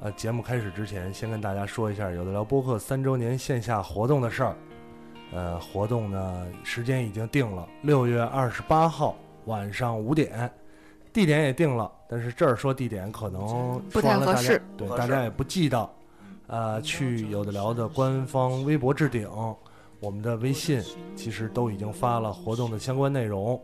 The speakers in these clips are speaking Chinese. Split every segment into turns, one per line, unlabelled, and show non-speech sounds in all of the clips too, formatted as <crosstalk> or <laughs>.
呃，节目开始之前，先跟大家说一下有的聊播客三周年线下活动的事儿。呃，活动呢时间已经定了，六月二十八号晚上五点，地点也定了，但是这儿说地点可能
不太
说完了
合
大家
适，
对
不合
大
适
家也不记得。呃，去有的聊的官方微博置顶，我们的微信其实都已经发了活动的相关内容。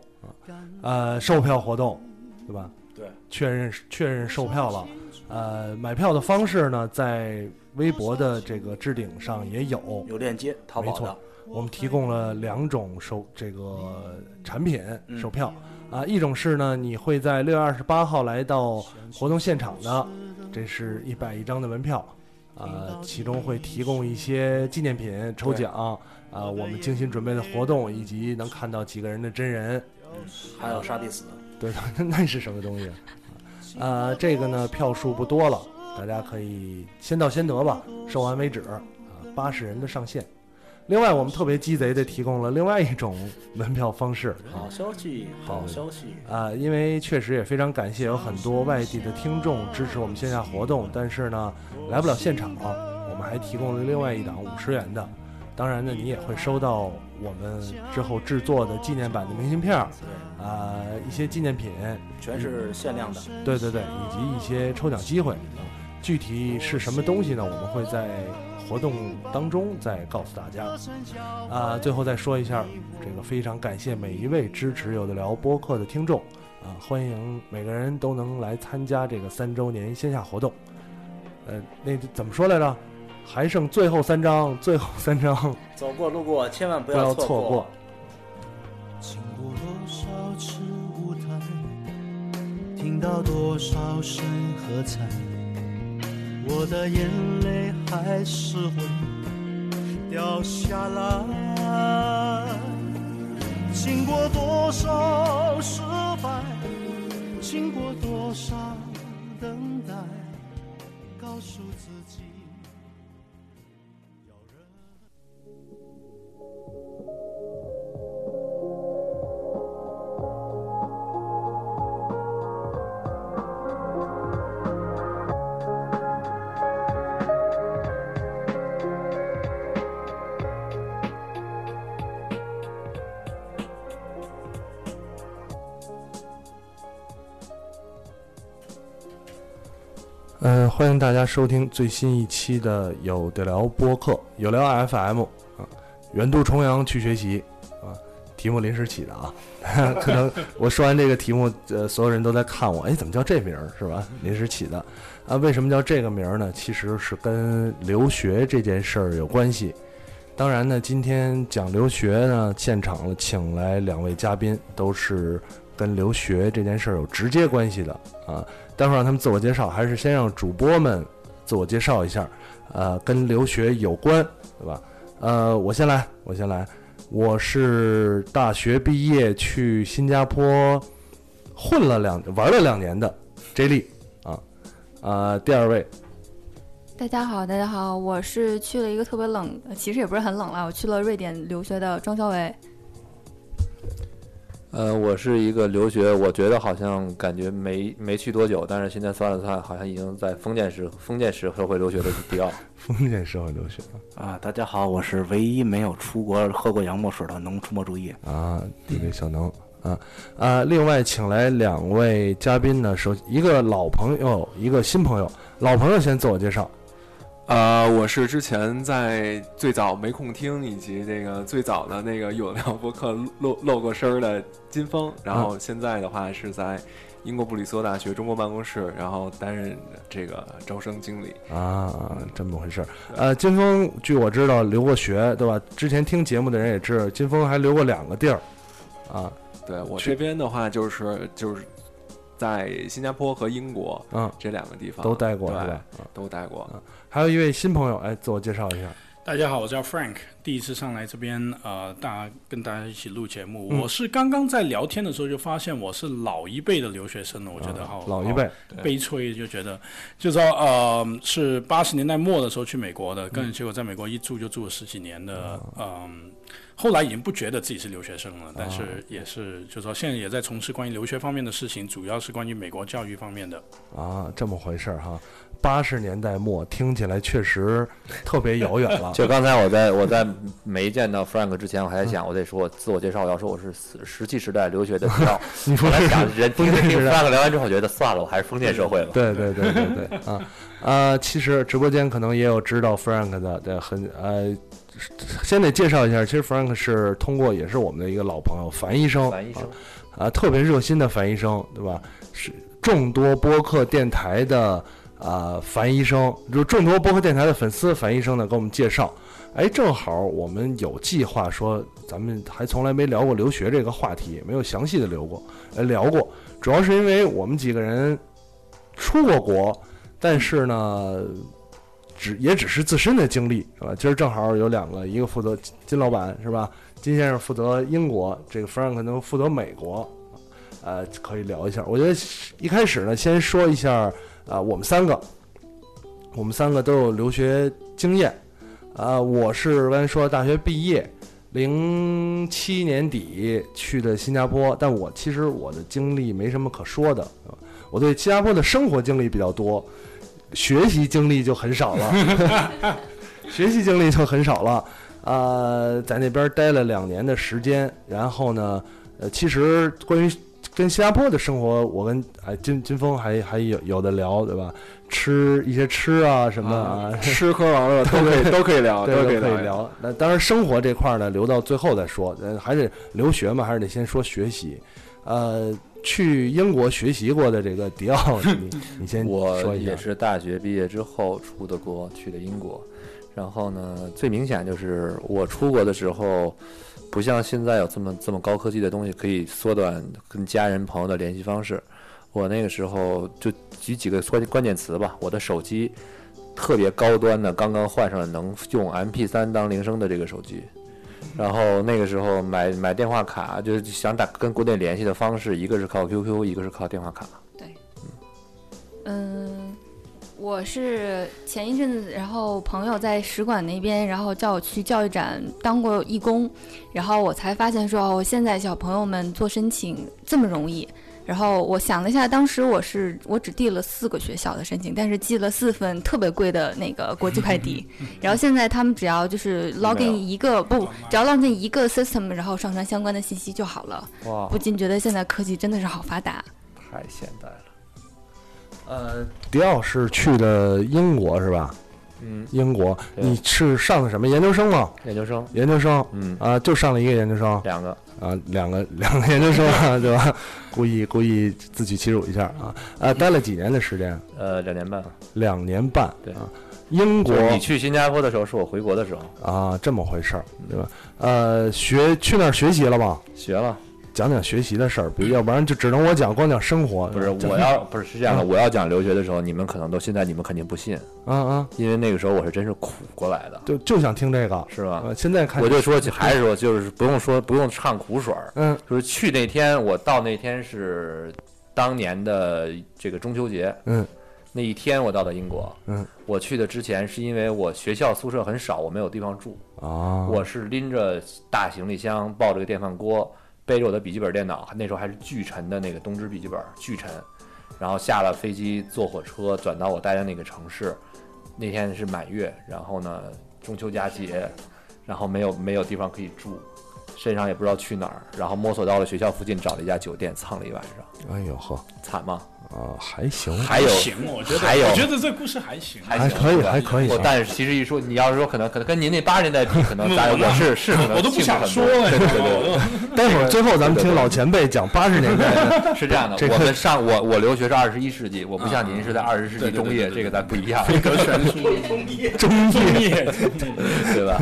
呃，售票活动，对吧？
对，
确认确认售票了。呃，买票的方式呢，在微博的这个置顶上也有。
有链接，淘
没
宝
错
的，，
我们提供了两种售这个产品
嗯
售票啊、一种是呢，你会在六月二十八号来到活动现场的，这是一百一张的门票。呃，其中会提供一些纪念品抽奖，啊、我们精心准备的活动，以及能看到几个人的真人，
还有杀必死，
对， <laughs> 那是什么东西？呃，这个呢，票数不多了，大家可以先到先得吧，售完为止啊，八十人的上限。另外，我们特别鸡贼的提供了另外一种门票方式
好消息，好消息，
啊、因为确实也非常感谢有很多外地的听众支持我们线下活动，但是呢，来不了现场、啊我们还提供了另外一档五十元的。当然呢，你也会收到我们之后制作的纪念版的明信片儿，啊、一些纪念品，
全是限量的，
对对对，以及一些抽奖机会。具体是什么东西呢？我们会在活动当中再告诉大家。啊，最后再说一下，这个非常感谢每一位支持有的聊播客的听众啊，欢迎每个人都能来参加这个三周年线下活动。呃，那怎么说来着？还剩最后三张，最后三张，
走过路过千万
不
不
要
要
错
错
过。。
经过多少次舞台，听到多少声喝彩，我的眼泪还是会掉下来。经过多少失败，经过多少等待，告诉自己。要忍
嗯，欢迎大家收听最新一期的《有的聊》播客，有聊 FM 啊，远渡重洋去学习啊，题目临时起的啊， <laughs> 可能我说完这个题目，呃，所有人都在看我，哎，怎么叫这名儿是吧？临时起的啊，为什么叫这个名儿呢？其实是跟留学这件事儿有关系。当然呢，今天讲留学呢，现场请来两位嘉宾，都是跟留学这件事儿有直接关系的啊。待会儿让他们自我介绍，还是先让主播们自我介绍一下，呃，跟留学有关，对吧？呃，我先来，我先来，我是大学毕业去新加坡混了两玩了两年的 J 莉啊，呃，第二位
大家好，大家好，我是去了一个特别冷，呃其实也不是很冷啦，我去了瑞典留学的庄小伟。
呃，我是一个留学，我觉得好像感觉没没去多久，但是现在算了算，好像已经在封建时封建时社会留学的迪奥。
封建社会留学
啊！大家好，我是唯一没有出国喝过洋墨水的能出没注意。
啊，一位小能啊啊，另外请来两位嘉宾呢，首一个老朋友，一个新朋友，老朋友先自我介绍，
呃，我是之前在最早没空听以及这个最早的那个有料播客露露过声儿的金峰，然
嗯
后现在的话是在英国布里斯托大学中国办公室，然后担任这个招生经理。
啊，这么回事儿。呃，金峰，据我知道留过学，对吧？之前听节目的人也知道，金峰还留过两个地儿，啊，
对我
去
这边的话就是就是在新加坡和英国
嗯，
这两个地方
都待过是
对
吧？啊
都待
嗯
过。
还有一位新朋友，哎，自我介绍一下。
大家好，我叫 Frank，第一次上来这边，呃，大家跟大家一起录节目。
嗯
我是刚刚在聊天的时候就发现我是老一辈的留学生了，我觉得哦好、
啊老一辈
好悲催，就觉得就说呃是八十年代末的时候去美国的，跟
嗯
结果在美国一住就住了十几年的，嗯、后来已经不觉得自己是留学生了，
嗯
但是也是就说现在也在从事关于留学方面的事情，主要是关于美国教育方面的。
啊，这么回事儿哈。八十年代末，听起来确实特别遥远
<laughs>
了。。
就刚才我在我在没见到 Frank 之前，我还在想，我得说我自我介绍，我要说我是石石器时代留学的资料
你说
我
是
还想人
封
听
建
听
时代
Frank 聊完之后，觉得算了，我还是封建社会吧。
对对对对对啊啊！其实直播间可能也有知道 Frank 的，对，很呃，先得介绍一下，其实 Frank 是通过也是我们的一个老朋友樊医生，
樊医生
啊，特别热心的樊医生，对吧？是众多播客电台的啊、樊医生，就是众多播客电台的粉丝樊医生呢，给我们介绍。哎，正好我们有计划说，咱们还从来没聊过留学这个话题，没有详细的聊过，呃，聊过，主要是因为我们几个人出过国，但是呢，只也只是自身的经历，是吧？今儿正好有两个，一个负责金老板是吧？金先生负责英国，这个 Frank 能负责美国，呃，可以聊一下。我觉得一开始呢，先说一下啊、我们三个，我们三个都有留学经验，啊、我是刚才说大学毕业，零七年底去的新加坡，但我其实我的经历没什么可说的，啊我对新加坡的生活经历比较多，学习经历就很少了，
<laughs>
学习经历就很少了。呃，在那边待了两年的时间，然后呢，呃，其实关于跟新加坡的生活，我跟哎金金峰还还有有的聊，对吧？吃一些吃啊什么的啊，
吃喝玩乐都可以都可以
啊
聊
对
都
都
可以
以
聊
聊。那当然，生活这块儿呢，留到最后再说。呃，还得留学嘛，还是得先说学习。呃，去英国学习过的这个迪奥，你
<laughs>
你先
我
说一下
也。是大学毕业之后出的国，去的英国。然后呢，最明显就是我出国的时候，不像现在有这么这么高科技的东西可以缩短跟家人朋友的联系方式。我那个时候就举几个关关键词吧，我的手机特别高端的，刚刚换上了能用 MP 3当铃声的这个手机。然后那个时候买买电话卡，就是想打跟国内联系的方式，一个是靠 QQ，一个是靠电话卡。
嗯，我是前一阵子，然后朋友在使馆那边，然后叫我去教育展当过义工，然后我才发现说，哦，现在小朋友们做申请这么容易。然后我想了一下，当时我是我只递了四个学校的申请，但是寄了四份特别贵的那个国际快递。然后现在他们只要就是 login 一个不，只要 login 一个 system，然后上传相关的信息就好了。
哇
不禁觉得现在科技真的是好发达。
太现代了。
呃，迪奥是去的英国是吧？
嗯，
英国，
对
你是上的什么研究生吗？
研究生，
研究生，
嗯
啊，就上了一个研究生，
两个
啊，两个两个研究生啊，对吧？故意故意自取其辱一下啊啊，待了几年的时间，
呃，两年半。
两年半，
对
啊，英国
就是你去新加坡的时候，是我回国的时候
啊，这么回事儿，对吧？呃，学去那儿学习了吗？
学了，
讲讲学习的事儿，比如要不然就只能我讲，光讲生活。
嗯不是
讲
我要不是是这样的，
嗯
我要讲留学的时候，你们可能都现在你们肯定不信，
啊啊，
因为那个时候我是真是苦过来的，
就就想听这个，
是吧？
呃，现在看
我就说还是说就是不用说不用唱苦水儿，
嗯
就是去那天我到那天是当年的这个中秋节，
嗯
那一天我到的英国，
嗯，
我去的之前是因为我学校宿舍很少，我没有地方住，
啊，
我是拎着大行李箱，抱着个电饭锅，背着我的笔记本电脑，那时候还是巨沉的那个东芝笔记本，巨沉。然后下了飞机，坐火车转到我待的那个城市。那天是满月，然后呢中秋佳节，然后没有没有地方可以住，身上也不知道去哪儿，然后摸索到了学校附近找了一家酒店藏了一晚上，
哎呦呵，
惨吗？
啊，还行，
还有
行，我觉得
还有
我觉得这故事还行，啊
还
可以还可以
我但是其实一说，你要是说可能可能跟您那八十年代比，可能
<laughs> 我
咱我是是可能
我都不
幸福
想
很
说
多
了，
对
你
对
知道吗
对
我
对
<laughs>
都。
待会儿最后咱们听老前辈讲八十年代的，
<laughs> 是这样的
这，
我
个嗯
们上我我留学是二十一世纪，我不像您是在二十世纪中叶，这个咱不一样，
<laughs>
风格
悬殊，
中
叶，
<laughs> 对吧？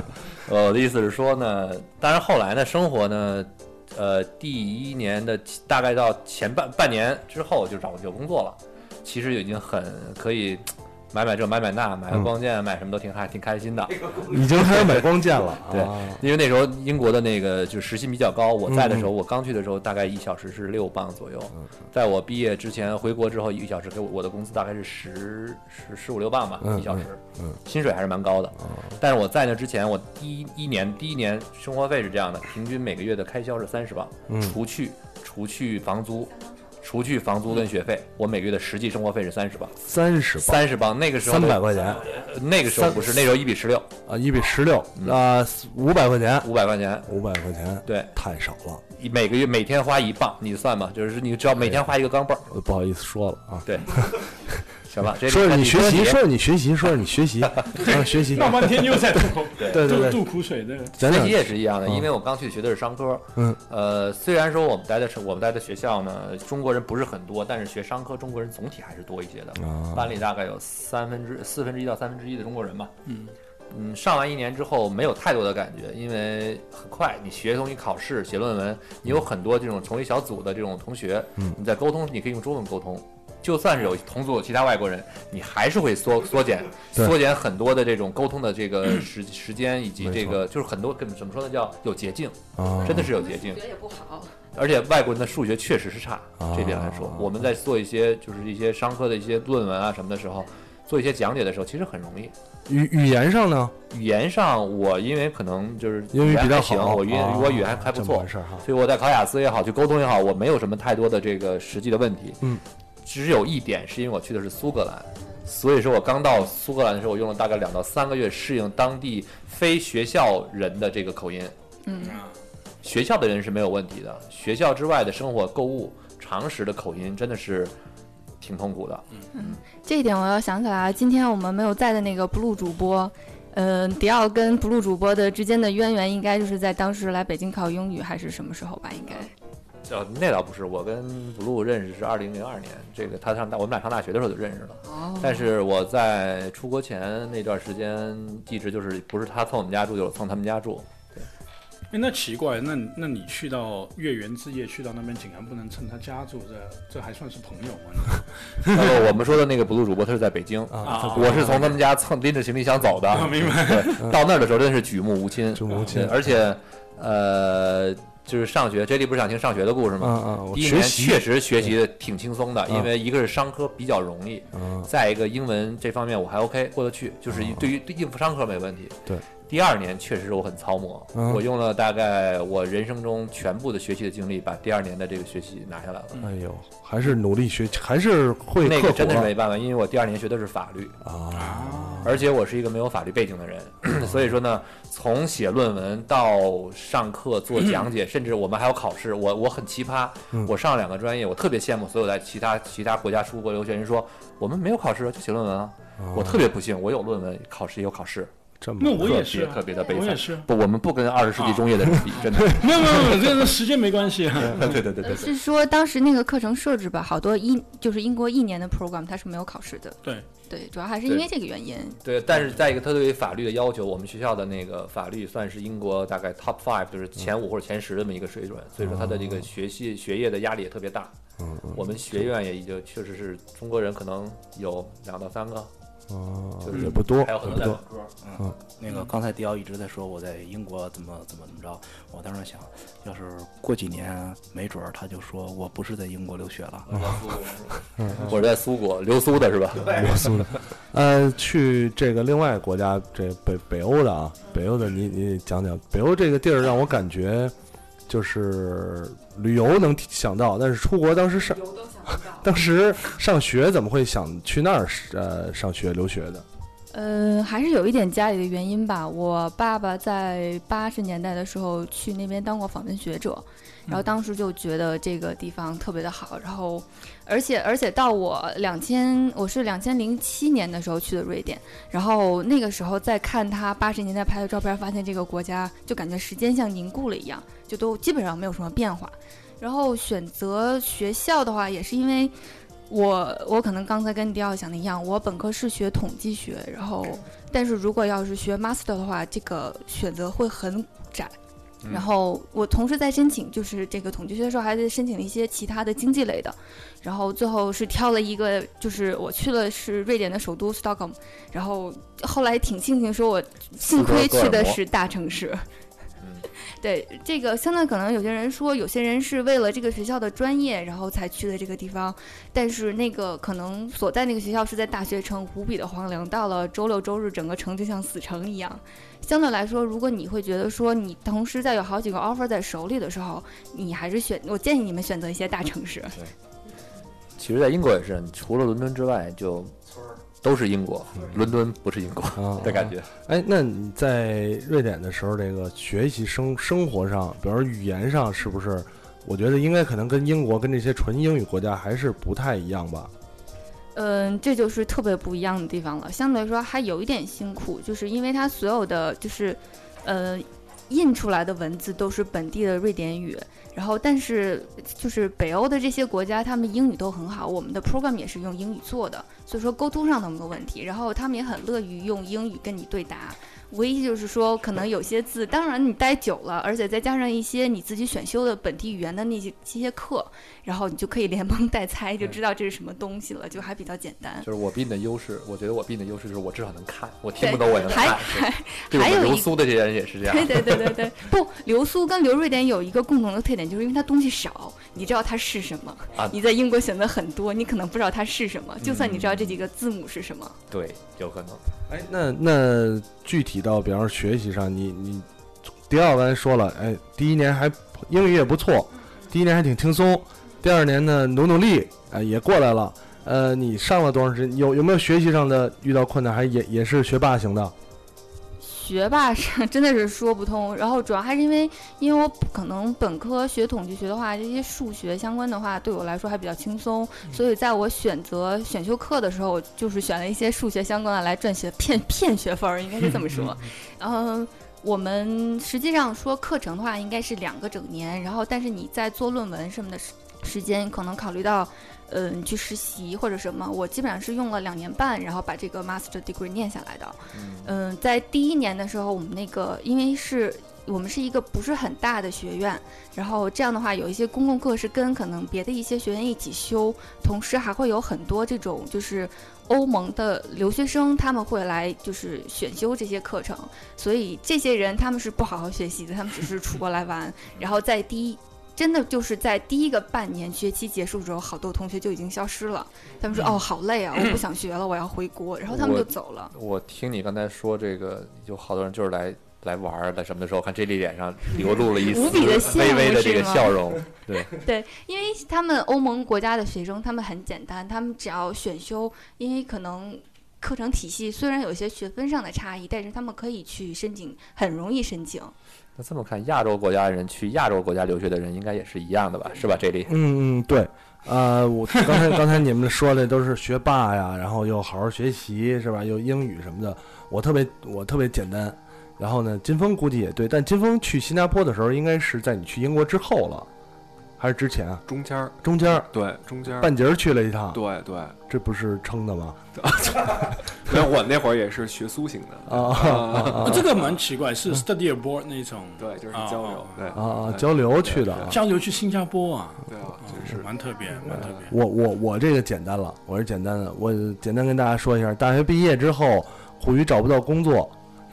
呃我的意思是说呢，当然后来呢，生活呢，呃，第一年的大概到前半半年之后就找有工作了，其实已经很可以。买买这买买那，买个
嗯
光剑，买什么都挺还挺开心的，。
已经开始买光剑了
<laughs> 对
啊，
因为那时候英国的那个就是时薪比较高，我在的
嗯
时候，我刚去的时候大概一小时是六磅左右，在我毕业之前回国之后，一小时给我我的工资大概是十十十五六磅吧，
嗯
一小时，
嗯嗯
薪水还是蛮高的。但是我在那之前，我第一一年第一年生活费是这样的，平均每个月的开销是三十磅，
嗯
除去除去房租。除去房租跟学费，我每个月的实际生活费是三十磅，
三十
三十磅那个时候
三百块钱
呃那个时候不是那时候一比十六，
啊，一比十六
嗯
啊，五百块钱，
五百块钱，
五百块钱，
对，
太少了，
每个月每天花一磅，你算吧，就是你只要每天花一个钢镚儿，
呃不好意思说了啊。
对，行吧，这
说
个
是你学习，说
说
是你学习，说是你学
<laughs>
习，啊，学习，
闹半天又在吐口
对
对对对
吐吐苦水的。
讲
学
讲
习也是一样的，
嗯
因为我刚去学的是商科，
嗯，
呃，虽然说我们待的是我们待的学校呢，中国人不是很多，但是学商科中国人总体还是多一些的，
啊
班里大概有三分之四分之一到三分之一的中国人吧。
嗯
嗯，上完一年之后没有太多的感觉，因为很快你学东西、考试、写论文，你有很多这种同一小组的这种同学，
嗯
你在沟通，你可以用中文沟通。就算是有同组有其他外国人，你还是
<laughs>
会缩缩减
对
缩减很多的这种沟通的这个时时间以及
没
这
错
个就是很多跟怎么说呢叫有捷径，
啊，
真的是有捷径
数。学也不好，
而且外国人的数学确实是差
啊，
这点来说，我们在做一些就是一些商科的一些论文啊什么的时候，做一些讲解的时候，其实很容易。
语语言上呢，
语言上，我因为可能就是
英语
言
比较
还行
好，
我语言
啊
我语言还还不
这么
错
回，事儿哈，
所以我在考雅思也好，去沟通也好，我没有什么太多的这个实际的问题。
嗯，
只有一点是因为我去的是苏格兰，所以说我刚到苏格兰的时候，我用了大概两到三个月适应当地非学校人的这个口音。
嗯，
学校的人是没有问题的，学校之外的生活、购物、常识的口音真的是挺痛苦
嗯
的。
这一点我要想起来，今天我们没有在的那个 blue 主播。嗯，迪奥跟 blue 主播的之间的渊源，应该就是在当时来北京考英语还是什么时候吧？应该
呃，那倒不是，我跟 Blue 认识是二零零二年，这个他上大我们俩上大学的时候就认识了。
嗯
哦
但是我在出国前那段时间，一直就是不是他蹭我们家住，就是我蹭他们家
<laughs>
住。
哎，那奇怪，那你那你去到月圆之夜去到那边，竟然不能趁他家住，这这还算是朋友吗？
那么我们说的那个 blue 主播，他是在北京， <laughs>
啊
我是从他们家蹭拎着行李箱走的。
明白
对，到那儿的时候真是举目无亲，
就母
对
亲，
而且呃，就是上学，这里不是想听上学的故事
啊
吗？
啊，我
嗯第一
学
年
习
确实学习的挺轻松的，
嗯
因为一个是商科比较容易，
啊，
再一个英文这方面我还 OK 过得去，就是对于对应付商科没问题。
嗯对，
第二年确实是我很操磨，
嗯
我用了大概我人生中全部的学习的精力，把第二年的这个学习拿下来了。
哎呦，还是努力学，还是会啊
那
刻
个
苦
真的是
了
没办法，因为我第二年学的是法律，
啊，
而且我是一个没有法律背景的人，所以说呢，从写论文到上课做讲解，甚至我们还有考试，我我很奇葩
嗯，
我上两个专业，我特别羡慕所有在其他其他国家出国留学人说，我们没有考试就写论文啊，
哦
我特别不幸，我有论文，考试也有考试，
这
那
么
我
特
也
别
是啊，
特别的悲
我也
惨。
是啊。
不，我们不跟二十世纪中叶的人比，真的。
没有没有没有，这个时间没关系啊。
对对对对对，
是说当时那个课程设置吧，好多一就是英国一年的 program 它是没有考试的。
对
对，主要还是因为这个原因。
对，但是在一个他对于法律的要求，我们学校的那个法律算是英国大概 top five，就是前五或者前十这么一个水准，所以说他的这个学习学业的压力也特别大。
嗯哦嗯
我们学院也已经确实是中国人可能有两到三个，
啊
就，是
也不多，
嗯还有
也
很
不
多代表
多，
哥。
那个刚才迪奥一直在说我在英国怎么怎么怎么着，我当时想，要是过几年，没准儿他就说我不是在英国留学了。
嗯
我是在苏国留苏的是吧？
我苏的。 <laughs> 呃，去这个另外国家，这北北欧的啊，北欧的你你讲讲，北欧这个地儿让我感觉就是旅游能提想到，但是出国当时上 <laughs>
有都想不到。
当时上学怎么会想去那儿呃上学留学的？
呃，还是有一点家里的原因吧。我爸爸在八十年代的时候去那边当过访问学者，然后当时就觉得这个地方特别的好，然后而且而且到我两千，我是两千零七年的时候去的瑞典，然后那个时候再看他八十年代拍的照片，发现这个国家就感觉时间像凝固了一样，就都基本上没有什么变化。然后选择学校的话，也是因为。我我可能刚才跟迪奥想的一样，我本科是学统计学，然后但是如果要是学 master 的话，这个选择会很窄。然后我同时在申请，就是这个统计学的时候，还在申请了一些其他的经济类的，然后最后是挑了一个，就是我去了是瑞典的首都 Stockholm，然后后来挺庆幸说我幸亏去的是大城市。 <laughs> 对，这个现在可能有些人说，有些人是为了这个学校的专业，然后才去的这个地方，但是那个可能所在那个学校是在大学城，无比的荒凉。到了周六周日，整个城就像死城一样。相对来说，如果你会觉得说你同时在有好几个 offer 在手里的时候，你还是选，我建议你们选择一些大城市。
其实，在英国也是，除了伦敦之外，就都是英国，
嗯
伦敦不是英国
啊
的感觉。
哎，那你在瑞典的时候，这个学习生生活上，比如说语言上，是不是？我觉得应该可能跟英国跟这些纯英语国家还是不太一样吧。
嗯，这就是特别不一样的地方了。相对来说还有一点辛苦，就是因为它所有的就是，呃，印出来的文字都是本地的瑞典语。然后，但是就是北欧的这些国家，他们英语都很好，我们的 program 也是用英语做的，所以说沟通上都没有问题。然后他们也很乐于用英语跟你对答。唯一就是说，可能有些字，当然你待久了，而且再加上一些你自己选修的本地语言的那些这些课，然后你就可以连蒙带猜，就知道这是什么东西了，就还比较简单。
就是我比你的优势，我觉得我比你的优势就是我至少能看，我听不
对
懂我也能
还
看。对
还
对我
有
们
一
留苏的这些人也是这样。
对对对
<laughs>
对对，不，流苏跟流瑞典有一个共同的特点，就是因为它东西少，你知道它是什么。
啊
你在英国选择很多，你可能不知道它是什么，就算你知道这几个字母是什么。
对，有可能。
哎，那那具体到比方说学习上，你你迪奥刚才说了，哎，第一年还英语也不错，第一年还挺轻松，第二年呢努努力，哎也过来了。呃，你上了多长时间？有有没有学习上的遇到困难？还也也是学霸型的？
学霸是 <laughs> 真的是说不通，然后主要还是因为，因为我可能本科学统计学的话，这些数学相关的话对我来说还比较轻松，所以在我选择选修课的时候，我就是选了一些数学相关的来赚学骗骗学分儿，应该是这么说。 <laughs> 嗯，我们实际上说课程的话，应该是两个整年，然后但是你在做论文什么的时时间，可能考虑到，嗯、你去实习或者什么，我基本上是用了两年半，然后把这个 master degree 念下来的。嗯、在第一年的时候，我们那个因为是。我们是一个不是很大的学院，然后这样的话，有一些公共课是跟可能别的一些学院一起修，同时还会有很多这种就是欧盟的留学生，他们会来就是选修这些课程，所以这些人他们是不好好学习的，他们只是出国来玩，然后在第一。真的就是在第一个半年学期结束之后，好多同学就已经消失了。他们说：“哦，好累啊，我不想学了，我要回国。”然后他们就走了。
我听你刚才说这个，有好多人就是来来玩儿来什么的时候，看这里脸上流露了一丝
无比的羡慕
微微的这个
是吗
笑容。对，
对，因为他们欧盟国家的学生，他们很简单，他们只要选修，因为可能课程体系虽然有些学分上的差异，但是他们可以去申请，很容易申请。
那这么看，亚洲国家人去亚洲国家留学的人应该也是一样的吧？是吧？这里
嗯嗯，对，呃，我刚才刚才你们说的都是学霸呀，然后又好好学习是吧？又英语什么的，我特别我特别简单。然后呢，金峰估计也对，但金峰去新加坡的时候，应该是在你去英国之后了，还是之前啊？
中间
中间儿
对中间儿
半截儿去了一趟，
对对，
这不是撑的吗？
那我那会儿也是学苏醒的
<laughs> 啊
啊
啊
这个蛮奇怪，是 study abroad 那种，
对，就是
交
流，对
啊啊，交流去的啊。
交流去新加坡啊，
对啊，
是蛮特别，蛮特别。
我我我这个简单了，我是简单的，我简单跟大家说一下，大学毕业之后，苦于找不到工作，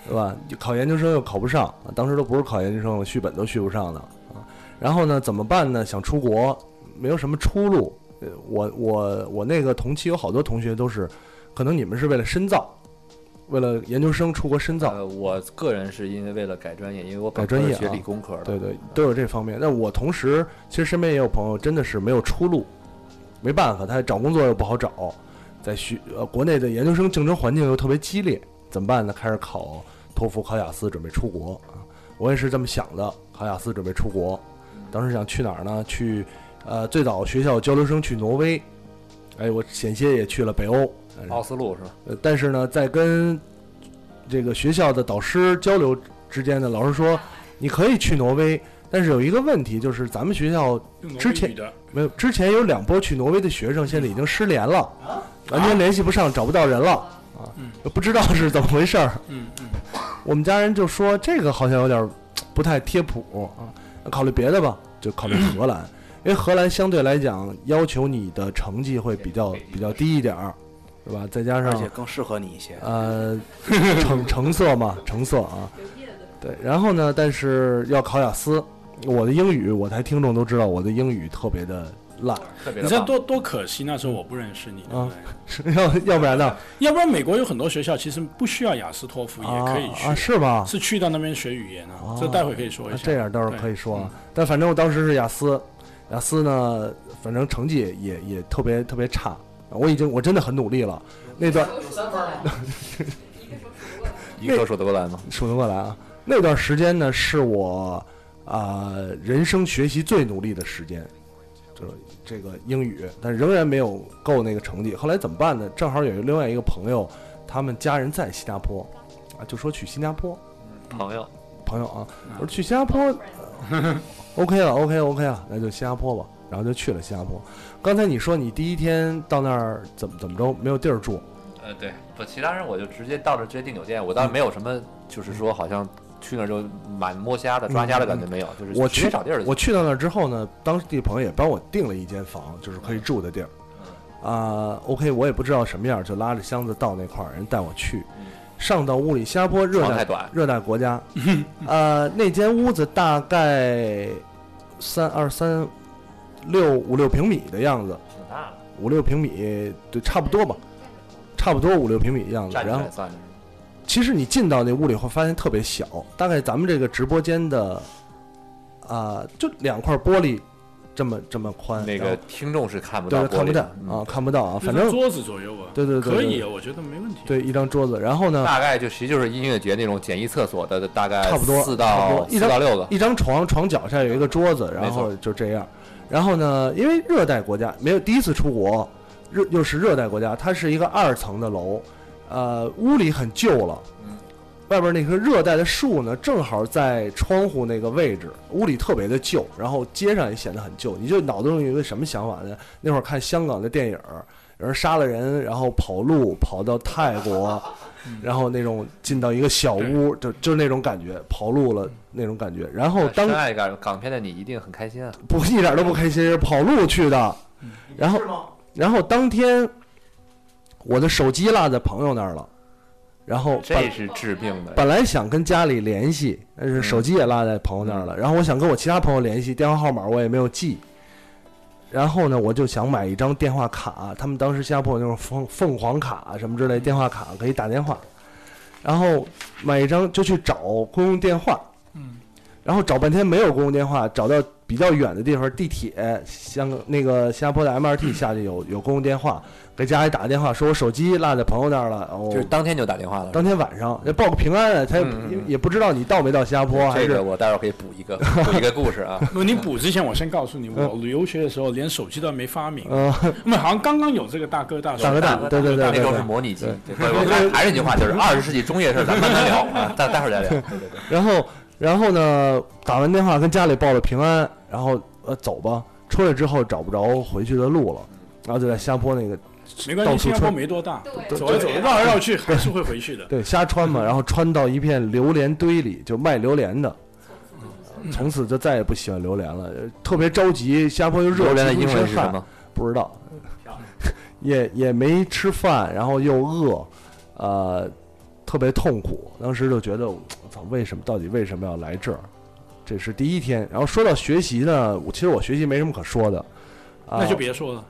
对吧？考研究生又考不上，啊当时都不是考研究生了，续本都续不上呢啊。然后呢，怎么办呢？想出国，没有什么出路。呃，我我我那个同期有好多同学都是，可能你们是为了深造，为了研究生出国深造，
呃，我个人是因为为了改专业，因为我
改
本科
专业
是学
啊
理工科的。
对对，都有这方面。那我同时其实身边也有朋友真的是没有出路，没办法，他找工作又不好找，在学呃国内的研究生竞争环境又特别激烈，怎么办呢？开始考托福、考雅思，准备出国啊。我也是这么想的，考雅思准备出国，当时想去哪儿呢？去呃最早学校交流生去挪威，哎，我险些也去了北欧，但是
奥斯陆是吧？
呃，但是呢，在跟这个学校的导师交流之间呢，老师说你可以去挪威，但是有一个问题就是咱们学校
用挪威
之前
语的
没有之前有两波去挪威的学生，现在已经失联了，完全联系不上，找不到人了啊，不知道是怎么回事儿。
嗯嗯，
我们家人就说这个好像有点儿不太贴谱啊，那考虑别的吧，就考虑荷兰，因为荷兰相对来讲要求你的成绩会比较比较低一点儿，是吧？再加上
而且更适合你一些。
呃， <laughs> 成成色嘛，成色啊。对，然后呢，但是要考雅思，我的英语，我台听众都知道，我的英语特别的烂，
你这多多可惜，那时候我不认识你，
啊，要要不然呢？
要不然美国有很多学校其实不需要雅思、托福也可以去，
啊啊是吧
是去到那边学语言啊，
哦
这待会可以说一
啊
下。
这样倒是可以
对嗯
说，啊，但反正我当时是雅思，雅思呢，反正成绩也也特别特别差。我已经我真的很努力了，那段
三分吗？一个数得过来吗？
数得过来啊。那段时间呢，是我啊、呃人生学习最努力的时间，就是这个英语，但仍然没有够那个成绩。后来怎么办呢？正好有另外一个朋友，他们家人在新加坡，啊，就说去新加坡。
朋友，
朋友啊，我说去新加坡、呃，OK 了，OK OK 啊，那就新加坡吧。然后就去了新加坡。刚才你说你第一天到那儿怎么怎么着没有地儿住，
呃，对，我其他人我就直接到这直接订酒店，我倒是没有什么，就是说好像去那儿就满摸瞎的抓瞎的感觉没有，就是
我
直
去
接找地儿就行。
我去到那儿之后呢，当地朋友也帮我订了一间房，就是可以
嗯
住的地儿。啊、o k 我也不知道什么样，就拉着箱子到那块儿，人带我去，
嗯
上到屋里，新加坡热
床太
带
短
热带国
<laughs>
家，呃，那间屋子大概三二三六五六平米的样子，
挺大的，
五六平米，对，差不多吧，差不多五六平米的样子。
站起
然后
来算着。
其实你进到那屋里会发现特别小，大概咱们这个直播间的，啊、就两块玻璃这么这么宽，
那
然
个
后
听众是看不到
对
玻璃的，嗯
看不到啊，看不到啊，反正
就桌子左右啊，
对对对，
可
对
以，我觉得没问题。
对一张桌子，然后呢，
大概就其实就是音乐节那种简易厕所的大概
差不多
四
差不
到
多一
四
张
到六个，
一张床，床脚下有一个桌子，然后
没错
就这样。然后呢，因为热带国家没有第一次出国，热又是热带国家，它是一个二层的楼，呃，屋里很旧了，外边那棵热带的树呢，正好在窗户那个位置，屋里特别的旧，然后街上也显得很旧。你就脑子中有一个什么想法呢？那会儿看香港的电影儿，有人杀了人，然后跑路跑到泰国，然后那种进到一个小屋，就就那种感觉，跑路了那种感觉。然后当
深爱港港片的你一定很开心啊！
不一点都不开心，是跑路去的。然后，然后当天我的手机落在朋友那儿了，然后
这
本
是致命的。
本来想跟家里联系，但是手机也落在朋友那儿了。然后我想跟我其他朋友联系，电话号码我也没有记。然后呢，我就想买一张电话卡，他们当时新加坡有那种凤凤凰卡啊什么之类电话卡可以打电话，然后买一张就去找公用电话，
嗯，
然后找半天没有公用电话，找到比较远的地方，地铁香港那个新加坡的 MRT 下去有有公用电话，给家里打个电话，说我手机落在朋友那儿了，哦、
就是当天就打电话了。
当天晚上要报个平安啊，他也不
嗯嗯
也也不知道你到没到新加坡，啊还
这个
是
我待会儿可以补一个补一个故事啊。
那你补之前，我先告诉你，
呃
我留学的时候连手机都还没发明，
嗯，
那好像刚刚有这个大哥大
大哥大对对对
那时候
对
是
对
模拟机。对，
对
我
对对
还是那句话，就是二十世纪中叶事儿，咱慢慢聊啊，待待会儿再聊。对对对，
然后然后呢，打完电话跟家里报了平安，然后呃走吧，出来之后找不着回去的路了，然后就在新加坡那个
没关
到
系，
处
新加坡
穿
没多大，
对
走来走绕来绕去还是会回去的。
对瞎穿嘛，然后穿到一片榴莲堆里，就卖榴莲的。
嗯
从此就再也不喜欢榴莲了，呃特别着急。新加坡又热，
榴莲的
急出
英文
身
是
汗
什么？
不知道， <laughs> 也也没吃饭，然后又饿，呃，特别痛苦。当时就觉得，我操，为什么？到底为什么要来这儿？这是第一天。然后说到学习呢，我其实我学习没什么可说的，啊、
那就别说了，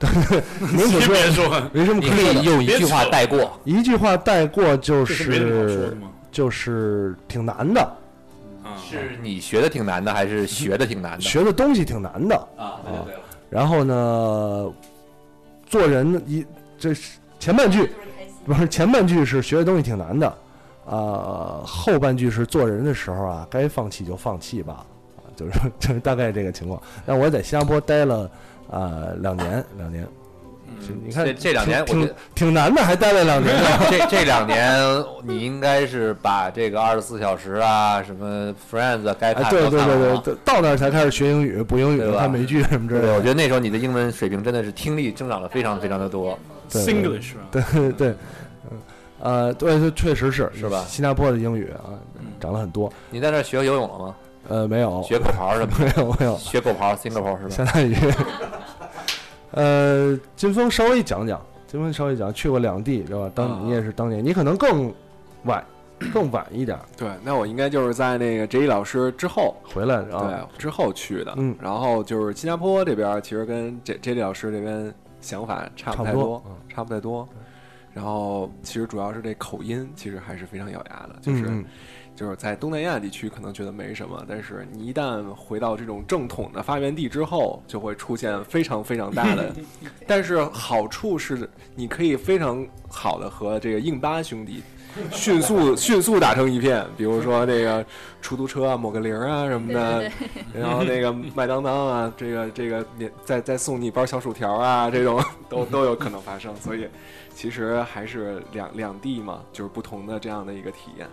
没什么
先
可
别
说
说
的
了，
没什么
你
可
可
说的
以用一句话带过。
一句话带过，就
这是没什么好说的啊
是
吗
就是挺难的，
是你学的挺难的，还是学的挺难的？
学的东西挺
啊
难的。
啊，对对对。
然后呢，做人一这是前半句不是前半句是学的东西挺难的，啊，后半句是做人的时候啊，该放弃就放弃吧，啊就是 <laughs> 说就是大概这个情况。但我在新加坡待了啊两年，两年。你看
嗯这这两年我
挺挺
觉得
挺难的，还待了两年。
<laughs> 这这两年你应该是把这个二十四小时啊，什么 Friends 啊，该看
哎，
的
对
都
对
看完
对
了
对，到那儿才开始学英语，补英语
对吧
看美剧什么之类
对
的。
我觉得那时候你的英文水平真的是听力增长了非常非常的多。
对对对对对，嗯呃，对，对确实是
是吧
新加坡的英语啊，涨了很多。
你在那儿学游泳了吗？
呃，没有
学狗刨什么的？
<laughs> 没有没有
学狗刨 s i n g a p o 是吧？
相当于，呃，金峰稍微讲讲，金峰稍微讲，去过两地对吧？当你也是当年，你可能更晚，更晚一点儿
对，那我应该就是在那个 J 老师之后
回来啊。
对，之后去的。
嗯
然后就是新加坡这边儿，其实跟 J J 老师这边想法差不
差
太
不多
多，差不太多。然后其实主要是这口音，其实还是非常咬牙的，就
嗯
是。
嗯
就是在东南亚地区可能觉得没什么，但是你一旦回到这种正统的发源地之后，就会出现非常非常大
<laughs>
的。但是好处是，你可以非常好的和这个印巴兄弟
<laughs>
迅速迅速打成一片，比如说这个出租车啊、抹个零啊什么的，
对对对
然后那个麦当当啊，这个这个你再再送你一包小薯条啊，
<laughs>
这种都都有可能发生。所以其实还是两两地嘛，就是不同的这样的一个体验。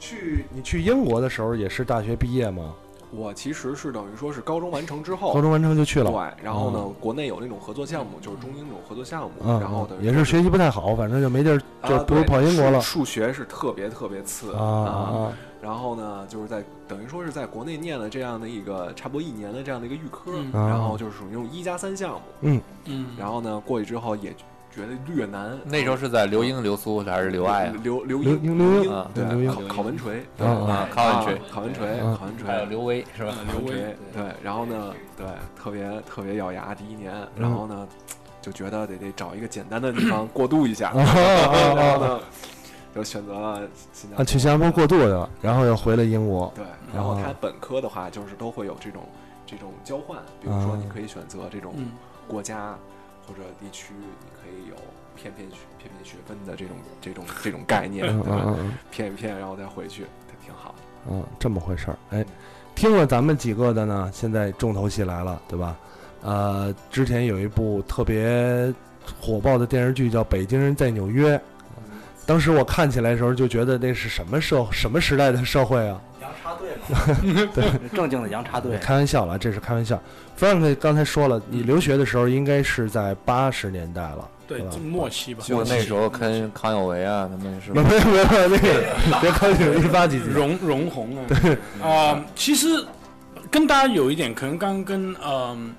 去你去英国的时候也是大学毕业吗？
我其实是等于说是高中完成之后，
高中完成就去了
对，然后呢，
哦
国内有那种合作项目，就是中英这种合作项目，
嗯，
然
嗯
后等于
也是学习不太好，反正就没地儿，就
啊
不是
对
跑英国了。
数数学是特别特别次
啊啊
然后呢，就是在等于说是在国内念了这样的一个差不多一年的这样的一个预科，
嗯
啊
然后就是属于那种一加三项目。
嗯
嗯，然后呢，过去之后也觉得略难。啊
那时候是在留英、留苏还是留爱啊？
留留
留
英
留英
啊，
对
对
留英
考考文锤
啊啊
考文锤
考文锤
啊，
考文锤，
还有刘威是吧
呃
嗯刘
刘
威
威
对，然后呢，对，特别特别咬牙第一年，
嗯
然后呢，就觉得得得找一个简单的地方过渡一下，
啊啊啊
<laughs> 然后呢，就选择了新加
啊，
坡。
去新加坡过渡嗯去了，然后又回了英国。
对，然
然
后它本科的话，就是都会有这种这种交换，比如说你可以选择这种
嗯
国家或者地区，你可以有骗骗学骗骗学分的这种这种这种概念，
嗯
对吧
嗯嗯嗯？
骗一骗，然后再回去，它挺好的。
嗯，这么回事儿。哎，听了咱们几个的呢，现在重头戏来了，对吧？呃，之前有一部特别火爆的电视剧叫《北京人在纽约》，当时我看起来的时候就觉得那是什么社什么时代的社会啊？
洋插队嘛
对，
<laughs> 正经的洋
<laughs>
插队
开玩笑了，这是开玩笑。Frank 刚才说了，你留学的时候应该是在八十年代了，
对
吧
这？末期吧。
我那时候跟康有为啊，他们
<laughs>
是
没有没有没有那个，别高兴，一八几几
荣荣红啊，
对
啊、其实跟大家有一点可能刚跟嗯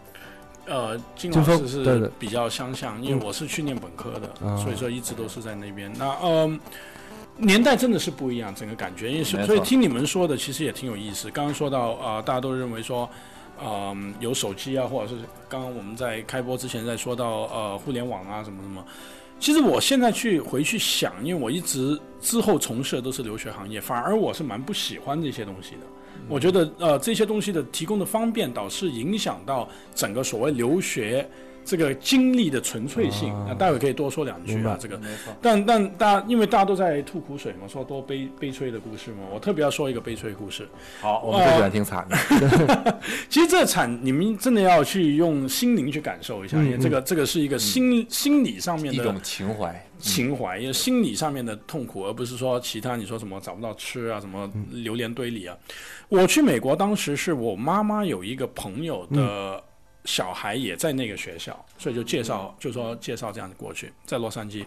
呃金老
金
师
峰对
是
对
比较相像，因为我是去念本科的，
啊
所以说一直都是在那边。那嗯。年代真的是不一样，整个感觉，因为
没错
所以听你们说的其实也挺有意思。刚刚说到啊、呃大家都认为说，啊、有手机啊，或者是刚刚我们在开播之前在说到呃互联网啊什么什么，其实我现在去回去想，因为我一直之后从事的都是留学行业，反而我是蛮不喜欢这些东西的。我觉得呃这些东西的提供的方便，倒是影响到整个所谓留学这个经历的纯粹性。那、待会可以多说两句
明白
啊，这个。但但大家因为大家都在吐苦水嘛，说多悲悲催的故事嘛，我特别要说一个悲催的故事。
好我们最喜欢听惨
哦
的。
其实这惨你们真的要去用心灵去感受一下，
嗯
因为这个
嗯
这个是一个心、心理上面的
一种情怀，
情怀，也心理上面的痛苦，而不是说其他你说什么找不到吃啊，什么榴莲堆里啊。我去美国当时是我妈妈有一个朋友的小孩也在那个学校，所以就介绍就说介绍这样过去，在洛杉矶。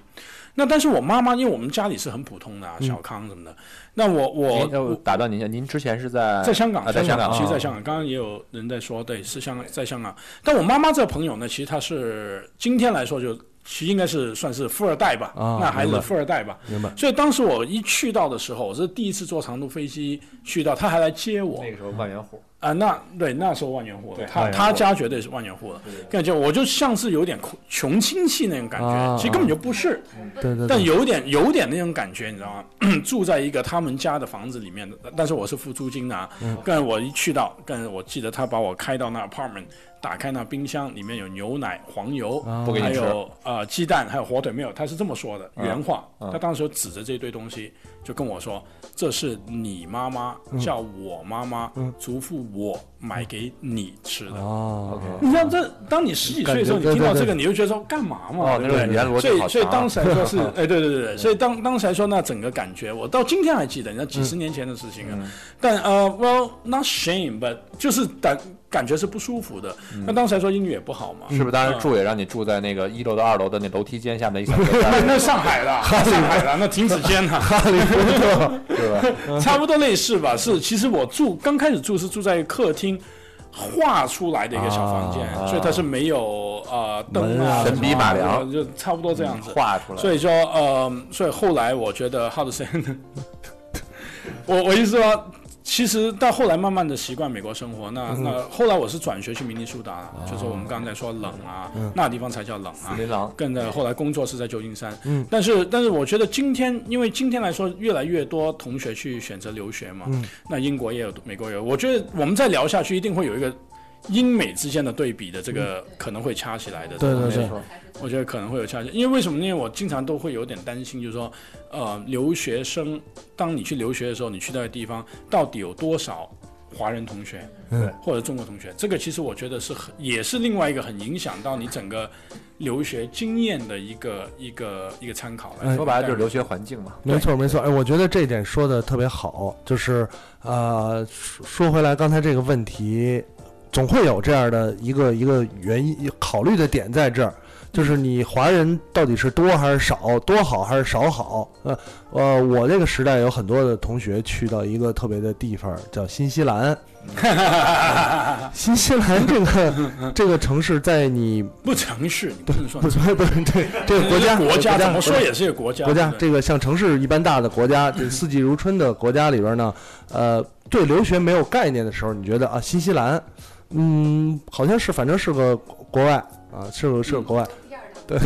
那但是我妈妈因为我们家里是很普通的、啊，
嗯哎
小康什么的。那我我
您我打断您一下，您之前是在
在香港，
啊在香港，
其实在
哦
香港，刚刚也有人在说，对，是香港，在香港。但我妈妈这个朋友呢，其实她是今天来说就。其实应该是算是富二代吧，
啊
那孩
明
子
白
富二代吧。
明白
所以当时我一去到的时候，我是第一次坐长途飞机去到，他还来接我。
那个时候万元户
啊，那对，那时候万元户
对，
他
万元户
他家绝对是万元户了，感觉我就像是有点穷穷亲戚那种感
啊
觉，其实根本就不是，
对对对
但有点有点那种感觉，你知道吗？ <clears throat> 住在一个他们家的房子里面，但是我是付租金的啊
嗯。
但我一去到，但我记得他把我开到那 apartment，打开那冰箱，里面有牛奶、黄油
啊不给，你
还
吃
有呃鸡蛋，还有火腿 milk，他是这么说的
嗯
原话
嗯。
他当时指着这堆东西就跟我说：“这是你妈妈
嗯
叫我妈妈
嗯
嘱咐我买给你吃的。”
哦
你像这，当你十几岁的时候，你
感觉
听到
对对
这个，
对
你就觉得说干嘛嘛，
哦
对
那
不
种语言逻
对？
辑
所
好
以，所以
强
当时来说是，哎，对对对对，所以当当时来说，那整个感觉，我到今天还记得，那几十年前的事情啊。但呃，well not shame，but 就是感感觉是不舒服的。那当时来说英语也不好嘛，
是不是？当时
嗯
住也让你住在那个一楼到二楼的那楼梯间下面的一小隔 <laughs>
那
间，
那上海的，那上海的，那停止间呐，哈利波
对
<laughs>
吧？嗯
差不多类似吧。是，其实我住刚开始住是住在客厅画出来的一个小房间，
啊
所以它是没有呃灯
门啊
啊，
神笔马良
什么的就差不多这样子
嗯画出来
所以说呃，所以后来我觉得 how to say，我我意思说。其实到后来慢慢的习惯美国生活，
嗯
那
哦
那后来我是转学去明尼苏达，就是我们刚才说冷啊
嗯，
那地方才叫冷啊
死林狼，
跟着后来工作是在旧金山，
嗯
但是但是我觉得今天，因为今天来说，越来越多同学去选择留学嘛，
嗯
那英国也有，美国也有，我觉得我们再聊下去，一定会有一个英美之间的对比的这个可能会掐起来的，
嗯对对对
没错我觉得可能会有掐起来，因为为什么呢？因为我经常都会有点担心，就是说，呃，留学生，当你去留学的时候，你去到的地方到底有多少华人同学，
嗯
或者中国同学？这个其实我觉得是很，也是另外一个很影响到你整个留学经验的一个一个一个参考来
哎
说。
说白了
但
就是留
学环境嘛。
没错，没错。哎，我觉得这点说的特别好，就是呃，说说回来刚才这个问题，总会有这样的一个一个原因考虑的点在这儿，就是你华人到底是多还是少，多好还是少好？呃呃，我那个时代有很多的同学去到一个特别的地方叫新西 <laughs> 兰，新西兰这个这个城市在你
不城市，你不能算
不不不，这这个国家
国
这
家
个
怎么说也是一个国家
国家
对
这个像城市一般大的国家，这四季如春的国家里边呢，呃，对留学没有概念的时候，你觉得啊，新西兰，嗯，好像是反正是个国外啊，是个是个国外，对，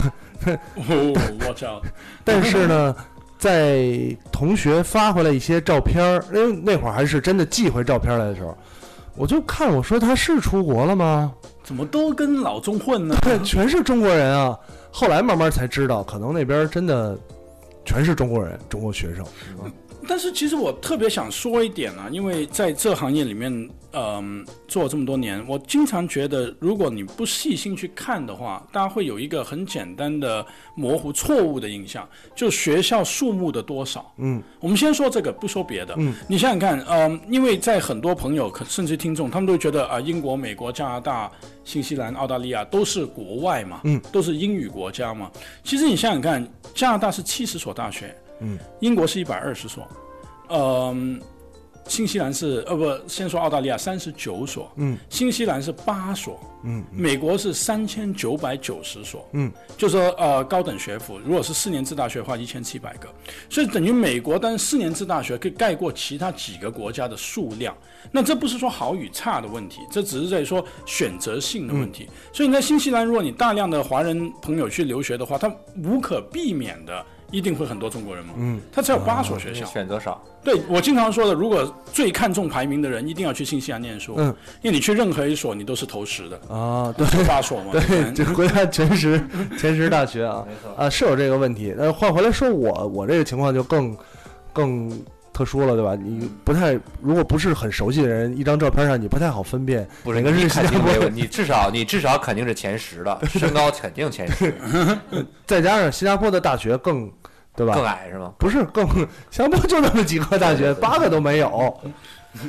哦，watch out！
但是呢，在同学发回来一些照片儿，因为那会儿还是真的寄回照片儿来的时候，我就看我说他是出国了吗？
怎么都跟老中混呢？
对，全是中国人啊。后来慢慢才知道，可能那边真的全是中国人，中国学生。
但是其实我特别想说一点啊，因为在这行业里面，嗯、做这么多年，我经常觉得，如果你不细心去看的话，大家会有一个很简单的模糊错误的印象，就学校数目的多少。
嗯
我们先说这个，不说别的。
嗯
你想想看，嗯，因为在很多朋友可甚至听众，他们都会觉得啊、英国、美国、加拿大、新西兰、澳大利亚都是国外嘛，
嗯，
都是英语国家嘛。其实你想想看，加拿大是七十所大学，
嗯
英国是一百二十所，嗯，新西兰是呃不，先说澳大利亚三十九所，
嗯
新西兰是八所，
嗯
美国是三千九百九十所，
嗯
就说呃高等学府，如果是四年制大学的话，一千七百个，所以等于美国单四年制大学可以盖过其他几个国家的数量。那这不是说好与差的问题，这只是在说选择性的问
嗯
题。所以你在新西兰，如果你大量的华人朋友去留学的话，他无可避免的一定会很多中国人嘛。
嗯，
他只有八所学校
哦
啊选择少。
对我经常说的，如果最看重排名的人，一定要去新西兰念书，
嗯
因为你去任何一所，你都是头十的，
啊，对，
八所嘛，对
对，
不
这
对
国家全十全十大学啊，啊是有这个问题。那换回来说我，我这个情况就更更特殊了，对吧？你不太如果不是很熟悉的人，一张照片上你不太好分辨
不是
哪个
你
是新
肯
加
定
坡
没
人
问，你至少你至少肯定是前十的，身高肯定前十，
再加上新加坡的大学更，对吧？
更矮是吗？
不是更，新加坡就那么几个大学，八个都没有，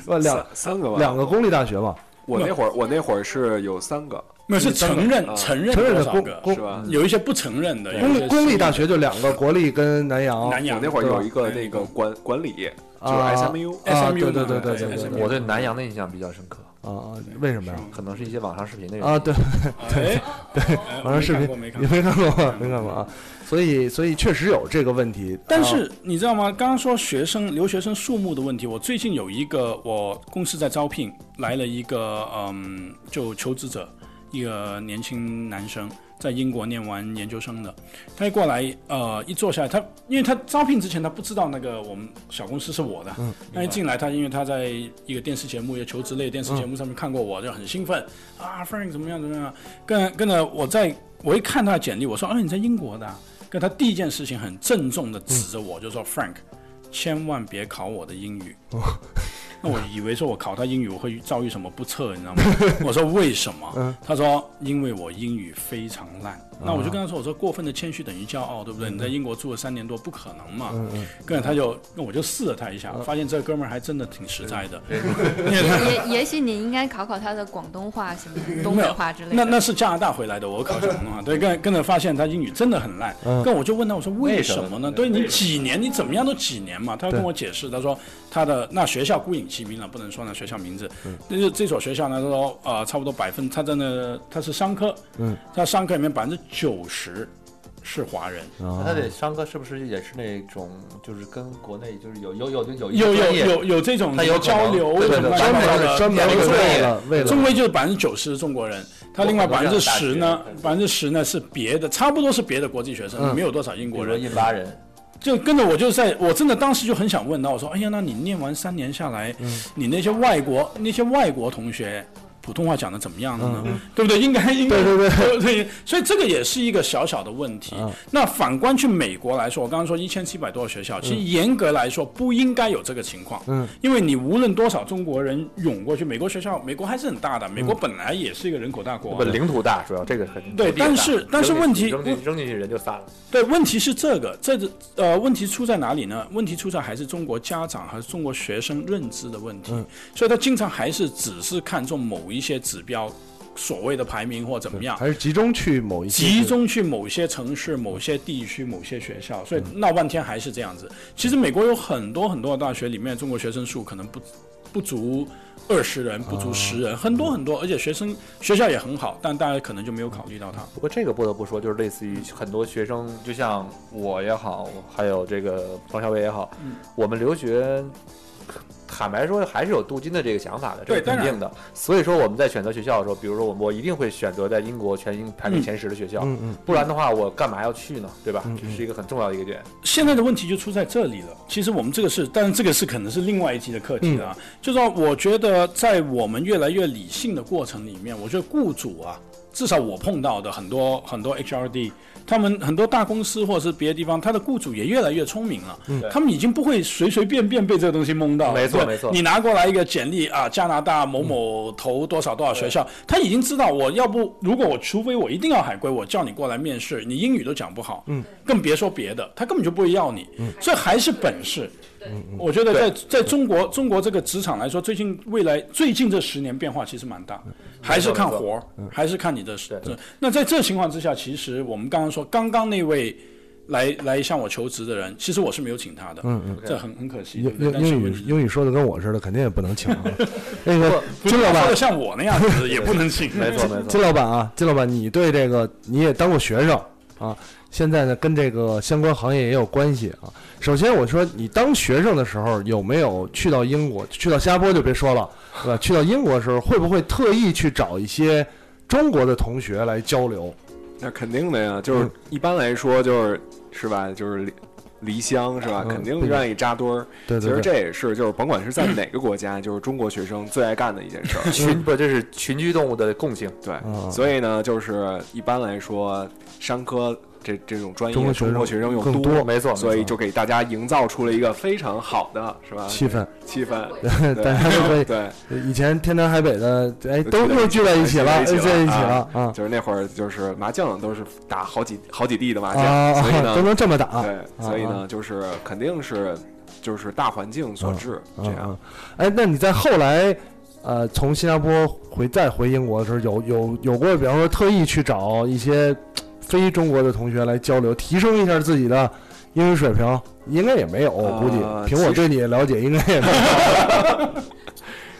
呃两
三三个吧
两个公立大学嘛。
我那会儿，我那会儿是有三个，
那是
三个
承认
啊
承认
承认
多
的
少
公
个
公
是吧？有一些不承认的，有一
公
些
公
是
立大学就两个，国立跟南洋。
南洋
哦我那会儿
对吧
有一个那个管管理，就是 SMU，SMU
啊，对对对对对对，
我对南洋的印象比较深刻。
啊，为什么呀？
可能是一些网上视频的原因
啊，对
哎
对对，网上视频你没看过吗？ <laughs> 没看过啊，所以所以确实有这个问题，
但是你知道吗？刚刚说学生留学生数目的问题，我最近有一个，我公司在招聘来了一个，嗯，就求职者，一个年轻男生，在英国念完研究生的，他一过来，呃，一坐下来，他因为他招聘之前他不知道那个我们小公司是我的，
嗯
那一进来他因为他在一个电视节目，一个求职类电视节目上面看过我，就很兴奋啊，Frank 怎么样怎么样，跟跟着我在我一看他的简历，我说，哎，你在英国的啊、跟他第一件事情很郑重的指着
嗯
我，就说 Frank，千万别考我的英语。
哦
<laughs> 那我以为说我考他英语我会遭遇什么不测，你知道
<laughs>
吗？我说为什么
嗯？啊
他说因为我英语非常烂。那我就跟他说，我说过分的谦虚等于骄傲，对不对？你在英国住了三年多，不可能嘛。
嗯嗯，
跟着他就，那我就试了他一下，发现这哥们儿还真的挺实在的。
也也也许你应该考考他的广东话什么东北话之类的。
<laughs> 那那是加拿大回来的，我考广东话，对，跟跟着发现他英语真的很烂，
嗯
跟我就问他，我说为
为
什
什
么
么
呢？对你几年，你怎么样都几年嘛？他跟我解释，他说他的那学校顾影其名了，不能说那学校名字，那就这所学校呢，他说呃，差不多百分，他真的他是商科，
嗯，
他商科里面百分之九十是华人，
那
啊
他得商科是不是也是那种，就是跟国内就是有有有有
有有
专业
有有这种
他有可
交
能
流
对
什
对对
么乱七八糟的
哦专门
交流
为
会
了为
中
了
规就是百分之九十是中国人，他另外
我
百
很
分
多
之
这样
十
的
呢
大，学
百分之十呢是别的，差不多是别的国际学生，
嗯
没有多少英
比如
国
说
人。
印巴人，
就跟着我就在，我真的当时就很想问他，我说，哎呀，那你念完三年下来，你那些外国那些外国同学。普通话讲的怎么样了呢？对不对？应该应该嗯对对对嗯所以这个也是一个小小的问题。那反观去美国来说，我刚刚说一千七百多个学校，其实严格来说不应该有这个情况。
嗯，
因为你无论多少中国人涌过去，美国学校，美国还是很大的，美国本来也是一个人口大国。啊
不领土大，主要这个肯定
对
土地也
但
大
是但是
扔进去
问题
扔进扔进去人就散了。
对，问题是这个，这个呃，问题出在哪里呢？问题出在还是中国家长和中国学生认知的问题，所以他经常还是只是看重某一些指标，所谓的排名或怎么样，
还是集中去某一些
集中去某些城市、某些地区、某些学校，所以闹半天还是这样子。其实美国有很多很多的大学里面，中国学生数可能不不足二十人，不足十人，很多很多，而且学生学校也很好，但大家可能就没有考虑到它。
不过这个不得不说，就是类似于很多学生，就像我也好，还有这个彭小伟也好，
嗯
我们留学，坦白说还是有镀金的这个想法的，这
对
是肯
当然
定的。所以说我们在选择学校的时候，比如说我我一定会选择在英国全英排名前十的学校，
嗯嗯
不然的话我干嘛要去呢？对吧？
嗯嗯
这是一个很重要的一个点。
现在的问题就出在这里了。其实我们这个是，但是这个是可能是另外一期的课题了啊。就说我觉得在我们越来越理性的过程里面，我觉得雇主啊，至少我碰到的很多很多 HRD，他们很多大公司或者是别的地方，他的雇主也越来越聪明了，他们已经不会随随便便被这个东西蒙到了。
嗯没错
对
没错
你拿过来一个简历啊，加拿大某某投多少多少学
嗯
校，他已经知道我要不，如果我除非我一定要海归，我叫你过来面试，你英语都讲不好，嗯，更别说别的，他根本就不会要你，这还是本事。我觉得在在中国中国这个职场来说，最近未来最近这十年变化其实蛮大，还是看活儿，还是看你的事。这那在这情况之下，其实我们刚刚说，刚刚那位来来向我求职的人，其实我是没有请他的，
嗯嗯
这很很可惜。对
英
不对
英
但是
英
我
语英语说的跟我似的，肯定也不能 <laughs> 请啊。那个
不
金
是
老
说
板 <laughs>
的，像我那样子，也不能请。
没错没错
金。老板啊，金老板，你对这个你也当过学生啊，现在呢跟这个相关行业也有关系啊。首先我说，你当学生的时候有没有去到英国？去到新加坡就别说了，对吧？去到英国的时候，会不会特意去找一些中国的同学来交流？
那肯定的呀，就是
嗯
一般来说就是是吧，就是离离乡是吧，
嗯
肯定愿意扎堆儿。
对
其
对对，
实这也是就是甭管是在哪个国家，就是中国学生最爱干的一件事儿。
群不，这是群居动物的共性。
对，
嗯
所以呢，就是一般来说，商科这这种专业
中国学生
中国学生又
更
多，
没错，
所以就给大家营造出了一个非常好的是吧
气氛，
气氛。啊对
<laughs> 大家都可以
对，
以前天南海北的，哎，
都
都
聚在
又
一起
聚在一起了，
聚
聚
在
在
一
一
起
起
了
了啊
就是那会儿就是麻将都是打好几好几地的麻
啊
将，
啊
所以
啊！ <laughs>
呢，
都能这么打，
对，所以
啊
呢，就是肯定是就是大环境所致，这
嗯
样
嗯，哎，那你在后来，呃，从新加坡回再回英国的时候，有有有过，比方说特意去找一些非中国的同学来交流，提升一下自己的英语水平应该也没有，我估计
呃
凭我
其实
对你的了解，应该也没有。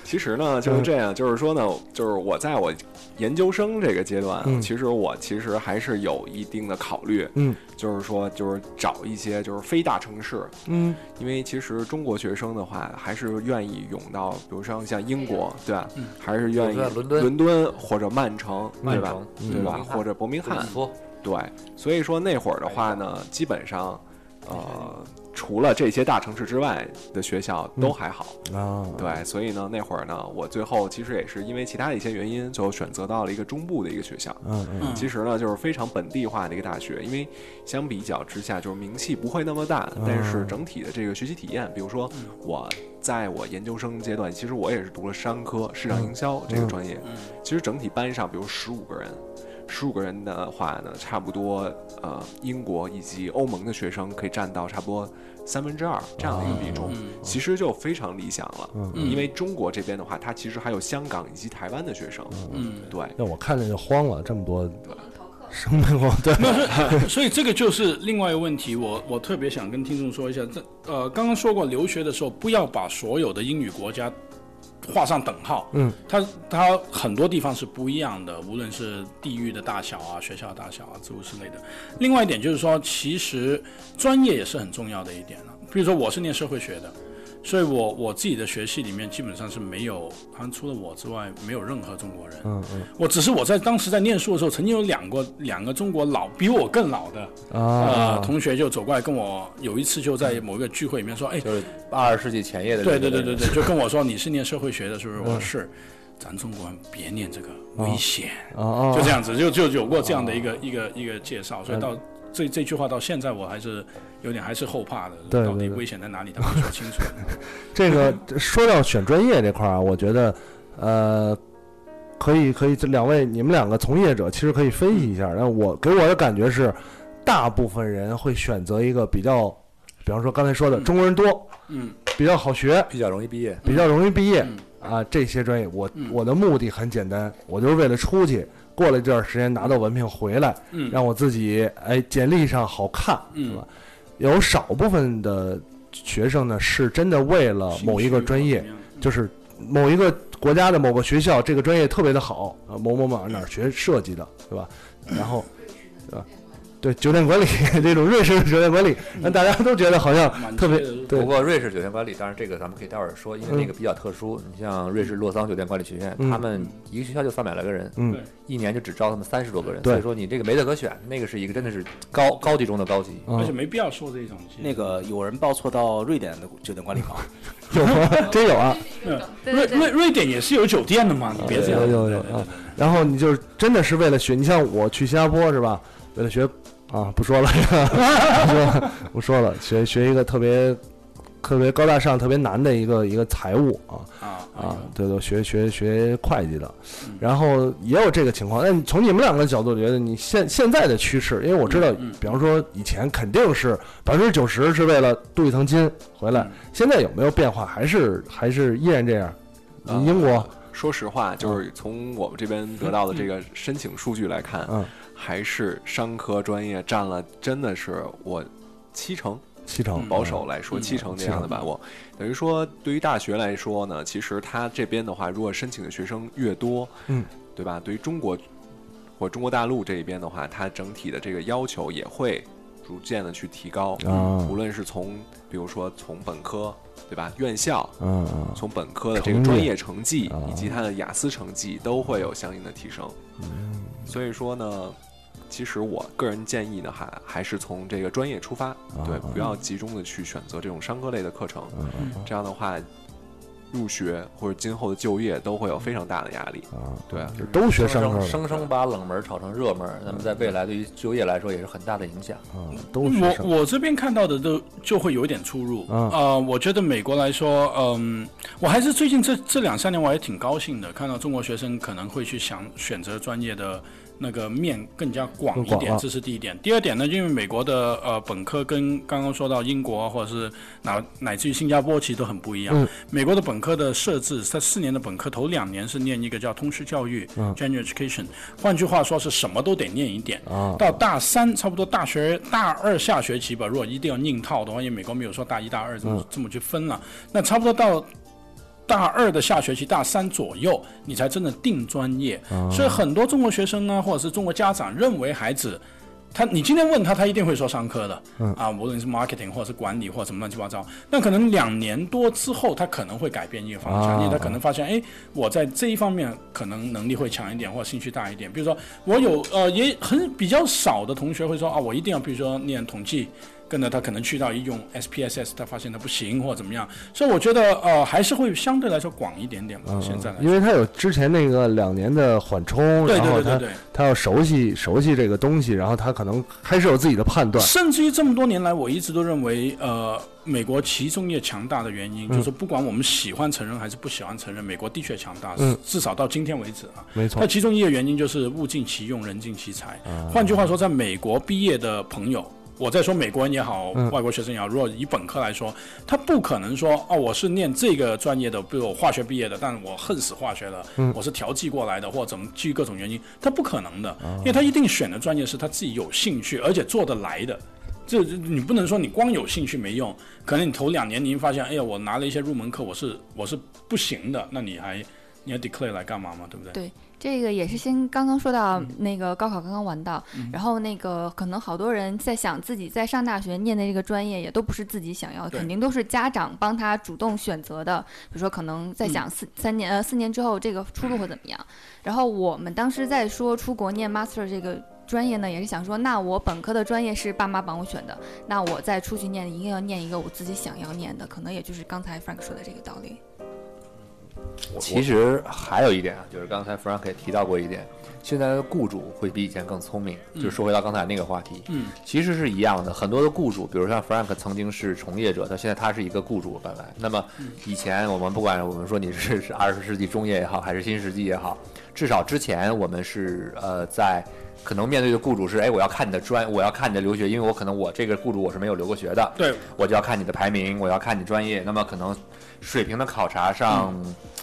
其实呢，
嗯
就是这样，就是说呢，就是我在我研究生这个阶段啊，
嗯
其实我其实还是有一定的考虑，
嗯
就是说，就是找一些就是非大城市，
嗯，
因为其实中国学生的话，还是愿意涌到，比如说像英国，对吧？
嗯
还是愿意
比如说伦敦
或者曼城，对
曼
吧
城？
对吧
嗯？
或者伯明
布
翰
里斯托，
对。所以说那会儿的话呢，基本上，呃，除了这些大城市之外的学校都还好。
啊，
对，所以呢，那会儿呢，我最后其实也是因为其他的一些原因，就选择到了一个中部的一个学校。
嗯嗯
其实呢，就是非常本地化的一个大学，因为相比较之下，就是名气不会那么大，
嗯
但是整体的这个学习体验，比如说我在我研究生阶段，其实我也是读了商科市
嗯
场营销这个专业，
嗯
其实整体班上，比如十五个人。十五个人的话呢，差不多呃，英国以及欧盟的学生可以占到差不多三分之二这样的一个比重，其实就非常理想了。
嗯嗯
因为中国这边的话，它其实还有香港以及台湾的学生。
嗯，
对。
那我看见就慌了，这么多生命光
<laughs>
对，
所以这个就是另外一个问题，我我特别想跟听众说一下，这呃，刚刚说过留学的时候，不要把所有的英语国家画上等号，
嗯，
它它很多地方是不一样的，无论是地域的大小啊、学校的大小啊、诸如此类的。另外一点就是说，其实专业也是很重要的一点了、比如说，我是念社会学的，所以我我自己的学系里面基本上是没有，好像除了我之外，没有任何中国人。
嗯
我只是我在当时在念书的时候，曾经有两个两个中国老比我更老的
嗯
呃
啊，
同学就走过来跟我，有一次就在某一个聚会里面说，哎，
就是二十世纪前夜的
对
那
对
个
对
人
对对，就跟我说你是念社会学的，是不是？我说
嗯
是，咱中国人别念这个危险，
哦哦
就这样子，就就有过这样的一个一个一个介绍，所以
嗯
到这这句话到现在我还是有点还是后怕的，
对
到底
对对
危险在哪里，他没说清楚。
这个说到选专业这块儿啊，我觉得，呃，可以可以，这两位你们两个从业者其实可以分析一
嗯
下。然后我给我的感觉是，大部分人会选择一个比较，比方说刚才说的中国人多，
嗯，
比较好学，
比较容易毕业，
比较容易毕业啊，这些专业我
嗯
我的目的很简单，我就是为了出去。过了一段时间拿到文凭回来，
嗯
让我自己哎简历上好看，
嗯
是吧？有少部分的学生呢，是真的为了某一个专业，就是某一个国家的某个学校，这个专业特别的好啊，某某某哪儿学设计的，对吧？然后，对吧？对酒店管理 <laughs> 这种瑞士的酒店管理，让大家都觉得好像特别对
不。过瑞士酒店管理，当然这个咱们可以待会儿说，因为那个比较特殊。你像瑞士洛桑酒店管理学院，
嗯
他们一个学校就三百来个人，
嗯对，
一年就只招他们三十多个人，
对
所以说你这个没得可选，那个是一个真的是高高级中的高级，
而且没必要说这种东西。
那个有人报错到瑞典的酒店管理房，
有吗？真有啊！
嗯
对
瑞
对对
瑞瑞典也是有酒店的嘛，你别这样。
有有有啊！然后你就是真的是为了学，你像我去新加坡是吧？为了学啊，不说了， <laughs> 不说了不说了，学学一个特别特别高大上、特别难的一个一个财务啊
哎
啊，
嗯
对对，学学学会计的，然后也有这个情况。那你从你们两个角度觉得，你现现在的趋势，因为我知
嗯
道，比方说以前肯定是百分之九十是为了镀一层金回
嗯
来，现在有没有变化？还是还是依然这样？
啊
你英国。
说实话，就是从我们这边得到的这个申请数据来看，
嗯
还是商科专业占了，真的是我七成。
七成
保守来说，
嗯
七成这样的把
七
握，等于说对于大学来说呢，其实它这边的话，如果申请的学生越多，
嗯，
对吧？对于中国或中国大陆这一边的话，它整体的这个要求也会逐渐的去提高，
啊
无论是从比如说从本科，对吧？院校，
嗯嗯
从本科的这个
成绩啊
专业成绩以及它的雅思成绩都会有相应的提升。
嗯
所以说呢，其实我个人建议呢，还还是从这个专业出发，
啊
对，不要集中的去选择这种商科类的课程，
嗯
这样的话。入学或者今后的就业都会有非常大的压力
啊！
对，
都学
生
商科的
生生把冷门炒成热门，那么在未来对于就业来说也是很大的影响。
啊，
嗯我我这边看到的都就会有一点出入
嗯
呃，我觉得美国来说，嗯，我还是最近这这两三年我还挺高兴的，看到中国学生可能会去想选择专业的那个面更加广一
更广
点，
啊
这是第一点。第二点呢，因为美国的呃本科跟刚刚说到英国啊或者是哪乃至于新加坡其实都很不一样。
嗯
美国的本科的设置，它四年的本科头两年是念一个叫通识教育、
嗯
（General Education），换句话说是什么都得念一点。
啊
到大三，差不多大学大二下学期吧，如果一定要硬套的话，因为美国没有说大一大二这么、
嗯
这么去分了，那差不多到大二的下学期，大三左右，你才真的定专业。
啊
所以很多中国学生呢，或者是中国家长认为孩子，他你今天问他，他一定会说商科的，
嗯
啊，无论是 marketing 或者是管理或者什么乱七八糟。那可能两年多之后，他可能会改变一个方向，
啊
因为他可能发现，哎，我在这一方面可能能力会强一点，或者兴趣大一点。比如说，我有呃也很比较少的同学会说啊，我一定要比如说念统计。跟着他可能去到一用 SPSS，他发现他不行或者怎么样，所以我觉得呃还是会相对来说广一点点吧。
嗯
现在来说
因为他有之前那个两年的缓冲，
对对
然后
对对
他
对
他要熟悉熟悉这个东西，然后他可能还是有自己的判断。
甚至于这么多年来，我一直都认为，呃，美国其中业强大的原因，
嗯
就是不管我们喜欢承认还是不喜欢承认，美国的确强大，
嗯
至少到今天为止啊。
没错
那，其中一个原因就是物尽其用，人尽其才。
啊
换句话说，在美国毕业的朋友，我在说美国人也好，
嗯
外国学生也好，如果以本科来说，他不可能说哦，我是念这个专业的，比如我化学毕业的，但我恨死化学了，
嗯
我是调剂过来的，或者怎么基于各种原因，他不可能的，
啊
因为他一定选的专业是他自己有兴趣而且做得来的。这这你不能说你光有兴趣没用，可能你头两年你会发现，哎呀，我拿了一些入门课，我是我是不行的，那你还你还 declare 来干嘛嘛？对不对？
对，这个也是先刚刚说到那个高考刚刚完到，
嗯
然后那个可能好多人在想自己在上大学念的这个专业也都不是自己想要，
对
肯定都是家长帮他主动选择的。比如说可能在
嗯
想四、三年呃四年之后这个出路会怎么样。然后我们当时在说出国念 master 这个。专业呢，也是想说，那我本科的专业是爸妈帮我选的，那我再出去念，一定要念一个我自己想要念的，可能也就是刚才 Frank 说的这个道理。
其实还有一点啊，就是刚才 Frank 也提到过一点，现在的雇主会比以前更聪明。
嗯
就是说回到刚才那个话题，
嗯，
其实是一样的。很多的雇主，比如像 Frank 曾经是从业者，他现在他是一个雇主本来。那么
嗯
以前我们不管我们说你是是二十世纪中叶也好，还是新世纪也好，至少之前我们是呃在。可能面对的雇主是，哎，我要看你的专，我要看你的留学，因为我可能我这个雇主我是没有留过学的，
对，
我就要看你的排名，我要看你专业。那么可能水平的考察上，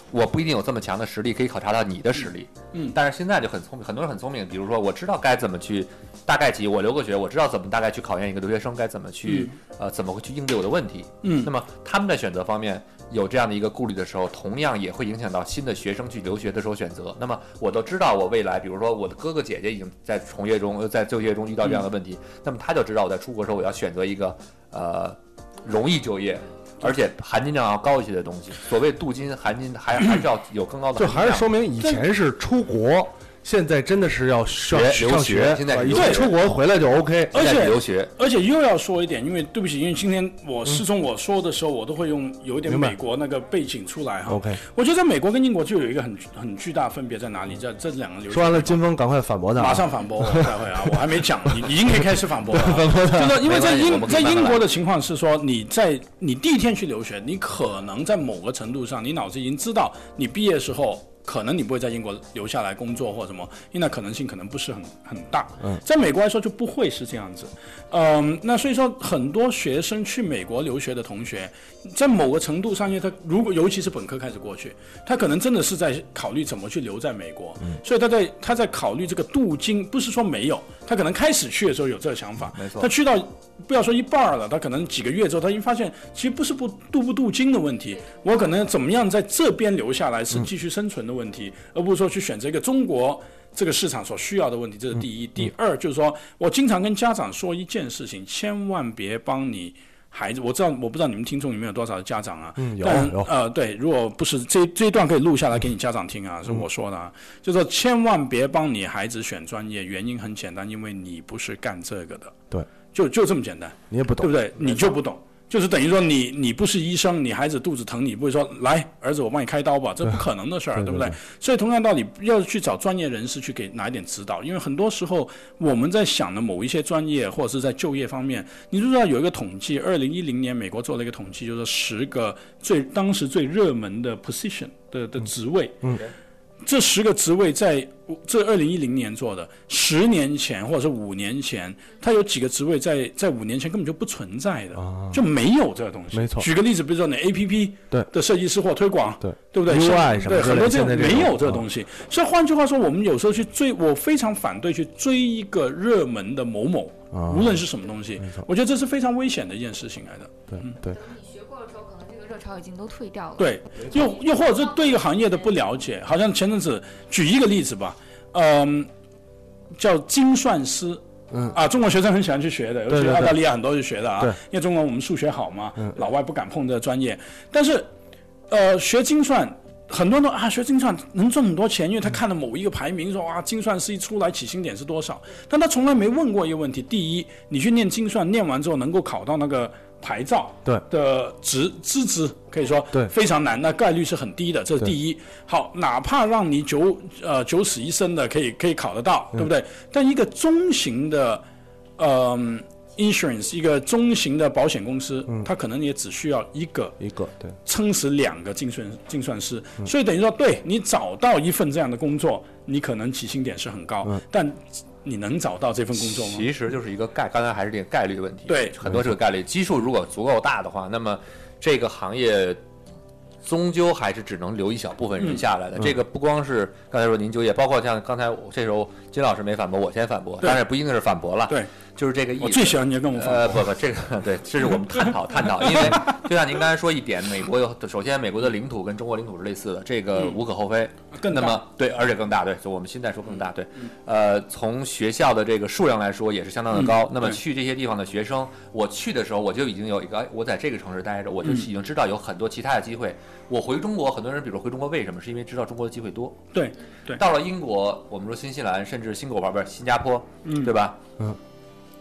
我不一定有这么强的实力可以考察到你的实力。
嗯
但是现在就很聪明，很多人很聪明，比如说我知道该怎么去大概级，我留过学，我知道怎么大概去考验一个留学生该怎么去、呃怎么会去应对我的问题。
嗯
那么他们在选择方面有这样的一个顾虑的时候，同样也会影响到新的学生去留学的时候选择。那么我都知道我未来，比如说我的哥哥姐姐已经在从业中呃在就业中遇到这样的问题，那么他就知道我在出国的时候我要选择一个呃容易就业。而且含金量要高一些的东西，所谓镀金含金还还是要有更高的
就
含金量。
还是说明以前是出国，现在真的是要上
学留
上啊
学现在是
以
留
前
学
出国回来就 OK。
而且
留学，
而且又要说一点，因为对不起，因为今天我是从我说的时候，我都会用有一点
明白
美国那个背景出来哈。
OK，
我觉得在美国跟英国就有一个很很巨大分别在哪里，在这两个流
说完了，金峰赶快反驳他啊，
马上反驳我，待会儿啊，我还没讲，你你已经可以开始反驳了啊。
反驳他
就是因为在
没关系
英在
我们可以慢慢来
英国的情况是说，你在你第一天去留学，你可能在某个程度上，你脑子已经知道你毕业的时候。可能你不会在英国留下来工作或什么，因为那可能性可能不是很很大。
嗯
在美国来说就不会是这样子。嗯，那所以说很多学生去美国留学的同学，在某个程度上，因为他如果尤其是本科开始过去，他可能真的是在考虑怎么去留在美国，嗯所以他在他在考虑这个镀金，不是说没有，他可能开始去的时候有这个想法，
没错
他去到不要说一半儿了，他可能几个月之后，他一发现其实不是不镀不镀金的问题，我可能怎么样在这边留下来
嗯
是继续生存的问题，而不是说去选择一个中国。这个市场所需要的问题，这是第一。第
嗯
二就是说，我经常跟家长说一件事情，千万别帮你孩子。我知道，我不知道你们听众里面有多少家长啊，
嗯，有
但
有，
呃，对，如果不是这这一段可以录下来给你家长听啊，是我说的啊，就说千万别帮你孩子选专业，原因很简单，因为你不是干这个的，
对，
就就这么简单，
你也不
对
懂
不对？你就不懂。就是等于说你你不是医生，你孩子肚子疼，你不会说来儿子我帮你开刀吧，这不可能的事儿，
对
对不
对
对？所以同样道理，要去找专业人士去给拿一点指导，因为很多时候我们在想的某一些专业或者是在就业方面，你知不知道有一个统计，二零一零年美国做了一个统计，就是十个最当时最热门的 position 的的职位，
嗯，
这十个职位在这二零一零年做的，十年前或者是五年前，它有几个职位在在五年前根本就不存在的，就没有这个东西。
啊没错
举个例子，比如说你 A P P
对
的设计师或推广，
对
对不对
UI 什么
对，
之
很
类的
多这
现
种
在这
没有
种啊
这个东西。所以换句话说，我们有时候去追，我非常反对去追一个热门的某某，
啊
无论是什么东西
没错，
我觉得这是非常危险的一件事情来的。
对对，
这个热潮已经都退掉了。
对，又又或者是对一个行业的不了解，好像前阵子举一个例子吧，嗯，叫精算师。
嗯
啊，中国学生很喜欢去学的，尤
对
其
对
澳大利亚
对
很多去学的啊，
对
因为中国我们数学好嘛，
嗯
老外不敢碰这个专业。但是，呃，学精算，很多人都啊学精算能赚很多钱，因为他看了某一个排名说啊，精算师一出来起薪点是多少，但他从来没问过一个问题：第一，你去念精算，念完之后能够考到那个牌照，
对
的职资质可以说
对
非常难，那概率是很低的，这是
对
第一。好，哪怕让你九呃九死一生的可以可以考得到，
嗯
对不对？但一个中型的，嗯、insurance 一个中型的保险公司，
嗯
它可能也只需要一个
一个对
撑死两个精算精算师，
嗯
所以等于说，对你找到一份这样的工作，你可能起薪点是很
嗯
高，但你能找到这份工作吗？
其实就是一个概，刚才还是这个概率问题。
对
很多是个概率。基数如果足够大的话，那么这个行业终究还是只能留一小部分人
嗯
下来的。
嗯
这个不光是刚才说您就业，包括像刚才我这时候金老师没反驳，我先反驳，
对
当然也不一定是反驳了。
对，
就是这个意思。
我最喜欢你跟我反驳
呃，不不，这个对，这是我们探讨
<laughs>
探讨，因为就像您刚才说一点，美国有首先美国的领土跟中国领土是类似的，这个
嗯
无可厚非。
更
呃那
大嗯
么对，而且更大，对，就我们现在说更大，对，呃，从学校的这个数量来说也是相当的高。
嗯
那么
对
去这些地方的学生，我去的时候我就已经有一个，哎我在这个城市待着，我就
嗯
已经知道有很多其他的机会。我回中国，很多人比如回中国为什么？是因为知道中国的机会多。
对对
到了英国，我们说新西兰，甚至新国玩不是新加坡，
嗯
对吧？
嗯，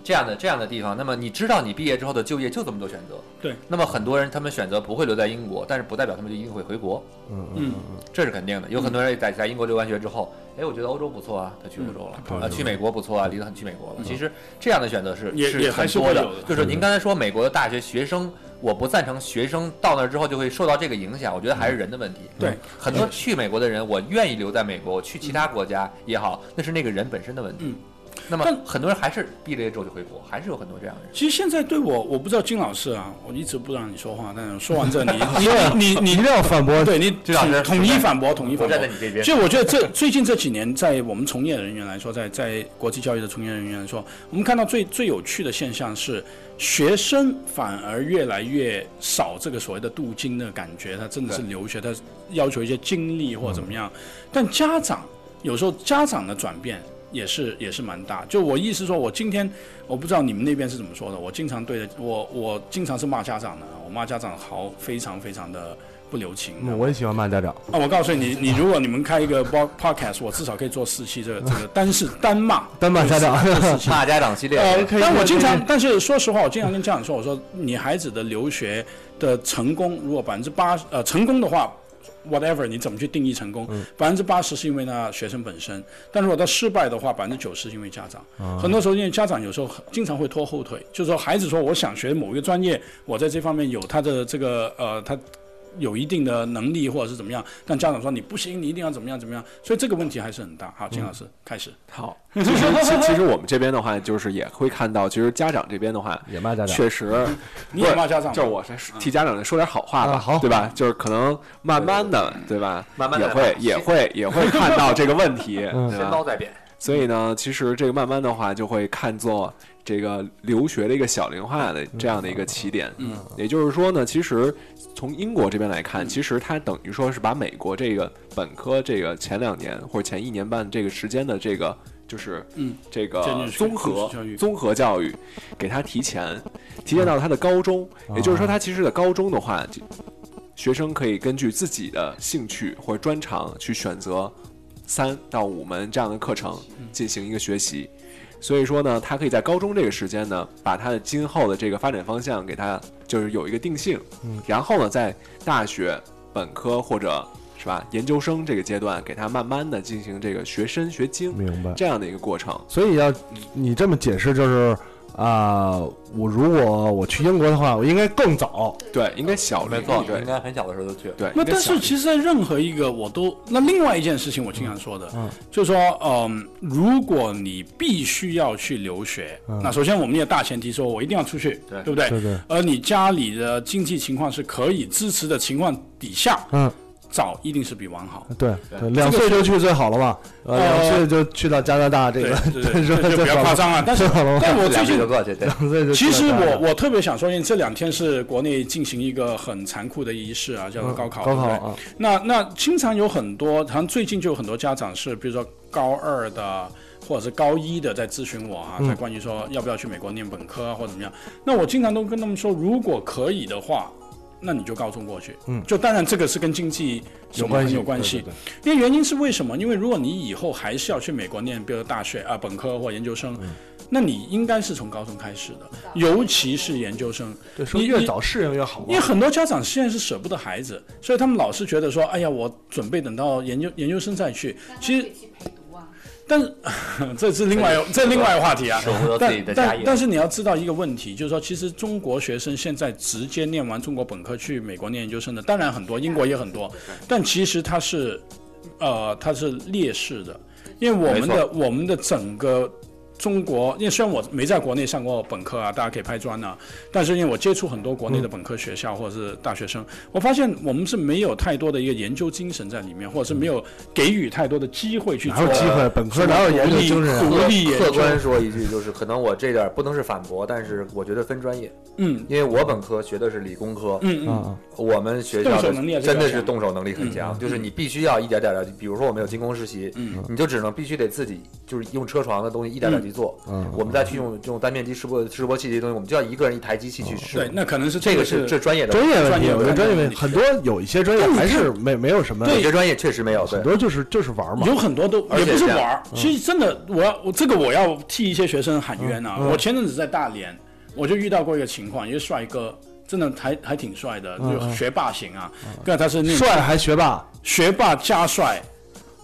这样的这样的地方，那么你知道你毕业之后的就业就这么多选择。
对，
那么很多人他们选择不会留在英国，但是不代表他们就一定会回国。
嗯
嗯
这是肯定的。有很多人在在英国留完学之后，哎，我觉得欧洲不错啊，他去欧洲
嗯
了；啊，去美国不错啊，离得很去美国了。其实这样的选择是
也也还
很
是
多
会
的
有的。嗯
就是您刚才说美国的大学学生，我不赞成学生到那儿之后就会受到这个影响，我觉得还是人的问题。
嗯对，嗯
很多去美国的人，我愿意留在美国，我去其他国家也好，那是那个人本身的问题
嗯。
那么
但
很多人还是毕了业之后就回国，还是有很多这样的人。
其实现在对我，我不知道金老师啊，我一直不让你说话，但是说完
<laughs>
这你你你你
一定要反驳，
对你
金老师
统统一反驳，统一反
我
驳
站在你这。边
就我觉得这最近这几年，在我们从业人员来说，在在国际教育的从业人员来说，我们看到最最有趣的现象是，学生反而越来越少这个所谓的镀金的感觉，他真的是
对嗯
留学，他要求一些经历或者怎么样。但家长有时候家长的转变也是也是蛮大。就我意思说，我今天我不知道你们那边是怎么说的，我经常对着我我经常是骂家长的，啊我骂家长好非常非常的不留情。
嗯我也喜欢骂家长，
啊，我告诉你，你如果你们开一个 pod- podcast，我至少可以做四期这个这个，单是单骂
单骂家长，
骂家长系列，
呃，
以
但
可
我
以
经
可
常
以，
但是说实话，我经常跟家长说，我说你孩子的留学的成功，如果百分之八呃成功的话，whatever 你怎么去定义成功，
嗯
百分之八十是因为那学生本身，但如果他失败的话，百分之九十是因为家长。
啊
很多时候因为家长有时候很经常会拖后腿，就是说孩子说我想学某一个专业，我在这方面有他的这个呃他。有一定的能力或者是怎么样，但家长说你不行，你一定要怎么样怎么样，所以这个问题还是很大。好，金老师、
<laughs>
开始。
好，其实其其实我们这边的话，就是也会看到，其实家长这边的话，
也骂家长，
确实，
你也骂家长吗
就是我是替家长说点好话吧，
啊好
对吧？就是可能慢慢的，对吧？
慢慢地
也会
来
也会也会看到这个问题，
嗯
对
先
吧？
褒再贬。
所以呢，其实这个慢慢的话，就会看作这个留学的一个小龄化的这样的一个起点。嗯，也就是说呢，其实从英国这边来看，其实它等于说是把美国这个本科这个前两年或者前一年半这个时间的这个就是
嗯，
这
这
个
就是
综合
通识教育
综合教育给他提前提前到他的高中，也就是说，他其实的高中的话，就学生可以根据自己的兴趣或者专长去选择三到五门这样的课程进行一个学习。所以说呢，他可以在高中这个时间呢，把他的今后的这个发展方向给他就是有一个定性，然后呢，在大学本科或者是吧研究生这个阶段，给他慢慢的进行这个学深学
<laughs>
精
明白。
这样的一个过程。
所以要你这么解释，就是啊、我如果我去英国的话，我应该更早。
对，应该小
没错，应该很小的时候就去。
对
那但是其实，在任何一个我都那另外一件事情，我经常说的，
嗯
就是说，嗯，如果你必须要去留学，
嗯
那首先我们也大前提说，我一定要出去，对不对？
对对
而你家里的经济情况是可以支持的情况底下，
嗯，
早一定是比晚好。
对
对
对，两岁就去最好了吧？呃，
呃
两岁就去到加拿大 <laughs> 这个，
对
但
对
是
对，就
最
比较
好
夸张啊
了。
但是
最好了吧，
但我最近
两岁就去
其实
到加拿大
我我特别想说，因为这两天是国内进行一个很残酷的仪式啊，叫做
嗯
高考。
高考
对不对
啊
那那经常有很多，好像最近就有很多家长是，比如说高二的。或者是高一的在咨询我啊，
嗯
在关于说要不要去美国念本科啊，或者怎么样。那我经常都跟他们说，如果可以的话，那你就高中过去。
嗯
就当然这个是跟经济什
有
么
关
很
系
有关系
对对。
因为原因是为什么？因为如果你以后还是要去美国念，比如大学啊、本科或研究生，那你应该嗯是从高中开始的，尤其是研究生。
对，说
你
越
你
早适应越好嘛。
因为很多家长现在是舍不得孩子，所以他们老是觉得说，哎呀，我准备等到研究研究生再去。啊其实，但是 <laughs> 这是另外这是另外一个话题啊
舍不得。自己
但
的家
但
业
但是你要知道一个问题，就是说，其实中国学生现在直接念完中国本科去美国念研究生的，当然很多，英国也很多，但其实它是，呃，它是劣势的，因为我们的我们的整个中国，因为虽然我没在国内上过本科啊，大家可以拍砖啊，但是因为我接触很多国
嗯
内的本科学校或者是大学生，我发现我们是没有太多的一个研究精神在里面，或者是
嗯
没有给予太多的机会去
哪
做。
有机会本科哪有研究精神啊
独立研
客
究。
观说一句，就是可能我这点儿不能是反驳，但是我觉得分专业。
嗯，
因为我本科学的是理工科，
嗯嗯
啊
嗯
我们学校的
动手能力也是
真的
比较
是
强
动手能力很强，就是你必须要一点点的，比如说我们有精工实习，
嗯
你就只能必须得自己就是用车床的东西一点点去做，
嗯
我们再去用用单面机试播试播器这些东西，我们就要一个人一台机器去试，
哦对那可能是
这个
这个
是
是
这专业的
嗯专业问题，我觉得专业
问
问
题
题很多有一些专业
但你
还
看
是没没有什么，
有些专业确实没有，对
很多就是就是玩嘛。
有很多都
而
也
且
不是
这样嗯
玩儿，其实真的，我要我这个我要替一些学生喊冤啊！
嗯嗯
我前阵子在大连，我就遇到过一个情况，一个帅哥，真的还还挺帅的，
嗯
就
嗯
学霸型啊。对啊，他是那种
帅还学霸，
学霸加帅，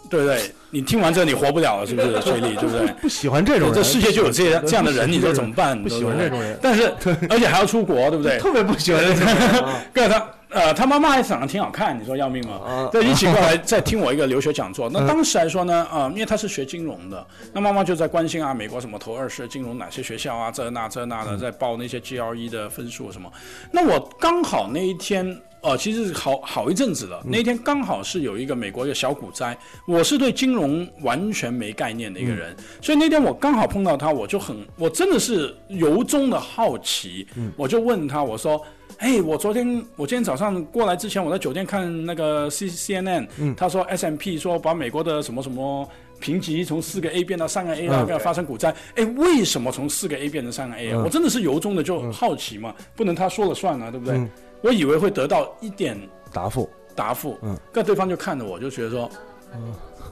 对不对？你听完这你活不了了，是不
<laughs>
是？崔丽，对不对？
不喜欢这种人，
这世界就有这样这样的人，你说怎么办？
不喜欢
对
这种
不对
人， <laughs>
但是而且还要出国，对不对？
特别不喜欢这种
<laughs>
人。啊
对他，呃，他妈妈还长得挺好看，你说要命吗？对，一起过来再听我一个留学讲座。那当时来说呢，啊、因为他是学金融的，那妈妈就在关心啊，美国什么头二十金融哪些学校啊，这那这那的，在报那些 GRE 的分数什么。那我刚好那一天。呃，其实好好一阵子了。那一天刚好是有一个美国一个小股灾，我是对金融完全没概念的一个人，所以那天我刚好碰到他，我就很，我真的是由衷的好奇，我就问他，我说，哎，我昨天我今天早上过来之前，我在酒店看那个 C C N N，、他
嗯
说 S M P 说把美国的什么什么评级从四个 A 变到三个 A 啊，
嗯
要发生股灾，哎，为什么从四个 A 变成三个 A 啊？
嗯
我真的是由衷的就好奇嘛，不能他说了算啊，对不对？
嗯
我以为会得到一点
答复，
答复，
嗯，
但对方就看着我，就觉得说，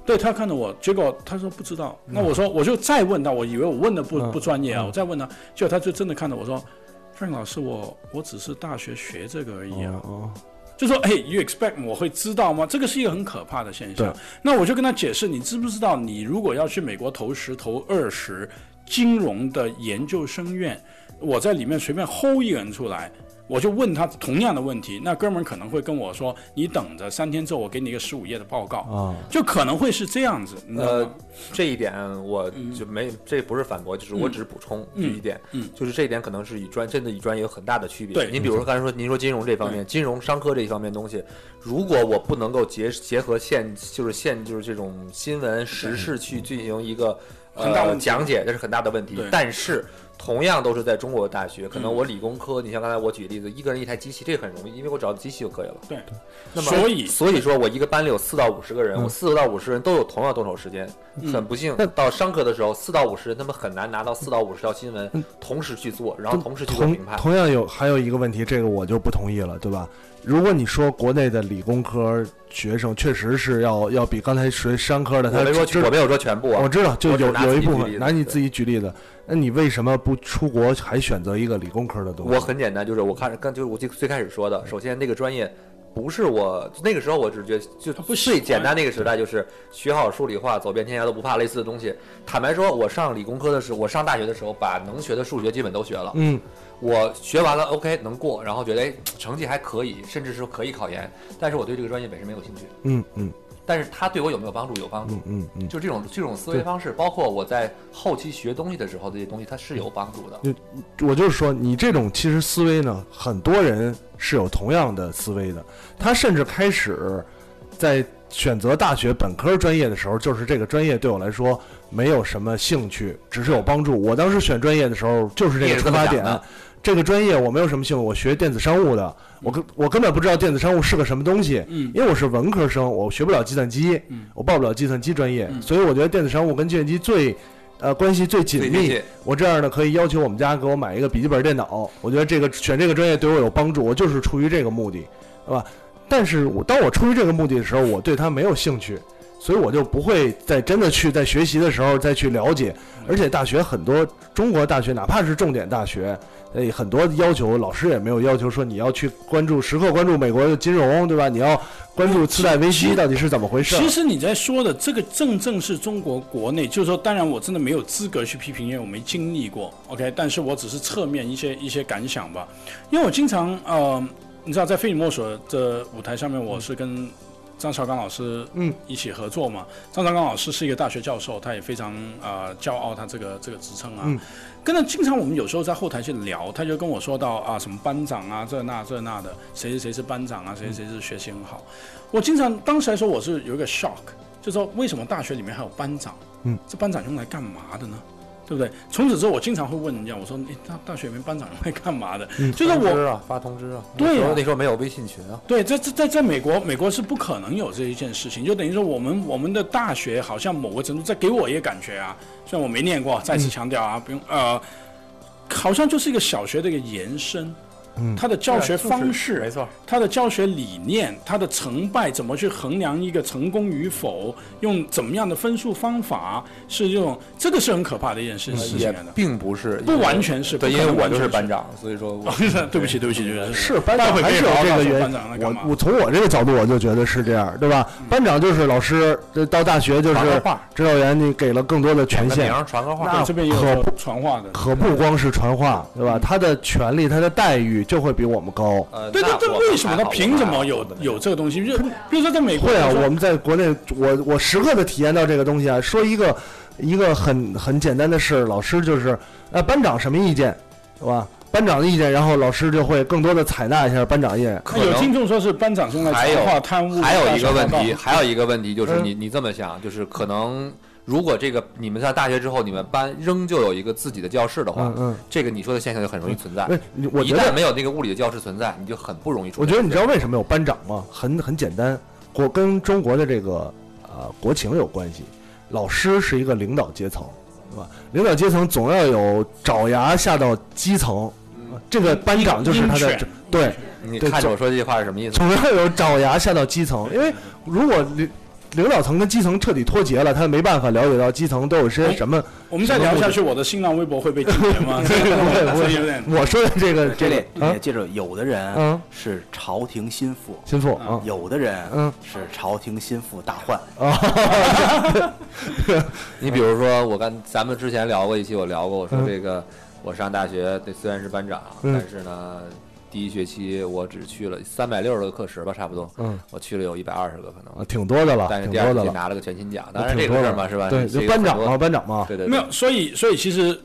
对他看着我，结果他说不知道，那我说我就再问他，我以为我问的不、
嗯
不专业啊，
嗯
我再问他，结果他就真的看着我说，Frank 老师，我我只是大学学这个而
嗯
已啊，
哦，
就说哎，you expect 我会知道吗？这个是一个很可怕的现象
对。
那我就跟他解释，你知不知道，你如果要去美国投十、投二十金融的研究生院，我在里面随便薅一个人出来。我就问他同样的问题，那哥们儿可能会跟我说：“你等着，三天之后我给你一个十五页的报告。
啊，
就可能会是这样子。你知道
呃
吗，
这一点我就没，这不是反驳，就是我只是补充这
嗯
一点，
嗯
就是这一点可能是与专真的与专业有很大的区别。
对嗯
您比如说刚才说您说金融这方面，金融商科这一方面东西，如果我不能够结结合现就是现就是这种新闻时事去进行一个
嗯很大
呃
问题
讲解，这是很大的问题
对。嗯
但是同样都是在中国的大学，可能我理工科，你像刚才我举例子，一个人一台机器，这个很容易，因为我只要机器就可以了。
对，
那么
所以
所以说我一个班里有四到五十个人，
嗯
我四到五十人都有同样动手时间，很不幸，到商科的时候，四到五十人他们很难拿到四到五十条新闻同时去做，然后同时去做
嗯同
评判。
同样有还有一个问题，这个我就不同意了，对吧？如果你说国内的理工科学生确实是要要比刚才学商科的，他
我没说
知
我没有说全部啊，
我知道，就
我只
有
拿
有
自
一
己
部
举
分
例子
拿你
对
自己举例子，那你为什么不出国还选择一个理工科的东西？
我很简单，就是我看刚就是我最最开始说的，首先那个专业。不是我那个时候，我只觉得就最简单那个时代就是学好数理化，走遍天涯都不怕类似的东西。坦白说，我上理工科的时候，我上大学的时候，把能学的数学基本都学了。
嗯，
我学完了，OK 能过，然后觉得哎成绩还可以，甚至是可以考研，但是我对这个专业本身没有兴趣。
嗯嗯
但是它对我有没有帮助？有帮助。
嗯嗯嗯，
就这种这种思维方式，包括我在后期学东西的时候，这些东西它是有帮助的。
就我就是说，你这种其实思维呢，很多人是有同样的思维的。他甚至开始在选择大学本科专业的时候，就是这个专业对我来说没有什么兴趣，只是有帮助。我当时选专业的时候就是这
你也
个
是
出
这么
发
想
点
的。
这个专业我没有什么兴趣，我学电子商务的，我根我根本不知道电子商务是个什么东西，
嗯
因为我是文科生，我学不了计算机，
嗯
我报不了计算机专业，所以我觉得电子商务跟计算机最，呃，关系最紧
最密
密
切。
我这样呢，可以要求我们家给我买一个笔记本电脑，我觉得这个选这个专业对我有帮助，我就是出于这个目的，对吧？但是我当我出于这个目的的时候，我对它没有兴趣，所以我就不会再真的去在学习的时候再去了解。而且大学很多中国大学，哪怕是重点大学，呃，很多要求老师也没有要求说你要去关注时刻关注美国的金融，对吧？你要关注次贷危机到底是怎么回事儿？
其实你在说的这个正正是中国国内，就是说，当然我真的没有资格去批评，因为我没经历过，OK，但是我只是侧面一些一些感想吧。因为我经常呃，你知道在非你莫属的舞台上面，我是跟张绍刚老师
嗯
一起合作嘛。张绍刚老师是一个大学教授，他也非常呃骄傲他这个这个职称啊。
嗯
跟他经常我们有时候在后台去聊，他就跟我说到啊什么班长啊这那这那的，谁谁谁是班长啊，谁谁谁是学习很好。我经常当时来说我是有一个 shock，就说为什么大学里面还有班长？
嗯，
这班长用来干嘛的呢？对不对？从此之后，我经常会问人家，我说：“哎，大大学里面班长用来干嘛的？”
嗯
就是
通
我
知啊，发通知啊。
对啊
那时候那时候没有微信群啊。
对，在在在在美国，美国是不可能有这一件事情，就等于说我们我们的大学好像某个程度在给我一个感觉啊，虽然我没念过，再
嗯
次强调啊，不用呃，好像就是一个小学的一个延伸，
嗯
它的教学方式，
没错，
它的教学理念，它的成败怎么去衡量一个成功与否，用怎么样的分数方法，是这种这个是很可怕的一
嗯
件事事情啊
也
来的。
并不是，
不完全是
对，
不
因
可
为
能
我
完
就
全
是
是
班长，所以说我
<laughs> 对不起，对不起，对不起，
是班长
待会
还
可以
是有
聊
这
聊
个
说
原
班
因
长来。干嘛嗯
我我从我这个角度，我就觉得是这样，对吧？班长就是老师，这到大学就是
传个话
指导员，你给了更多的权
那名
限，
儿传个话，
那
对这边也有
可
说
不
传话的，
可不光是传话，对吧？他的权利、他的待遇就会比我们高。
嗯呃，
对，
那
这这
我
为什么
还
他
好
凭什么？
我
有
还好
有这个东西？就比如说在美国，
会啊，
比如
我
说
们在国内，我我时刻的体验到这个东西啊。说一个一个很很简单的事，老师就是呃班长什么意见，对吧？班长的意见，然后老师就会更多的采纳一下班长意见。
那啊有
能
听众说是班长用来
还有
传话贪污，
还有一个问
大
题，
学报告，
还有一个问题
嗯
就是你你这么想，就是可能如果这个你们上大学之后，你们班仍旧有一个自己的教室的话
嗯，嗯，
这个你说的现象就很容易存在。
不是，哎你我
一
觉得
旦没有那个物理的教室存在，你就很不容易出
我
现。
觉得你知道为什么有班长吗？很很简单，国跟中国的这个呃国情有关系。老师是一个领导阶层，对吧？领导阶层总要有爪牙下到基层，
嗯
这个班长就是他
鹰
的
犬
对，
你
对
看着
总
我说这句话是什么意思？
总要有爪牙下到基层，因为如果领领导层跟基层彻底脱节了，他没办法了解到基层都有些什么。
我们再聊下去，我的新浪微博会被禁言
<laughs>
吗？
对对
<laughs> 所以有
哎
点
对，我说的这个 <laughs> 这
这里
个啊
也，记着，有的人
嗯，
是朝廷心腹，
心腹啊
有的人
嗯
是朝廷心腹大患。
你比如说，我跟咱们之前聊过一期，我聊过，我说
嗯
这个、我上大学，对，虽然是班长，
嗯
但是呢，第一学期我只去了三百六十个课时吧，差不多，
嗯，
我去了有一百二十个可
啊
能，
挺多的了，
但是
挺
第
多
二学
的
期
了，
拿了个全勤奖，当然这
挺
个
多
事
的
儿嘛，是吧？
对，就
这个
班长
很多
嘛，班长嘛，
对对对
没有。所以所以其实，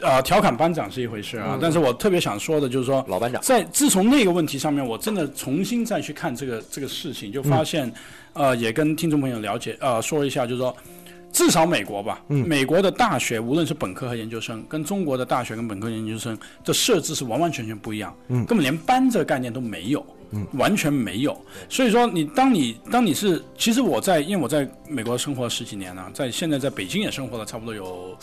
呃，调侃班长是一回事
嗯
啊，但是我特别想说的就是说，
老班长，
在自从那个问题上面，我真的重新再去看这个这个事情，就发现，呃，也跟听众朋友了解，呃，说一下，就是说，至少美国吧，
嗯
美国的大学无论是本科和研究生，跟中国的大学跟本科研究生的设置是完完全全不一样，
嗯
根本连班这个概念都没有。
嗯
完全没有，所以说你当你当你是，其实我在，因为我在美国生活了十几年了、啊在现在在北京也生活了差不多有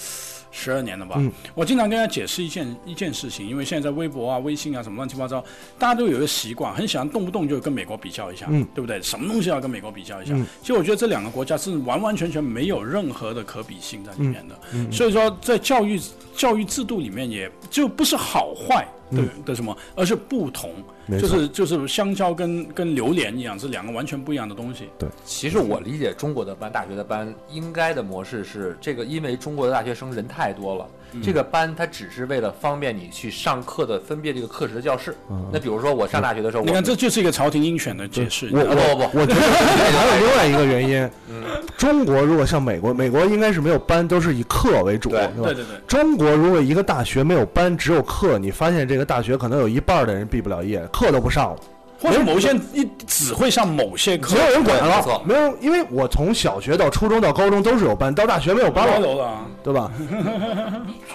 十二年了吧，
嗯
我经常跟大家解释一件一件事情，因为现在在微博啊、微信啊什么乱七八糟，大家都有一个习惯，很喜欢动不动就跟美国比较一下，
嗯
对不对？什么东西要跟美国比较一下？
嗯
其实我觉得这两个国家是完完全全没有任何的可比性在里面的，
嗯嗯
所以说在教育教育制度里面也就不是好坏，对的什么，而是不同，
嗯没
就
错
是就是香蕉跟跟榴莲一样，是两个完全不一样的东西。
对，
其实我理解中国的班，大学的班应该的模式是这个，因为中国的大学生人太多了，
嗯
这个班它只是为了方便你去上课的分辨这个课时的教室。
嗯
那比如说我上大学的时候，
你看，
我
这就是一个朝廷鹰犬的解释。
我
你知道吗
我我觉
<laughs>
得还有另外一个原因
嗯，
中国如果像美国，美国应该是没有班，都是以课为主，对吧？
对对对
中国如果一个大学没有班，只有课，你发现这个大学可能有一半的人毕不了业，课都不上了。
或者某些一只会上某些课，
没有人管
对没
了
错，
没有，因为我从小学到初中到高中都是有班，到大学没有班
没有
了
了，
对吧？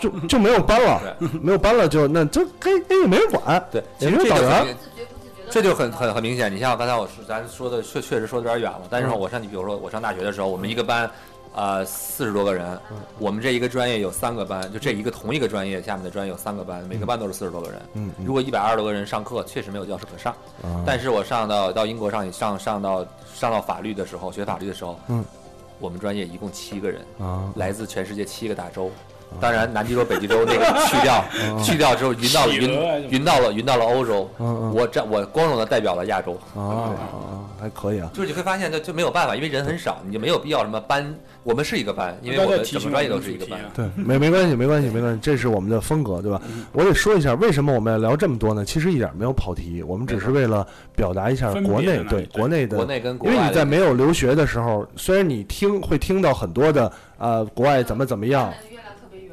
就就没有班了，没有班了就那就该哎也没人管，
对，
也
其
没有
实这
导
就
员
很，这就很很很明显。你像刚才我说咱说的确确实说的有点远了，但
嗯
是我上你比如说我上大学的时候，我们一个班，呃，四十多个人，
嗯
我们这一个专业有三个班，就这一个同一个专业下面的专业有三个班，每个班都是四十多个人。
嗯嗯
如果一百二十多个人上课，确实没有教室可上
啊。
但是我上到到英国上上上到上到法律的时候，学法律的时候，
嗯
我们专业一共七个人，
啊
来自全世界七个大洲。当然，南极洲、北极洲那
<laughs>
个去掉，去掉之后，云到了
企鹅啊
云云到了云到了欧洲，
嗯嗯
我占我光荣的代表了亚洲。
啊，还可以啊，
就是你会发现，就就没有办法，因为人很少，你就没有必要什么班。我们是一个班，因为我
大家
们
提
整
醒
个
我
专业
们
都是一个
主题
班。
啊
对，没没关系，没关系，没关系，这是我们的风格，对吧？
嗯
我得说一下，为什么我们要聊这么多呢？其实一点没有跑题，我们只是为了表达一下
分别
国
在
内
哪里
对国内的
国内跟国
因为
外
你
的
在没有留学的时候，虽然你听会听到很多的呃国外怎么怎么样，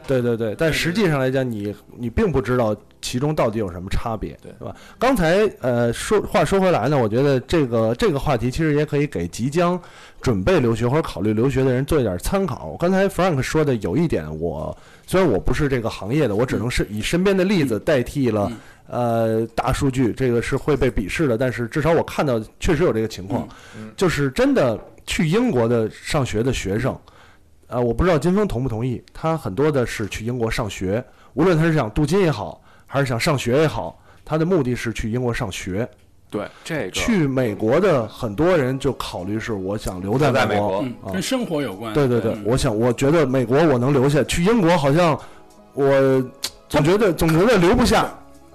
对对对，但实际上来讲，你你并不知道其中到底有什么差别，对吧？刚才呃说话说回来呢，我觉得这个这个话题其实也可以给即将准备留学或者考虑留学的人做一点参考。刚才 Frank 说的有一点我，虽然我不是这个行业的，我只能是以身边的例子代替了、呃大数据，这个是会被鄙视的，但是至少我看到确实有这个情况，就是真的去英国的上学的学生。呃，我不知道金峰同不同意，他很多的是去英国上学，无论他是想镀金也好，还是想上学也好，他的目的是去英国上学。
对这个
去美国的很多人就考虑是我想留在
留在
美
美
国，
嗯
啊
跟生活有关。
对对对，我想我觉得美国我能留下，去英国好像我总觉得总觉得留不下，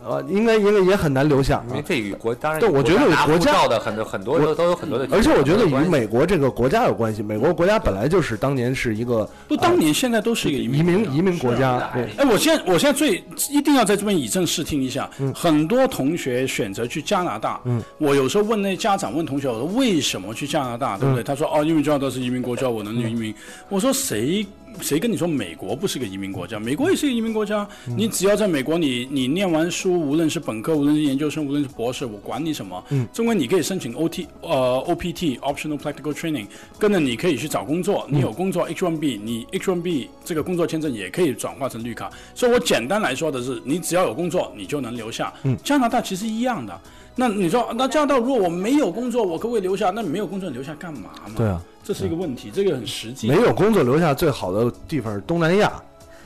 呃，应该应该也很难留下。
因为这与国当然，
对我觉得
国
有
拿
国
护
家
照的很多很多都
我
都有很多的。
而且我觉得
很多
与
关系
美国这个国家有关系，美国国家本来就是当年是一个
不，当年现在都是一个移
移民移民国家，对，
哎，我现在我现在最一定要在这边以正视听一下。很多同学选择去加拿大，
嗯
我有时候问那家长问同学，我说为什么去加拿大，对不对？
嗯
他说哦，因为加拿大是移民国家，我能移民。我说谁谁跟你说美国不是个移民国家？美国也是个移民国家，
嗯
你只要在美国你，你念完书，无论是本科，无论是研究生，无论是博士，我管你什么，
嗯
中文你可以申请 OT 呃 OPT Optional Practical Training，跟着你可以去找工作，
嗯
你有工作 H1B，你 H1B 这个工作签证也可以转化成绿卡。所以我简单来说的是，你只要有工作，你就能留下。
嗯
加拿大其实一样的。那你说，那加拿大如果我没有工作，我可不可以留下？那你没有工作，你留下干嘛嘛？
对啊，
这是一个问题，这个很实际。
没有工作留下最好的地方是东南亚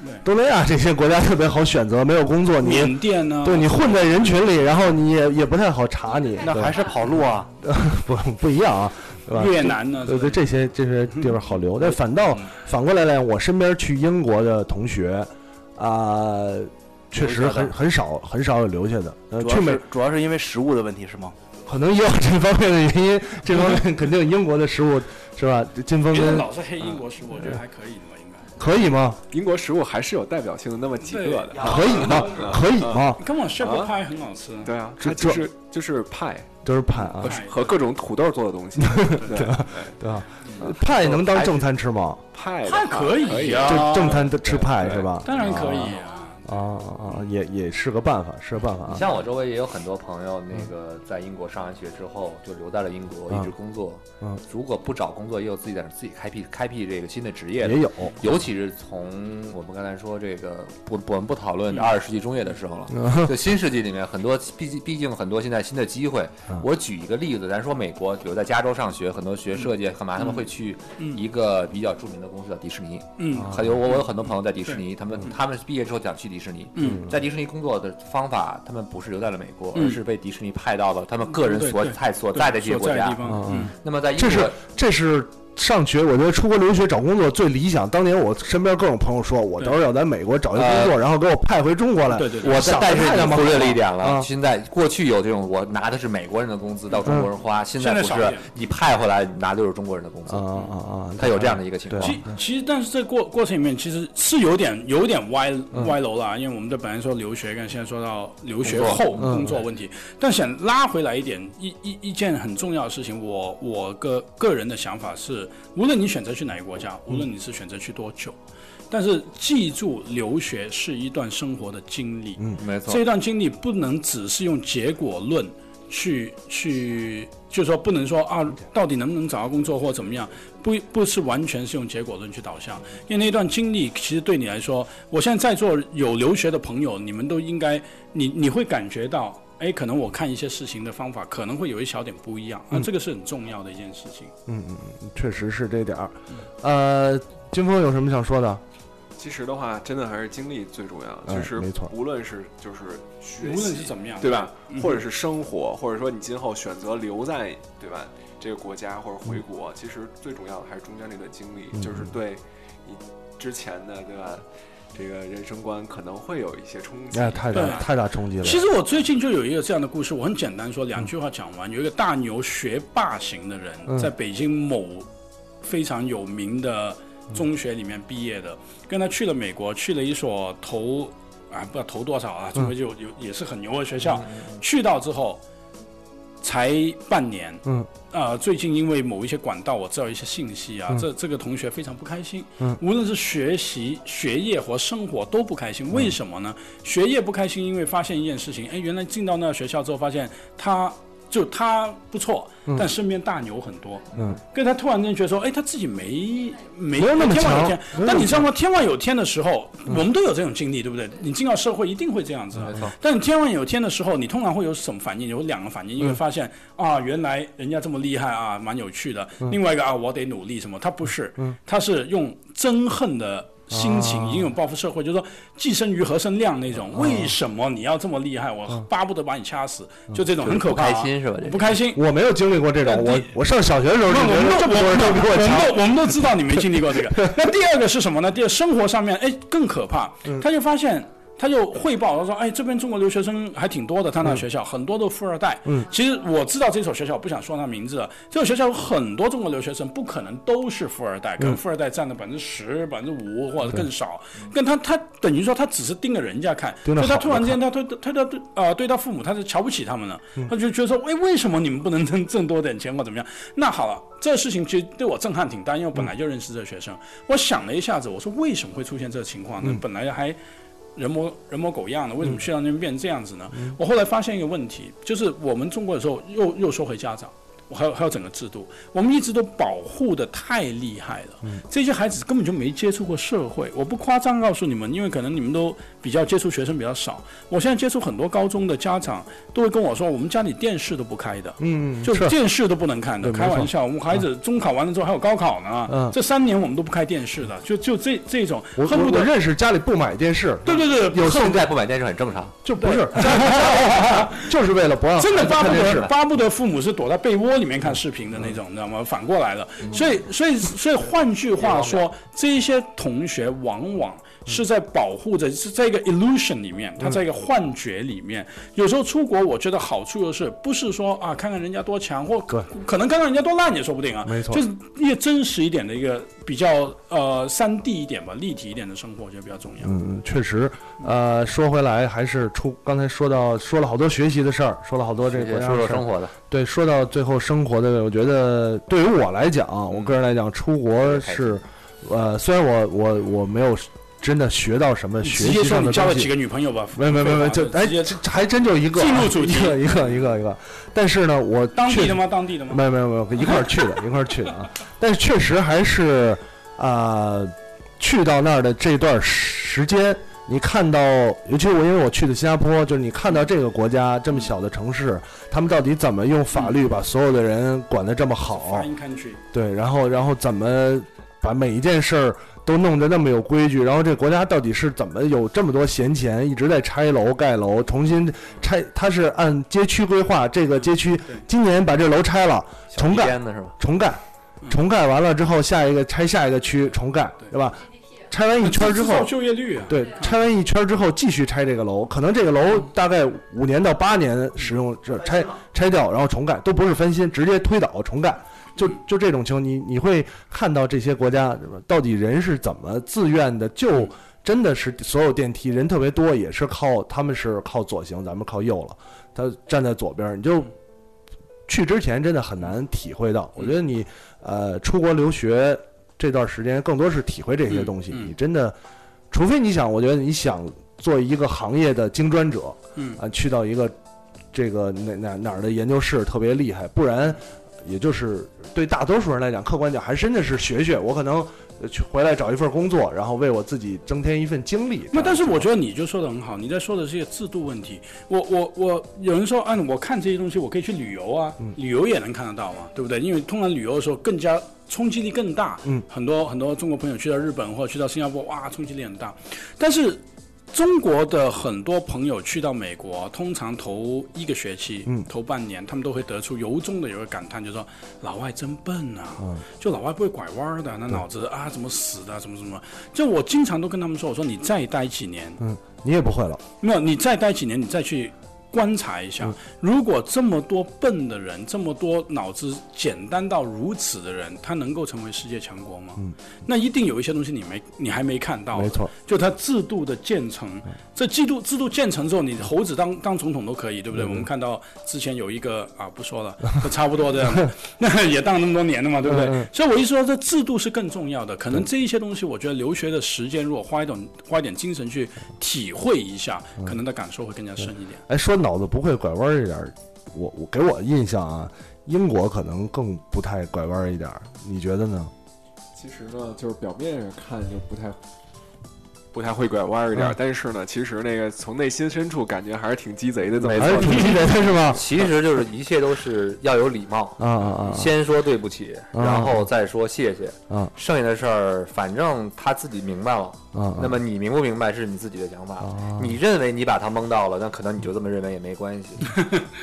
对。
东南亚这些国家特别好选择，没有工作，你
缅甸呢
对你混在人群里，然后你也也不太好查你。
那
对
还是跑路啊？
不不一样啊，对吧？
越南呢哦嗯
对对，这些这些地方好留，但反倒反过来来，我身边去英国的同学啊，确实很很少很少有留下的。呃，
主要
去美
是主要是因为食物的问题是吗？
可能也有这方面的原因，这方面肯定英国的食物是吧？金峰
别人
跟
老是黑英国食，我觉得还可以的嘛，应该。
可以吗？
英国食物还是有代表性的那么几个的，
可以吗
嗯？
可以吗？
跟我 shepherd
啊
pie 很好吃。
对啊，
这
它就是就是派
就是派啊，
和各种土豆做的东西，
对
对
吧？对吧？派能当正餐吃吗？
派
派可以啊
就正餐吃派是吧？
当然可以
啊啊啊！也也是个办法，是个办法啊。
你像我周围也有很多朋友，那个在英国上完学之后就留在了英国，
嗯
一直工作。
嗯，
如果不找工作，也有自己在那儿自己开辟开辟这个新的职业的。
也有
尤其是从我们刚才说这个不，我们不讨论
嗯
二十世纪中叶的时候了，
嗯
就新世纪里面很多，毕竟毕竟很多现在新的机会
嗯。
我举一个例子，咱说美国，比如在加州上学，很多学设计干嘛，他们会去
嗯
一个比较著名的公司叫迪士尼。
嗯
还有我我有很多朋友在迪士尼，
对
他们他们毕业之后想去迪士尼。
嗯
在迪士尼工作的方法，他们不是留在了美国，
嗯
而是被迪士尼派到了他们个人
对
所
对
在所
对
在的这些
所
国
在的
家
地方嗯。
那么在英
这是
国，
这是上学，我觉得出国留学找工作最理想。当年我身边各种朋友说，我到时候要在美国找一工作，
呃
然后给我派回中国
嗯
来。
我
想
但是
太他
你
妈
忽略
好
了一点了
啊，
现在过去有这种我拿的是美国人的工资到
嗯
中国人花，现在
现在
不
少一
是
点
你派回来拿的就是中国人的工资，
啊啊啊
他有这样的一个情况。
其其实，但是这过过程里面，其实是有点有点歪
嗯
歪楼了，因为我们这本来说留学，跟现在说到留学
工作
后
嗯
工作问题，但想拉回来一点，一一一件很重要的事情，我我个个人的想法是，无论你选择去哪个国家，无论你是选择去多久。但是记住，留学是一段生活的经历。
嗯，
没错
这段经历不能只是用结果论去去，就说不能说啊，到底能不能找到工作或怎么样，不不是完全是用结果论去导向，因为那段经历其实对你来说，我现在在座有留学的朋友，你们都应该，你你会感觉到。哎，可能我看一些事情的方法可能会有一小点不一样，那、啊
嗯
这个是很重要的一件事情。
嗯嗯嗯，确实是这点儿。呃，金峰有什么想说的？
其实的话，真的还是经历最重要。
哎
就是
没错
无论是就是学习，
无论是怎么样
对吧
嗯？哼
或者是生活，或者说你今后选择留在对吧这个国家或者回国，其实最重要的还是中间这段经历，
嗯
就是对你之前的对吧这个人生观可能会有一些冲击。
哎，太大太大冲击了。
其实我最近就有一个这样的故事，我很简单说两句话讲完。有一个大牛学霸型的人，
嗯
在北京某非常有名的中学里面毕业的，跟他去了美国，去了一所投啊不知道投多少啊，
嗯
总归就有也是很牛的学校。去到之后才半年，
嗯
呃，最近因为某一些管道，我知道一些信息啊，
嗯
这这个同学非常不开心，
嗯
无论是学习、学业和生活都不开
嗯
心。为什么呢？学业不开心，因为发现一件事情，哎，原来进到那个学校之后，发现他就他不错，
嗯
但身边大牛很多，
嗯，
跟他突然间觉得说，哎，他自己没没
没有那么
天外
强
有天
没有那么。
但你知道吗？天外有天的时候，
嗯
我们都有这种经历，对不对？你进到社会一定会这样子啊。但你天外有天的时候，你通常会有什么反应？有两个反应，
嗯
一个发现啊，原来人家这么厉害啊，蛮有趣的；
嗯
另外一个啊，我得努力什么？他不是
嗯，
他是用憎恨的。心情
啊
因为报复社会，就是说寄生于何生亮那
啊
种。为什么你要这么厉害？我巴不得把你掐死，就这种很可怕啊。
不开心嗯是吧这
我不开心，
嗯我没有经历过这种，我我上小学的时候就
那呃我
觉
们
得
都
这么多人都比
我
我
们
强。
都我们都知道你没经历过这
<laughs>
个。那第二个是什么呢？第二生活上面，哎，更可怕。
嗯
他就发现，他就汇报，他说，哎，这边中国留学生还挺多的，他那学校、很多都富二代。
嗯
其实我知道这所学校，我不想说他名字了。这所学校有很多中国留学生，不可能都是富二代，可能
嗯
富二代占了百分之十、百分之五或者更少。跟他他等于说他只是盯着人家看，
盯
所
着
以他
好
突
的嗯
然间他对他他对啊对他父母他是瞧不起他们了，他就觉得说，哎，为什么你们不能挣挣多点钱或怎么样？那好了，这事情其实对我震撼挺大，因为我本来就认识这学生，我想了一下子，我说为什么会出现这个情况呢？
嗯
本来还人模人模狗样的，为什么去到那边变成这样子呢？
嗯
我后来发现一个问题，就是我们中国有时候又又说回家长，我还有还有整个制度，我们一直都保护的太厉害了。
嗯
这些孩子根本就没接触过社会，我不夸张告诉你们，因为可能你们都比较接触学生比较少。我现在接触很多高中的家长都会跟我说，我们家里电视都不开的，
嗯，
就是是电视都不能看的。
对
开
没错
玩笑，我们孩子中考完了之后还有高考呢，
嗯
这三年我们都不开电视的，就就这这种，
我
恨不
我我
得
认识家里不买电视，
对对对，
有
恨
现
不
在
不买电视很正常，
就不是， <laughs> 就是为了不让
真的
孩子
巴
看
不
电
得
视。嗯
巴不得父母是躲在被窝里面看视频的那种，你知道吗？反过来了，所以所以所以换句话说，这一些同学往往
嗯
是在保护着，是在一个 illusion 里面，他在一个幻觉里面。有时候出国，我觉得好处就是不是说啊，看看人家多强，或
对
可可能看看人家多烂也说不定啊。
没错
就是越真实一点的一个比较呃三 D 一点吧，立体一点的生活，我觉得比较重要。
嗯，确实，呃，说回来还是出刚才说到说了好多学习的事儿，说了好多这个国家
说
的
说
事儿
生活的，
对，说到最后生活的，我觉得对于我来讲，
嗯
我个人来讲，出国是，呃，虽然我我我没有真的学到什么
你
学
直接
习
说
上
你
的
交了
东
几
西
个，女朋友吧？
没没没没，
废
就
话
哎，
直接
这这还真就一个啊
进入主题
一个一个一个一个，但是呢，我
当地
哎确
的吗？当地的吗？
没有没有没有，一块儿去的，一块儿去的啊。但是确实还是啊、去到那儿的这段时间，你看到，尤其我因为我去的新加坡，就是你看到这个国家这么小的城市，他们到底怎么用法律把所有的人管得这么好？
Fine country。
对，然后然后怎么把每一件事儿都弄得那么有规矩，然后这国家到底是怎么有这么多闲钱，一直在拆楼盖楼，重新拆？它是按街区规划，这个街区今年把这楼拆了，重
小
盖
时间的是吧？
重盖，重盖完了之后，下一个拆下一个区重盖，对吧？拆完一圈之
制
后
造，就业率啊，
对，拆完一圈之后继续拆这个楼，可能这个楼大概五年到八年使用，这嗯拆拆掉然后重盖，都不是翻新，直接推倒重盖，就就这种情况，你你会看到这些国家到底人是怎么自愿的就。真的是所有电梯人特别多，也是靠他们是靠左行，咱们靠右了。他站在左边儿，你就去之前真的很难体会到。我觉得你呃出国留学这段时间，更多是体会这
嗯
些东西。你真的，除非你想，我觉得你想做一个行业的精专者，
嗯
啊，去到一个这个哪哪哪儿的研究室特别厉害，不然也就是对大多数人来讲，客观讲还真的是学学。我可能呃去回来找一份工作，然后为我自己增添一份经历。
那但是我觉得你就说的很好，你在说的是一个制度问题。我我我，有人说，啊按我看这些东西，我可以去旅游啊，
嗯
旅游也能看得到嘛，啊对不对？因为通常旅游的时候更加冲击力更大，
嗯，
很多很多中国朋友去到日本或者去到新加坡，哇，冲击力很大。但是中国的很多朋友去到美国，通常头一个学期，
嗯
头半年，他们都会得出由衷的有个感叹，就是说老外真笨啊，
嗯
就老外不会拐弯儿的，那脑子啊怎么死的，怎么怎么，就我经常都跟他们说，我说你再待几年，
嗯，你也不会了。
没有，你再待几年，你再去观察一下。
嗯
如果这么多笨的人，这么多脑子简单到如此的人，他能够成为世界强国吗？
嗯，
那一定有一些东西你没，你还没看到。
没错，嗯
就他制度的建成，这制度制度建成之后，你猴子当当总统都可
嗯
以，对不对？我们看到之前有一个啊，不说了，就差不多这
<laughs>
样的，那也当了那么多年了嘛，对不对？
嗯嗯
所以我一说这制度是更重要的，可能这一些东西，我觉得留学的时间如果花一点花一点精神去体会一下，
嗯
可能的感受会更加深一点。
哎，说脑子不会拐弯儿一点儿，我我给我印象啊，英国可能更不太拐弯儿一点儿，你觉得呢？
其实呢，就是表面上看就不太不太会拐弯儿一点儿，
嗯
但是呢，其实那个从内心深处感觉还是挺鸡贼的，这么
没
做
错，
是
<laughs>
吧？
其实就是一切都是要有礼貌
啊啊啊
先说对不起，
啊
然后再说谢谢
啊
剩下的事儿反正他自己明白了
啊啊
那么你明不明白是你自己的想法你认为你把他蒙到了，那可能你就这么认为也没关系。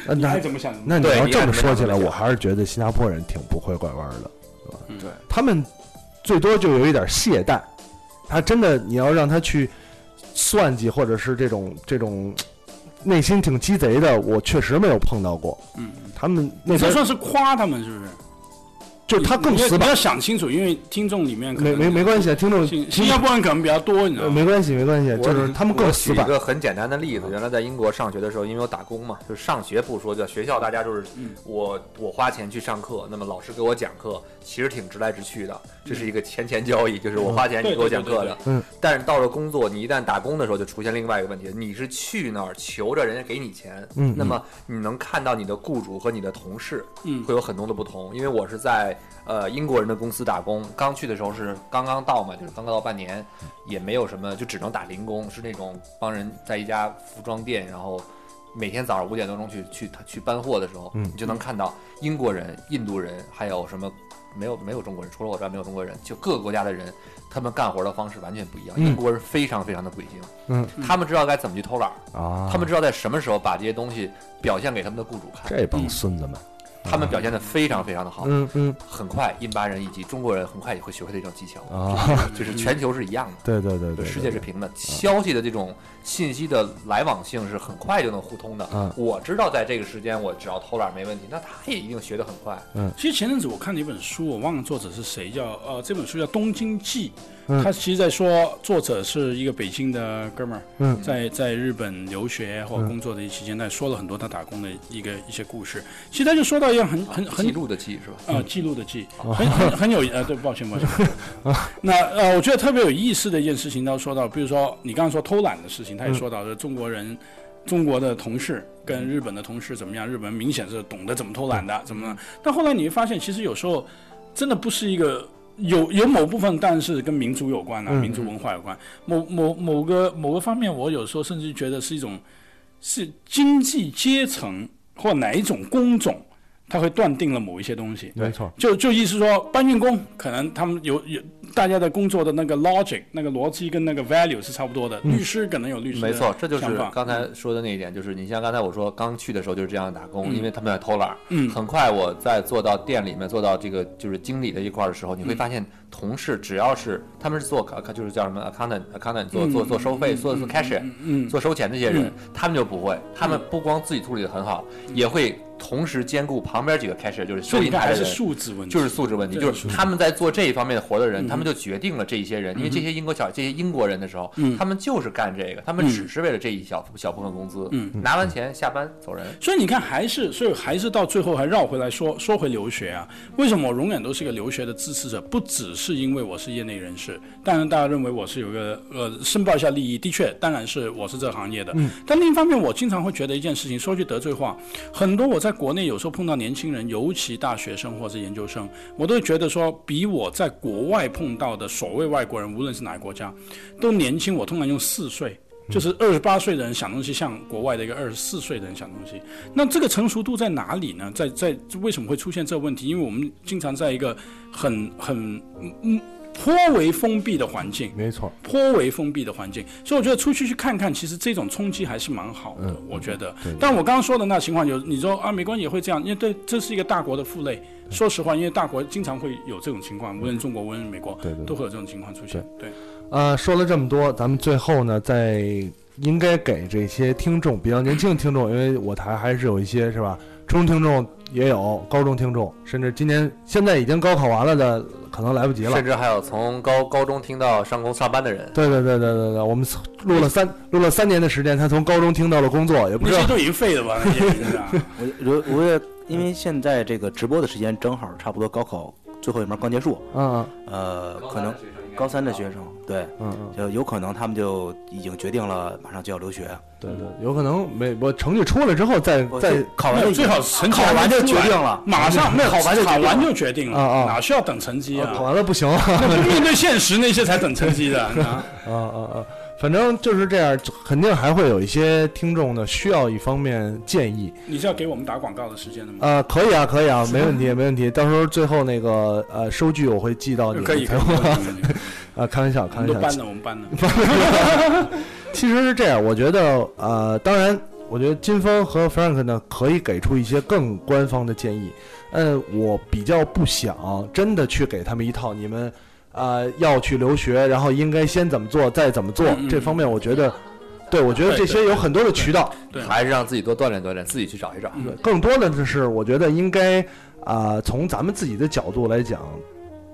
那
你
那
爱怎么想怎么
那
想
你
对
要
你
这
爱
么
怎么
说
想
起
怎
来，
么
我
想
还是觉得新加坡人挺不会拐弯儿的，对吧？
对，
他们最多就有一点懈怠，他真的你要让他去算计，或者是这种这种内心挺鸡贼的，我确实没有碰到过。
嗯，
他们那
你
边
这算是夸他们是不是？
就是他更
你要
死
你
板
要，想清楚，因为听众里面可
没
能
没没关系，啊听众
新加坡人可能比较多，你知道
呃
吗？
没关系没关系，就是他们
我
更
举
死
一
板。
个很简单的例子，原来在英国上学的时候，因为我打工嘛，就是上学不说，就学校大家就是
嗯
我我花钱去上课，那么老师给我讲课，其实挺直来直去的，这是一个钱钱交易，就是我花钱
嗯
你给我讲课的
对对对。
嗯，
但是到了工作，你一旦打工的时候，就出现另外一个问题，你是去那儿求着人家给你钱，
嗯
那么你能看到你的雇主和你的同事，
嗯 <laughs>
会有很多的不同。因为我是在呃英国人的公司打工，刚去的时候是刚刚到嘛，就是刚到半年，也没有什么，就只能打零工，是那种帮人在一家服装店，然后每天早上五点多钟去去去搬货的时候，
嗯
你就能看到英国人、印度人，还有什么没有没有中国人，除了我之外没有中国人，就各个国家的人，他们干活的方式完全不一样。
嗯
英国人非常非常的鬼精，
嗯
他们知道该怎么去偷懒儿，
啊，
他们知道在什么时候把这些东西表现给他们的雇主看。
这帮孙子们，
他们表现的非常非常的好，
啊嗯嗯
很快印巴人以及中国人很快也会学会这种技巧
啊
就是全球是一样的，
对对对对对
世界是平的，消息的这种信息的来往性是很快就能互通的。
啊
嗯
我知道在这个时间我只要偷懒没问题，那他也一定学得很快。
嗯
其实前阵子我看了一本书，我忘了作者是谁，叫呃，这本书叫《东京记》，
嗯
他其实在说作者是一个北京的哥们儿，
嗯
在在日本留学或
嗯
工作的一期间，他说了很多他打工的一个一些故事。其实他就说到一样很很很
记录的记是吧？
呃，记录的记，
哦
很很很有呃，对，抱歉抱歉。
哦
<laughs> 那呃，我觉得特别有意思的一件事情，他说到，比如说你刚刚说偷懒的事情，他也
嗯
说到了中国人。中国的同事跟日本的同事怎么样？日本明显是懂得怎么偷懒的，怎
嗯
么呢？但后来你会发现，其实有时候真的不是一个有有某部分，但是跟民族有关啊，
嗯
民族文化有关。某某某个某个方面，我有时候甚至觉得是一种是经济阶层或哪一种工种，它会断定了某一些东西。
没错，
就就意思说，搬运工可能他们有有大家的工作的那个 logic、那个逻辑跟那个 value 是差不多的。
嗯
律师可能有律师的
没错，这就是
想法
刚才说的那一点，就是你像刚才我说，刚去的时候就是这样打工，
嗯
因为他们要偷懒儿。
嗯
很快我在做到店里面，做到这个就是经理这一块儿的时候，你会
嗯
发现同事只要是他们是做就是叫什么 accountant accountant 做
嗯
做做收费，
嗯
做做 cashier，
嗯
做收钱这些人
嗯，
他们就不会，他们不光自己处理的很好，也会同时兼顾旁边几个 cashier，就是收
所以
银
它
台
还
的
是
人，
素质问题，
就是素质问题，
对
就是他们在做这一方面的活的人，
嗯
他们就决定了这一些人，因为这些英国小这些英国人的时候，
嗯
他们就是干这个，他们
嗯
只是为了这一小小部分工资，
嗯
拿完钱下班走人。
所以你看，还是所以还是到最后还绕回来说说回留学啊。为什么我永远都是一个留学的支持者？不只是因为我是业内人士，当然大家认为我是有一个呃申报一下利益，的确，当然是我是这个行业的。
嗯
但另一方面，我经常会觉得一件事情，说句得罪话，很多我在国内有时候碰到年轻人，尤其大学生或是研究生，我都会觉得说，比我在国外碰到的所谓外国人，无论是哪个国家，都年轻我通常用四岁，就是二十八岁的人想东西像国外的一个二十四岁的人想东西。那这个成熟度在哪里呢？在在为什么会出现这个问题？因为我们经常在一个很很嗯嗯颇为封闭的环境，
没错，
颇为封闭的环境，所以我觉得出去去看看，其实这种冲击还是蛮好的，我觉得。但我刚刚说的那情况有，你说啊，没关系也会这样，因为对，这是一个大国的负累。说实话，因为大国经常会有这种情况，无论中国，无论美国，
对对对
都会有这种情况出现。对，
呃，说了这么多，咱们最后呢，在应该给这些听众，比较年轻的听众，因为我台还是有一些是吧，初中听众也有，高中听众，甚至今年现在已经高考完了的，可能来不及了
甚。至还有从高高中听到上工上班的人，
对对对对对对，我们录了三录了三年的时间，他从高中听到了工作，也不知道
都已经废了吧？那些人啊
我我我也因为现在这个直播的时间正好差不多高考最后一门刚结束，
嗯，
呃，可能高三的学生对，
嗯，
就有可能他们就已经决定了马上就要留学，
对对，有可能没我成绩出来之后再
我
再
哦就考完就
最好成绩
考完就
还没出来
决定了
马上没有
考完就决
考
定了
完就决定了，
啊啊
哪需要等成绩啊？
考完了不行嗯了，
那不面对现实那些才等成绩的啊。 <laughs>
啊啊啊！反正就是这样，肯定还会有一些听众呢需要一方面建议，
你是要给我们打广告的时间的吗？
呃，可以啊，可以啊，没问题，没问题。到时候最后那个呃收据我会寄到你的
可以可
财
以
务
可以
<laughs>
可
啊，开玩笑，开
我们都
玩
搬
笑
了，。我们搬了。
其实是这样，我觉得呃，当然，我觉得金峰和 Frank 呢可以给出一些更官方的建议。嗯，我比较不想真的去给他们一套你们呃要去留学，然后应该先怎么做，再怎么做、
嗯嗯
这方面，我觉得，对我觉得这些有很多的渠道。
还是让自己多锻炼锻炼，自己去找一
嗯
找。
更多的就是，我觉得应该啊、从咱们自己的角度来讲，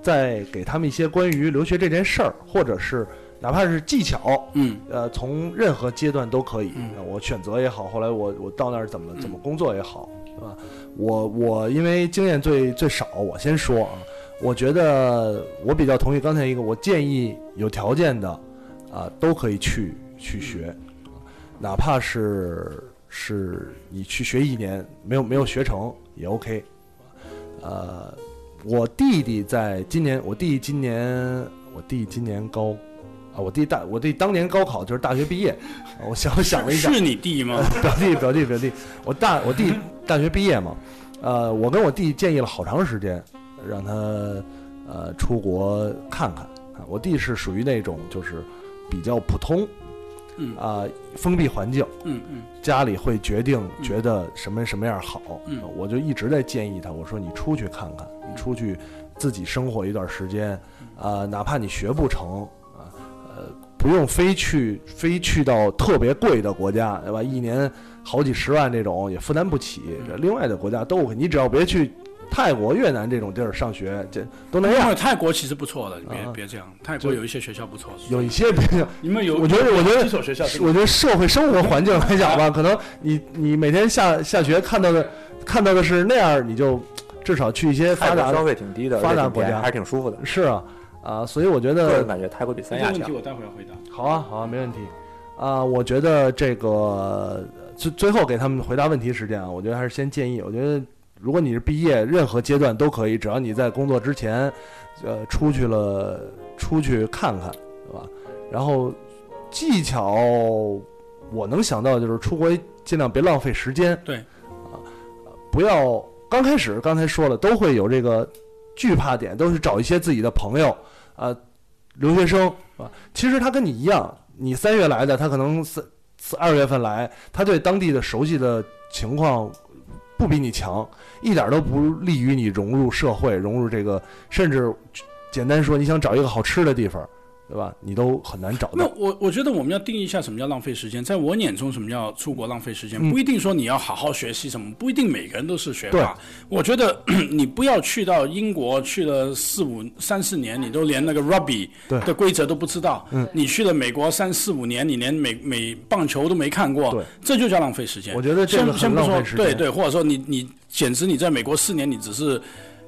再给他们一些关于留学这件事儿，或者是哪怕是技巧，
嗯，
呃，从任何阶段都可以。呃我选择也好，后来我我到那儿怎么怎么工作也好，对吧？我我因为经验最最少，我先说啊，我觉得我比较同意刚才一个，我建议有条件的啊、都可以去去学。哪怕是是你去学一年没有没有学成也 OK。呃，我弟弟在今年，我弟今年我弟今年高啊，我弟大我弟当年高考就是大学毕业，啊我想我想了一下，
是你弟吗？
表弟表弟表弟，我大我弟大学毕业嘛，呃，我跟我弟建议了好长时间，让他呃出国看看啊。我弟是属于那种就是比较普通，
嗯
啊、封闭环境，
嗯嗯，
家里会决定觉得什么什么样好，
嗯
我就一直在建议他，我说你出去看看，你出去自己生活一段时间，啊、哪怕你学不成啊，呃，不用非去非去到特别贵的国家，对吧？一年好几十万这种也负担不起，这另外的国家都 OK，你只要别去泰国、越南这种地儿上学，这都那
因
样
为。泰国其实不错的，你别、
啊
别这样。泰国
就
有一些学校不错的。
有一些别的，
你们有
我觉得，
有
我觉
几所学校是
得，我觉得社会生活环境来
<laughs>
讲吧，可能你你每天下下学看到的看到的是那样，你就至少去一些发
泰国
达的
消费挺低的，
发达
而且挺
国
便宜
家
还是挺舒服的。
是啊，啊，所以我觉得
个人感觉泰国比三亚
这个问
强
题，。我待会儿要回答。
好啊，好啊，没问题。啊、我觉得这个呃最最后给他们回答问题时间啊，我觉得还是先建议，我觉得如果你是毕业，任何阶段都可以，只要你在工作之前，呃，出去了出去看看，对吧？然后技巧，我能想到就是出国尽量别浪费时间，啊
对，
不要刚开始刚才说了，都会有这个惧怕点，都是找一些自己的朋友啊，留学生啊，其实他跟你一样，你三月来的，他可能三四二月份来，他对当地的熟悉的情况不比你强，一点都不利于你融入社会，融入这个，甚至简单说，你想找一个好吃的地方，对吧？你都很难找
那
到。
我我觉得我们要定义一下什么叫浪费时间，在我眼中，什么叫出国浪费时间？
嗯
不一定说你要好好学习什么，不一定每个人都是学
对
霸。我觉得嗯你不要去到英国去了四五三四年，你都连那个 rugby
对
的规则都不知道。
嗯
你去了美国三四五年，你连美美棒球都没看过，这就叫浪费时间。
我觉得这个
先
很
先不
浪
说
费时，间
对对，或者说你你简直你在美国四年，你只是。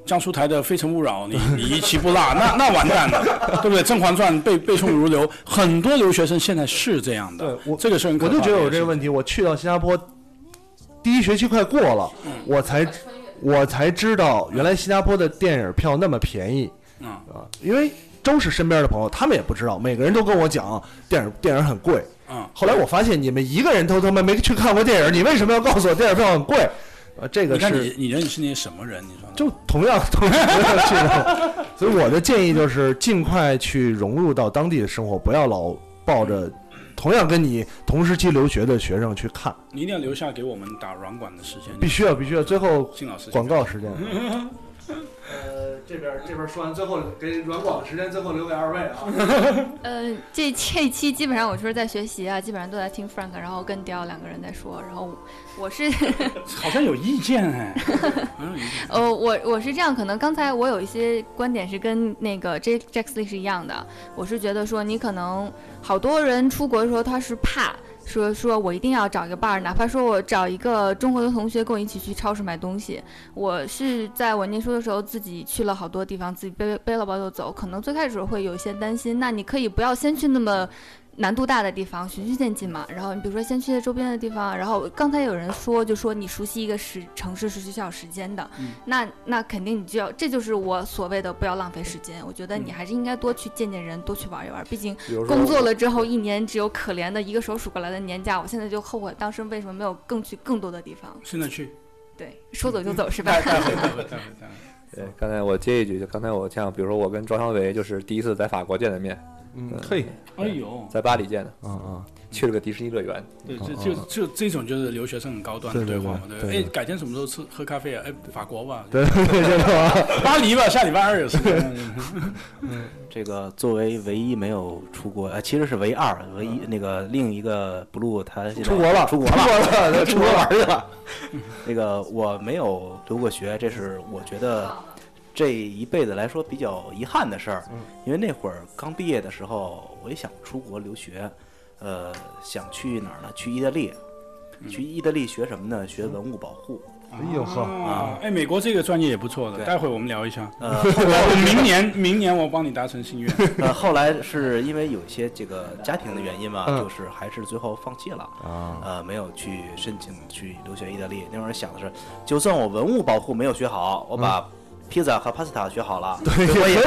江苏台的《非诚勿扰》你，你一期不落，那那完蛋了，对不对？《甄嬛传》背背诵如流，很多留学生现在是这样的。
我
这个是很
我
可
就
怕
觉
的
得有这个问题，我去到新加坡，第一学期快过了，
嗯
我才我才知道原来新加坡的电影票那么便宜。
嗯
啊，因为都是身边的朋友，他们也不知道，每个人都跟我讲电影电影很贵。
嗯，
后来我发现你们一个人都他妈没去看过电影，你为什么要告诉我电影票很贵？呃，这
你
个
看
是
你你认识那些什么人？你说
就同样同样去的，所以我的建议就是尽快去融入到当地的生活，不要老抱着同样跟你同时期留学的学生去看，
你一定要留下给我们打软管的时间。
必须要必须要。最后
靳老师
广告时间，
呃，
这边这边说完，最后给软广的时间最后留给二位啊。
呃，这这一期基本上我就是在学习啊，基本上都在听 Frank，然后跟迪奥两个人在说，然后我我是
好像有意
<laughs>
见哎，好像有意见
呃，我我是这样，可能刚才我有一些观点是跟那个 J Jaxley 是一样的，我是觉得说你可能好多人出国的时候他是怕。说说我一定要找一个伴儿，哪怕说我找一个中国的同学跟我一起去超市买东西。我是在我念书的时候自己去了好多地方，自己背背了包就走，可能最开始会有一些担心。那你可以不要先去那么难度大的地方，循序渐进嘛。然后你比如说先去周边的地方，然后刚才有人说就说你熟悉一个时城市是需要时间的，
嗯
那那肯定你就要，这就是我所谓的不要浪费时间。我觉得你还是应该多去见见人，多去玩一玩。毕竟
比如说
工
嗯
作
我
了之后一年只有可怜的一个手数过来的年假，我现在就后悔当时为什么没有更去更多的地方。
现在
<laughs>
去， <laughs>
对，说走就
嗯
走是吧？
对，刚才我接一句，就刚才我像比如说我跟庄小伟就是第一次在法国见的面，
嗯
嘿，
哎呦，
在巴黎见的，
嗯嗯，
去了个迪士尼乐园，
哦
对，就就就这种就是留学生很高端的
对对
话嘛，
对
不
对
哎
对，
改天什么时候吃喝咖啡啊？哎，法国吧，
对对对
巴黎吧，下礼拜二嗯有时间。
这个作为唯一没有出国，呃，其实是唯二，唯一那个另一个 blue 他现在
出国了
嗯出国了，
出国了他出国玩去
了。那个我没有留过学，这是我觉得这一辈子来说比较遗憾的事儿，因为那会儿刚毕业的时候，我也想出国留学，呃，想去哪儿呢？去意大利，去意大利学什么呢？学文物保护。
哎呦呵
啊，哎，美国这个专业也不错的，待会我们聊一下。
呃
待会明年明年我帮你达成心愿。
呃，后来是因为有一些这个家庭的原因嘛，
嗯
就是还是最后放弃了，
啊
呃，没有去申请去留学意大利。那会儿想的是，就算我文物保护没有学好，我把披萨和 pasta 学好了，
也
我也嗯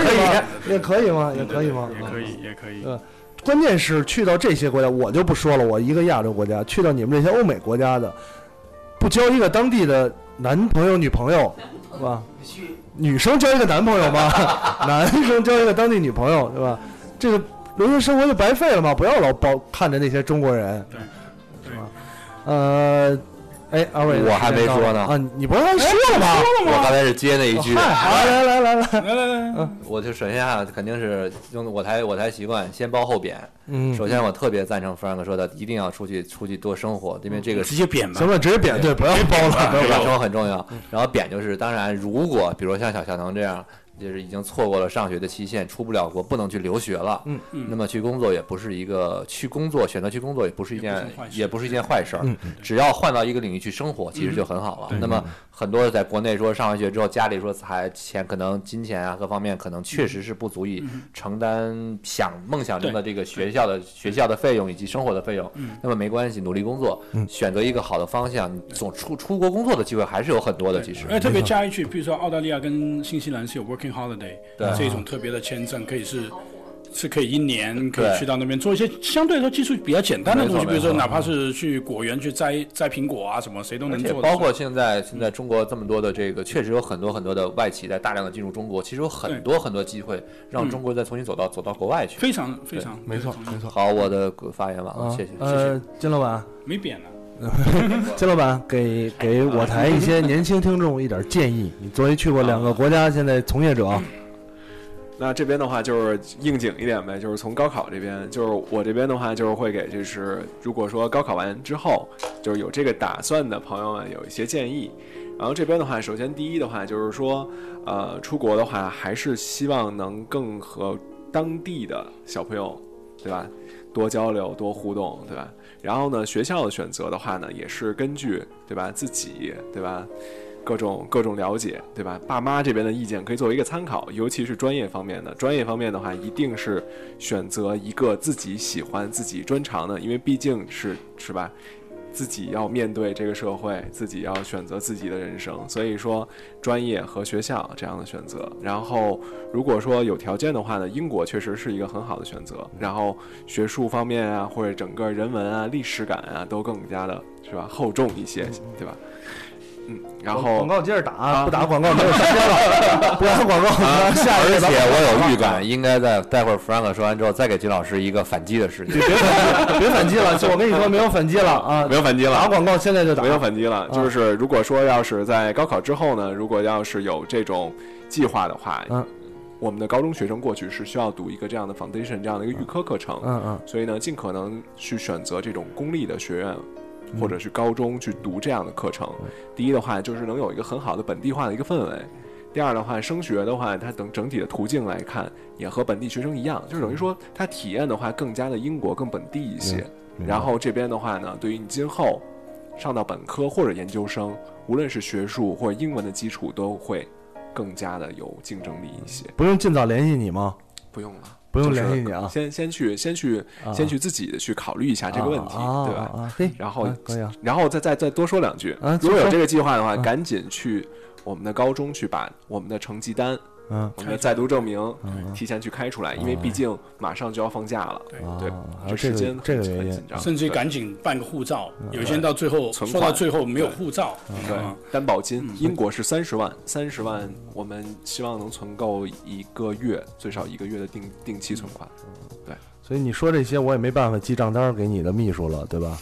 可以。
<laughs> 以，也可以吗？也可以吗？
也可以，也可以。
呃，关键是去到这些国家，我就不说了。我一个亚洲国家，去到你们这些欧美国家的，不交一个当地的男朋友、女朋友，是吧？女生交一个男朋友吗？ <laughs> 男生交一个当地女朋友，对吧？这个留学生活就白费了嘛！不要老包看着那些中国人，是吧？呃，哎，二位，
我还没说呢
啊，你你不是还哎说了吗？哦哎
我刚才是接那一句，
嗨来来来来
来来来，
嗯
我就首先啊，肯定是用我台我台习惯，先褒后贬。
嗯
首先我特别赞成 Frank 说的，一定要出去出去多生活，因为
嗯
这个
直接贬吧
行吧直接贬对不要褒了
对
不要
吧
褒
生活很重要。然后贬就是，当然如果比如像小小能这样，就是已经错过了上学的期限，出不了国，不能去留学了，
嗯
嗯
那么去工作也不是一个去工作选择去工作也不是一件也不是一件坏事儿
嗯嗯，
只要换到一个领域去生活，其实就很好了
嗯。
那么很多在国内说上完学之后，家里说财钱可能金钱啊各方面可能确实是不足以
嗯
承担想梦想中的
对
这个学校的学校的费用以及生活的费用
嗯，
那么没关系，努力工作，选择一个好的方向，你总出出国工作的机会还是有很多的。其实，
哎，特别加一句，比如说澳大利亚跟新西兰是有 working holiday
对
这种特别的签证，可以是是可以一年可以
对
去到那边做一些相对来说技术比较简单的东西，
没错
比如
没
说
错
哪怕是去果园去摘摘苹果啊什么，谁都
而
能
且
做的。嗯
包括现在现在中国这么多的这个，确实有很多很多的外企在大量的进入中国，其实有很多很多机会让中国再重新走到走到国外去。
嗯非常非常
没错没错。
好，我的发言完了，
啊
谢谢谢谢。
呃，金老板，
没啊扁呢。
金老板给给我台一些年轻听众一点建议。你作为去过两个国家，现在从业者，
那这边的话就是应景一点呗，就是从高考这边，就是我这边的话就是会给就是如果说高考完之后就是有这个打算的朋友们有一些建议。然后这边的话，首先第一的话就是说，呃，出国的话还是希望能更和当地的小朋友，对吧？多交流，多互动，对吧？然后呢，学校的选择的话呢，也是根据对吧自己对吧各种各种了解，对吧？爸妈这边的意见可以作为一个参考，尤其是专业方面的。专业方面的话，一定是选择一个自己喜欢、自己专长的，因为毕竟是是吧？自己要面对这个社会，自己要选择自己的人生，所以说专业和学校这样的选择。然后，如果说有条件的话呢，英国确实是一个很好的选择。然后学术方面啊，或者整个人文啊、历史感啊，都更加的是吧厚重一些，对吧？嗯，然后
广告接着
啊
打，啊不打广告没有时间了，不打广告，
<laughs>
下一
啊而
个
且
咱们
我有预感，应该在待会儿 Frank 说完之后，再给金老师一个反击的时间。
<laughs>
别反击了，就我跟你说没有反击了啊，
没有反击了
打广告现在就打，嗯
没有反击了。就是如果说要是在高考之后呢，如果要是有这种计划的话，
嗯
我们的高中学生过去是需要读一个这样的 foundation 这样的一个预科课程，
嗯嗯
所以呢，尽可能去选择这种公立的学院。或者是高中去读这样的课程，
嗯
第一的话就是能有一个很好的本地化的一个氛围，第二的话升学的话，它等整体的途径来看，也和本地学生一样，就是
嗯
等于说它体验的话更加的英国更本地一些。
明白
然后这边的话呢，对于你今后上到本科或者研究生，无论是学术或者英文的基础，都会更加的有竞争力一些。
不用尽早联系你吗？
不用了，
不用
嗯就是
联系你啊
先先去先去、
啊
先去自己的去考虑一下这个问题，
啊
对吧？
啊啊嘿
然后、
啊可以啊
然后再再再多说两句，
啊
如果
就
有
说
这个计划的话，赶紧去我们的高中去把我们的成绩单。
嗯
我们的在读证明提前去开
啊
出来，因为毕竟马上就要放假了，对，
还
这
有这
时
个
间
啊这个原
很
因
紧张，
甚至于
对
赶紧办个护照，
嗯
有些人
对
到最后
存
说到
款
最后没有
对
护照，你知
对
道吗，
嗯担保金，英国是三十万，三十万，我们希望能存够一个月，最少一个月的定定期存款。对，
所以你说这些我也没办法记账单给你的秘书了，对吧？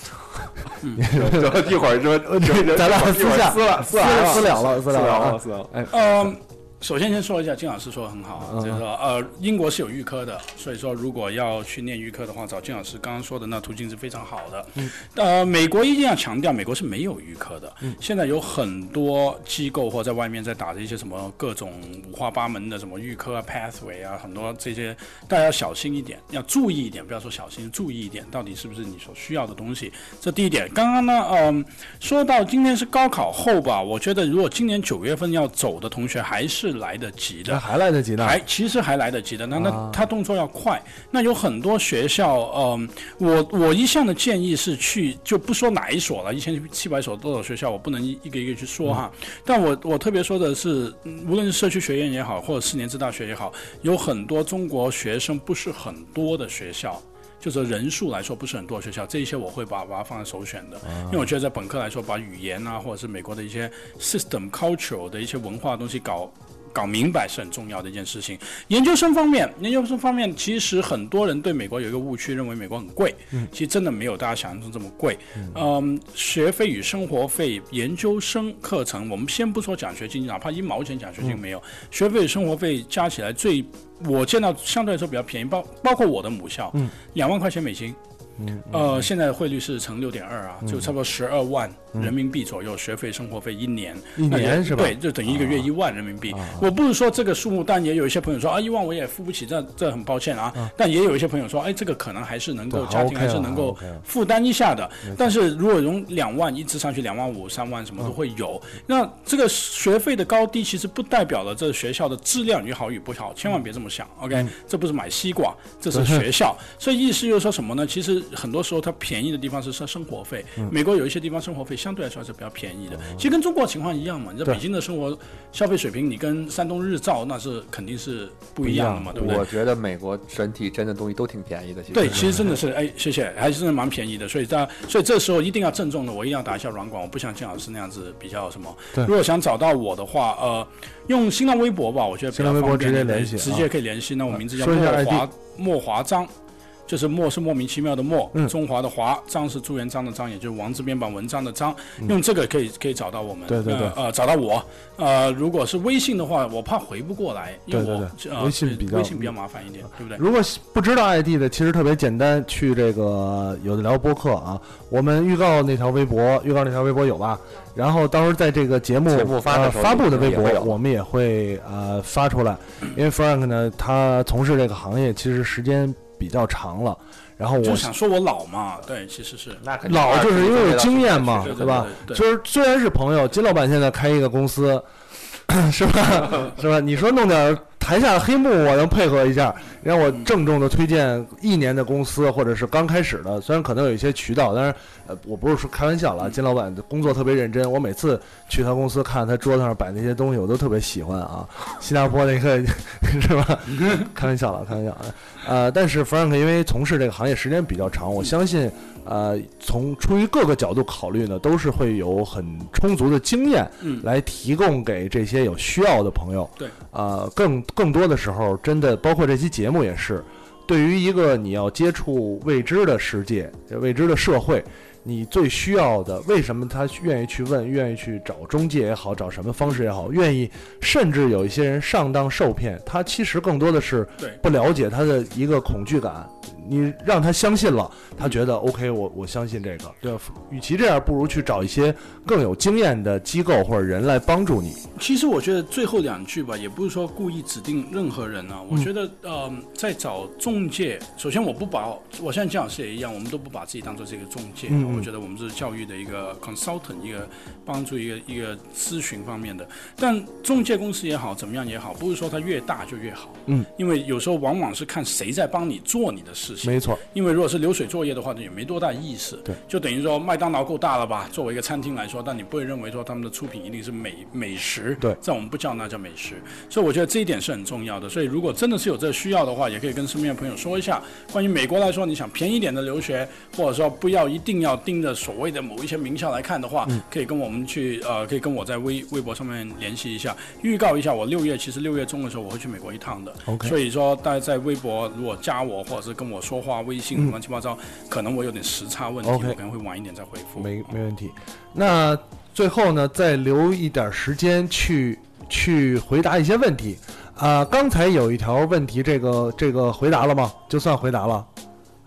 嗯就一会
<laughs>
儿说，
这咱俩私下
撕了，啊
私
了，
嗯私了了
私
了
了，
啊
私了。
哎，
嗯，首先先说一下，金老师说的很好啊，
嗯
就是说呃，英国是有预科的，所以说如果要去念预科的话，找金老师刚刚说的那途径是非常好的。
嗯
呃，美国一定要强调，美国是没有预科的。
嗯
现在有很多机构或在外面在打着一些什么各种五花八门的什么预科啊、pathway 啊，很多这些大家要小心一点，要注意一点，不要说小心，注意一点，到底是不是你所需要的东西。这第一点。刚刚呢，嗯，说到今天是高考后吧，我觉得如果今年九月份要走的同学还是来得及
那
的。
啊还来得及呢。
还其实还来得及的，那
啊
那他动作要快。那有很多学校，嗯，我我一向的建议是去，就不说哪一所了，一千七百所多少学校，我不能一一个一个去说哈。
嗯
但我我特别说的是，嗯无论是社区学院也好，或者四年制大学也好，有很多中国学生不是很多的学校。就是人数来说不是很多的学校，这一些我会把把它放在首选的，因为我觉得在本科来说，把语言啊，或者是美国的一些 system culture 的一些文化的东西搞搞明白是很重要的一件事情。研究生方面，研究生方面，其实很多人对美国有一个误区，认为美国很贵，其实真的没有大家想象中这么贵。嗯，学费与生活费，研究生课程，我们先不说奖学金，哪怕一毛钱奖学金没有，学费与生活费加起来最，我见到相对来说比较便宜，包包括我的母校，
嗯
两万块钱美金。
嗯
呃，现在汇率是乘六点二啊，就差不多十二万
嗯
人民币左右，学费、生活费一年，
一
那
年
也
是吧
呃
啊
对，就等于一个月一万人民币。我不是说这个数目，但也有一些朋友说啊，一万我也付不起，这这很抱歉啊。但也有一些朋友说，哎，这个可能还是能够
对
家庭
OK 啊
还是
了
能够
OK 了
负担一下的。但是如果用两万一直上去，两万五、三万什么都会有。那这个学费的高低，其实不代表了这学校的质量与好与不好，千万别这么想。OK，这不是买西瓜，这是学校。所以意思就是说什么呢？其实很多时候它便宜的地方是生生活费
嗯。
美国有一些地方生活费相对来说还是比较便宜的，其实跟中国情况一样嘛。你在
对
北京的生活消费水平，你跟山东日照那是肯定是不一样的嘛，对不对
我？觉得美国整体真的东西都挺便宜的，其实
对，其实真的是，哎，谢谢，还是真的蛮便宜的。所以大家，所以这时候一定要郑重的，我一定要打一下软广，我不想像老师那样子比较什么。
对
如果想找到我的话，呃，用新浪微博吧，我觉得比
新
较
浪微博
方便
直接
对
联系
直
啊
接可以联系。那我名字叫
说一下
莫
ID
华，莫华章。就是莫是莫名其妙的莫，
嗯
中华的华，章是朱元璋的章，也就是王字边旁文章的章，
嗯
用这个可以可以找到我们。
对对对
呃呃，找到我。呃，如果是微信的话，我怕回不过来，因为
对对
我
对
呃
微信比较嗯
微信比较麻烦一点，对不对？
如果不知道 ID 的，其实特别简单，去这个有的聊播客啊，我们预告那条微博，预告那条微博有吧？然后到时候在这个节目
节目发的
呃、
时候
发布的微博
也会有，
我们也会呃发出来。因为 Frank 呢，他从事这个行业其实时间比较长了，然后
就
我
想说我老嘛，对，其实是那
老就是因为有经验嘛，
对
吧？
对
就
对
是虽然是朋友，金老板现在开一个公司，是吧？ <laughs> 是吧？你说弄点儿台下的黑幕，我能配合一下，让我郑重的推荐一年的公司，或者是刚开始的，虽然可能有一些渠道，但是呃，我不是说开玩笑了啊，金老板的工作特别认真，我每次去他公司看他桌子上摆那些东西，我都特别喜欢啊。新加坡那个 <laughs> 是吧？开玩笑了，开玩笑了。呃，但是 Frank 因为从事这个行业时间比较长，我相信，呃，从出于各个角度考虑呢，都是会有很充足的经验，
嗯
来提供给这些有需要的朋友。
对，
呃，更更多的时候，真的包括这期节目也是，对于一个你要接触未知的世界、未知的社会，你最需要的，为什么他愿意去问，愿意去找中介也好，找什么方式也好，愿意，甚至有一些人上当受骗，他其实更多的是
对
不了解他的一个恐惧感。你让他相信了，他觉得 OK，我我相信这个。对吧，与其这样，不如去找一些更有经验的机构或者人来帮助你。
其实我觉得最后两句吧，也不是说故意指定任何人啊。我
嗯
觉得，呃，在找中介，首先我不把，我像金老师也一样，我们都不把自己当做这个中介啊。
嗯嗯
我觉得我们是教育的一个 consultant，一个帮助一个一个咨询方面的。但中介公司也好，怎么样也好，不是说它越大就越好。
嗯，
因为有时候往往是看谁在帮你做你的事情。
没错，
因为如果是流水作业的话，也没多大意思。
对，
就等于说麦当劳够大了吧？作为一个餐厅来说，但你不会认为说他们的出品一定是美美食。
对
在我们不叫那叫美食，所以我觉得这一点是很重要的。所以如果真的是有这个需要的话，也可以跟身边的朋友说一下。关于美国来说，你想便宜一点的留学，或者说不要一定要盯着所谓的某一些名校来看的话，
嗯
可以跟我们去呃，可以跟我在微微博上面联系一下，预告一下。我六月其实六月中的时候我会去美国一趟的。
OK
所以说大家在微博如果加我或者是跟我说话，微信
嗯
乱七八糟，可能我有点时差问题
OK
我可能会晚一点再回复。哦
没没问题。那最后呢，再留一点时间去去回答一些问题。啊、刚才有一条问题，这个这个回答了吗？就算回答了。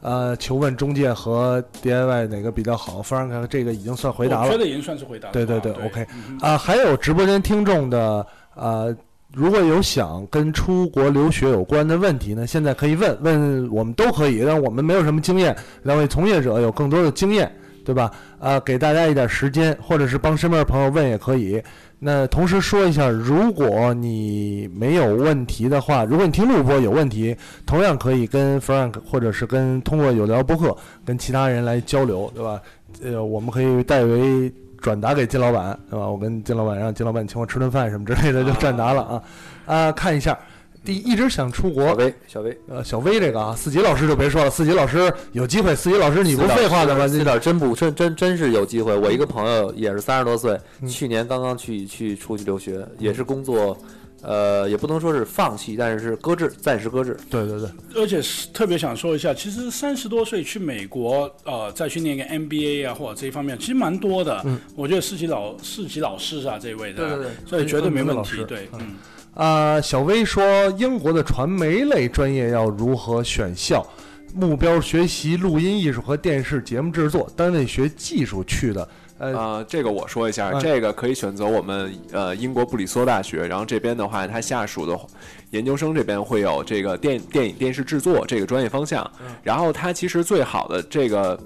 呃，求问中介和 DIY 哪个比较好？Frank 这个已经算回答了。
我觉得已经算是回答了吧。
对对对
对
o k
嗯
啊、还有直播间听众的呃，如果有想跟出国留学有关的问题呢，现在可以问问我们都可以，但我们没有什么经验，两位从业者有更多的经验，对吧？啊，给大家一点时间，或者是帮身边的朋友问也可以。那同时说一下，如果你没有问题的话，如果你听录播有问题，同样可以跟 Frank 或者是跟通过有聊播客跟其他人来交流，对吧？呃，我们可以代为转达给金老板，对吧？我跟金老板让金老板请我吃顿饭什么之类的，就转达了啊。啊、看一下，第一直想出国，小
薇，小薇，
呃，小薇这个啊，四级老师就别说了，四级老师有机会，四级老师你不废话的吗？
四点真不真真真是有机会。我一个朋友也是三十多岁，
嗯
去年刚刚去去出去留学，也是工作，呃，也不能说是放弃，但是是搁置，暂时搁置。
对对对，
而且是特别想说一下，其实三十多岁去美国，呃，再去念个 MBA 啊，或者这一方面，其实蛮多的。
嗯
我觉得市级老市级老师啊，这一位的，
对对对
所以绝对没问
老
题
师。
对，嗯，
啊、小薇说，英国的传媒类专业要如何选校？目标学习录音艺术和电视节目制作，单位学技术去的。呃，
呃，这个我说一下，
嗯
这个可以选择我们呃英国布里斯托大学，然后这边的话，它下属的研究生这边会有这个电电影电视制作这个专业方向，
嗯
然后它其实最好的这个。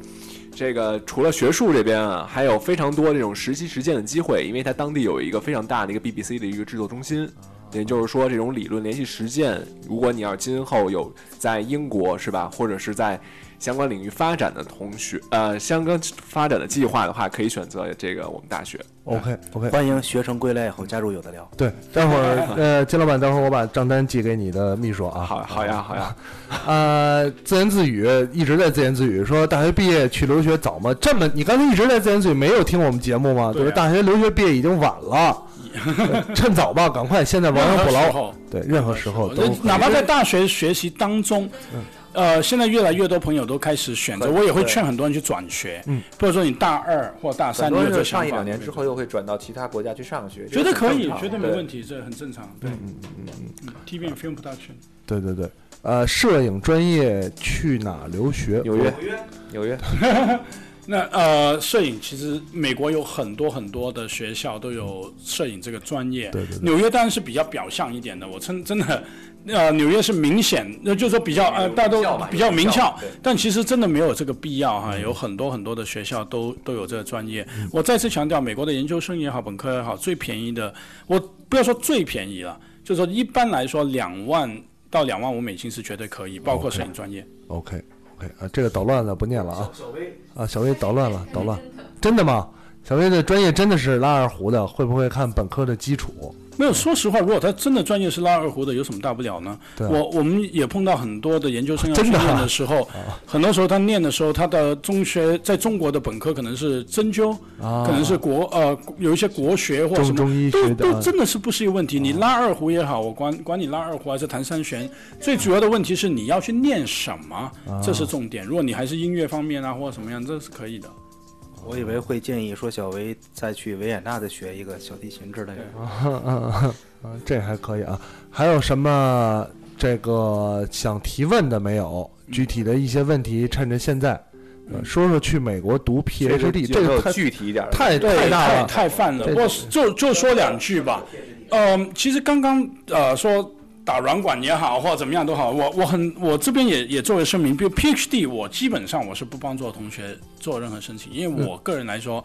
这个除了学术这边啊，还有非常多这种实习实践的机会，因为它当地有一个非常大的一个 BBC 的一个制作中心，也就是说这种理论联系实践，如果你要今后有在英国是吧，或者是在相关领域发展的同学，呃，相关发展的计划的话，可以选择这个我们大学。
嗯
OK <laughs> OK，
欢迎学成归来以后加入有的聊。
对，待会儿呃，金老板，待会儿我把账单寄给你的秘书啊。
好，好呀，好呀。
呃，自言自语一直在自言自语，说大学毕业去留学早吗？这么，你刚才一直在自言自语，没有听我们节目吗？
对啊
就是大学留学毕业已经晚
<laughs>
了，趁早吧，赶快，现在亡羊补
任何时候
牢。对，任何时候都
呃
可以
哪怕在大学学习当中，呃，现在越来越多朋友都开始选
嗯
择，
对
我也会劝很多人去转学，
嗯
或者说你大二或大
很
三你
多
有这
人
个
上
想法，
一两年之后又会转到其他国家去上学，
绝对可以，绝
绝
对
对
没问题，这很正常。对，
嗯
嗯嗯，T V Film Production，
对对对，呃，摄影专业去哪留学？
纽约，纽约。
那呃，摄影其实美国有很多很多的学校都有摄影这个专业。
对对对
纽约当然是比较表象一点的，我真真的，呃，纽约是明显，那就是说比较呃，大家都比较名校，但其实真的没有这个必要
嗯
哈。有很多很多的学校都都有这个专业。我再次强调，美国的研究生也好，本科也好，最便宜的，我不要说最便宜了，就是说一般来说两万到两万五美金是绝对可以，包
哦
括摄影专业。
OK OK 啊，这个捣乱了，不念了啊。
小薇
啊，小薇捣乱
<laughs>
了，捣乱，真的吗？小薇的专业真的是拉二胡的，会不会看本科的基础？
没有，说实话，如果他真的专业是拉二胡的，有什么大不了呢？
对啊
我我们也碰到很多的研究生要
真
去
的啊
念的时候，很多时候他念的时候，他的中学在中国的本科可能是针灸，
啊
可能是国呃有一些国学或者什么，
中中医
都
学的啊
都真的是不是一个问题。你拉二胡也好，我管管你拉二胡还是弹三弦，最主要的问题是你要去念什么，
啊
这是重点。如果你还是音乐方面啊或者什么样，这是可以的。
我以为会建议说小维再去维也纳再学一个小提琴之类的。
嗯嗯嗯嗯，这还可以啊。还有什么这个想提问的没有？具体的一些问题，趁着现在，呃
嗯
说说去美国读 PhD 这个太
体一点
太太大了
太泛了。
对
我就就说两句吧。嗯，其实刚刚呃说打软管也好，或者怎么样都好，我我很我这边也也作为声明，比如 PhD，我基本上我是不帮助同学做任何申请，因
嗯
为我个人来说。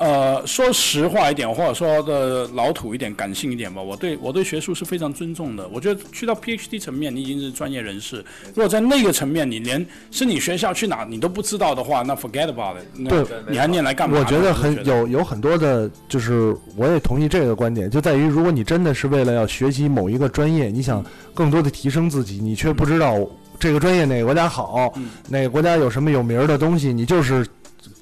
呃，说实话一点，或者说的老土一点、感性一点吧，我对我对学术是非常尊重的。我觉得去到 PhD 层面，你已经是专业人士；如果在那个层面，你连申请学校去哪你都不知道的话，那 forget about it，那
对，
你还念来干嘛呢？
我觉得很
有。
有有很多的，就是我也同意这个观点，就在于如果你真的是为了要学习某一个专业，你
嗯
想更多的提升自己，你却不知道这个专业哪个国家好，
嗯
哪个国家有什么有名儿的东西，你就是。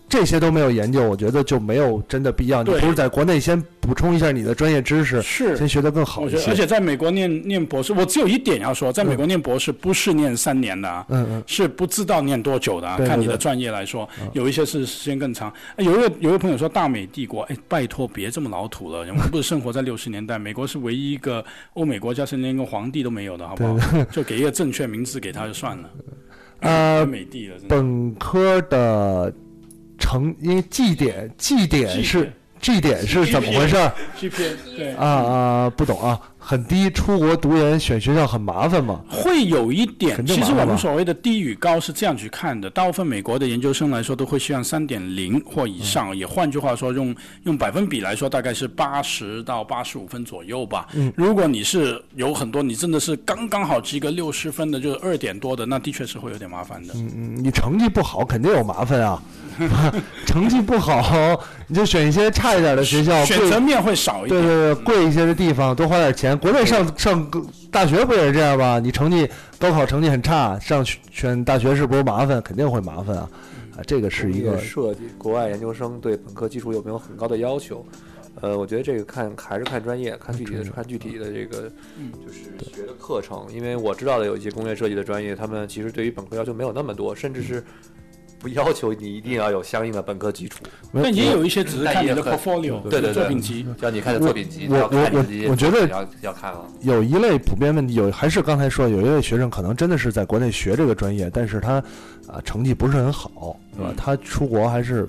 这些都没有研究，我觉得就没有真的必要。你
对
不是在国内先补充一下你的专业知识，
是
先学得更好
我
一
觉
些。
得，而且在美国念念博士，我只有一点要说，在美国念博士不是念三年的啊，
嗯嗯
是不知道念多久的啊。
对对
看你
对嗯
的专业来说，有一些是时间更长。哎有一个有一个朋友说大美帝国，哎，拜托别这么老土了，我们不是生活在六十年代，美国是唯一一个欧美国家是连个皇帝都没有的，好不好
对对？
就给一个正确名字给他就算了。
呃
美帝了，真的
本科的成，因为绩点绩点是绩点是怎么回事儿？
GPA 对
啊啊，不懂啊，很低，出国读研选学校很麻烦嘛？
会有一点
肯，定
其
麻
实
烦
我
吧
们所谓的低与高是这样去看的，大部分美国的研究生来说都会希望三点零或
嗯
以上，也换句话说，用用百分比来说，大概是八十到八十五分左右吧。
嗯
如果你是有很多，你真的是刚刚好及格六十分的，就是二点多的，那的确是会有点麻烦的。
嗯嗯，你成绩不好肯定有麻烦啊， <laughs> 成绩不好你就选一些差一点的学校，
选
贵
择面会少一点嗯
对对对，贵一些的地方多花点钱。国内上上大学不也是这样吧？你成绩高考成绩很差，上选选大学是不是麻烦？肯定会麻烦啊！啊，这个是一个
设计，国外研究生对本科基础有没有很高的要求？呃，我觉得这个看还是看专业，看具体的看具体的这个就是学的课程，因为我知道的有一些工业设计的专业，他们其实对于本科要求没有那么多，甚至是不要求你一定要有相应的本科基础。
但也有一些只是看你的
嗯但也很
portfolio，
对对对，
作品集
要你看你的作品集，
我
要
我
看你
我
自己的
我觉得
要要看啊。
有一类普遍问题，有还是刚才说，有一类学生可能真的是在国内学这个专业，但是他啊、成
嗯
绩不是很好，是吧？他出国还是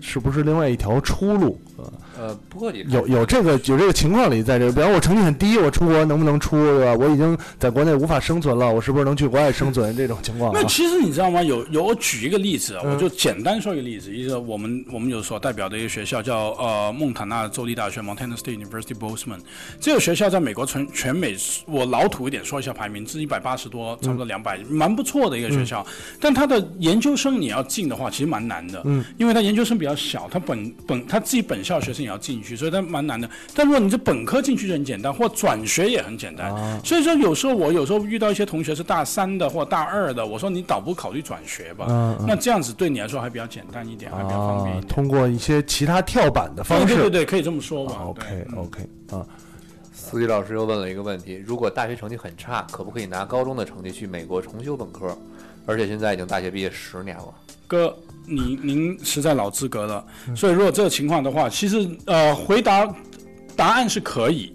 是不是另外一条出路？啊、
呃，不过也
有有这个有这个情况里在这个，比方我成绩很低，我出国能不能出，对吧？我已经在国内无法生存了，我是不是能去国外生存？这种情况、啊，
那其实你知道吗？有有，我举一个例子啊，
嗯
我就简单说一个例子，一个我们我们有所代表的一个学校叫呃孟塔纳州立大学 （Montana State University Bozeman）。这个学校在美国全全美，我老土一点说一下排名，是一百八十多，差不多两百、蛮不错的一个学校。但它的研究生你要进的话，其实蛮难的，
嗯
因为它研究生比较小，它本本它自己本校学生也要进去，所以它蛮难的。但如果你是本科进去就很简单，或转学也很简单。
啊
所以说有时候我有时候遇到一些同学是大三的或大二的，我说你倒不如考虑转学吧，
嗯嗯
那这样子对你来说还比较简单一点，还比较方便一
啊
点。，
通过一些其他跳板的方式，
对对对对，可以这么说吧。对嗯
OK OK 啊，
司机老师又问了一个问题：如果大学成绩很差，可不可以拿高中的成绩去美国重修本科？而且现在已经大学毕业十年了，
哥，您您实在老资格了，所以如果这个情况的话，其实呃，回答答案是可以，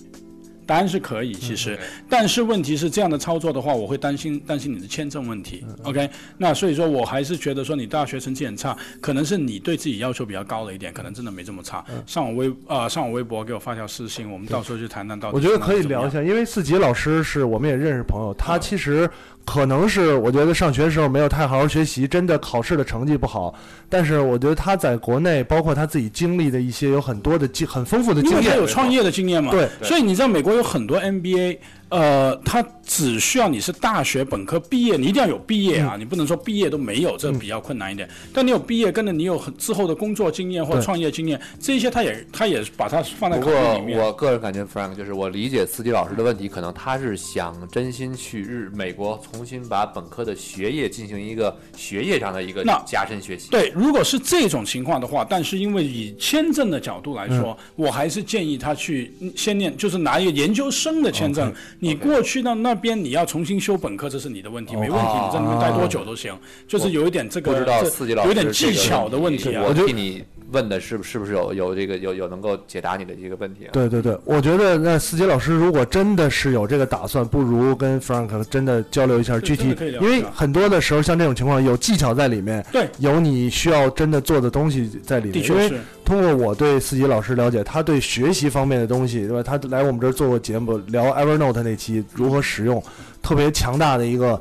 答案是可以，其
嗯
实，但是问题是这样的操作的话，我会担心担心你的签证问题。OK，那
嗯
所以说我还是觉得说你大学成绩很差，可能是你对自己要求比较高了一点，可能真的没这么差。
嗯
上我微呃上我微博给我发条私信，我们到时候去谈谈到底。
我觉得可以聊一。下，因为四杰老师是我们也认识朋友，
嗯
他其实可能是我觉得上学的时候没有太好好学习，真的考试的成绩不好，但是我觉得他在国内，包括他自己经历的一些有很多的经很丰富的
因
经
为他
验，
有创业的经验嘛。
对对
所以你知道美国有很多 MBA，呃，他只需要你是大学本科毕业，你一定要有毕业
嗯
啊，你不能说毕业都没有，这比较困难一点。但你有毕业，跟着你有很之后的工作经验或
对
创业经验，这些他也他也把它放在
不
考
过
虑里面。
我个人感觉，Frank 就是我理解司机老师的问题，可能他是想真心去日美国重新把本科的学业进行一个学业上的一个
那
加深学习。
对，如果是这种情况的话，但是因为以签证的角度来说，我还是建议他去嗯先念，就是拿一个研究生的签证。你过去到那边，你要重新修本科，这是你的问题，没问题，你在那边待多久都行。就是有一点这个，
不知道
这
司机老师
有一点技巧的问题啊。
我替你问的是不是不是有有这个有有能够解答你的一个问题啊？
对对对，我觉得那四杰老师如果真的是有这个打算，不如跟 Frank 真的交流一下具
真
体
的可以，聊一
因
下
为很多的时候像这种情况有技巧在里面，
对，
有你需要真的做的东西在里
的
面。
确
因为
是
通过我对四杰老师了解，他对学习方面的东西，对吧？他来我们这儿做过节目，聊 Evernote 那期如何使用，特别强大的一个。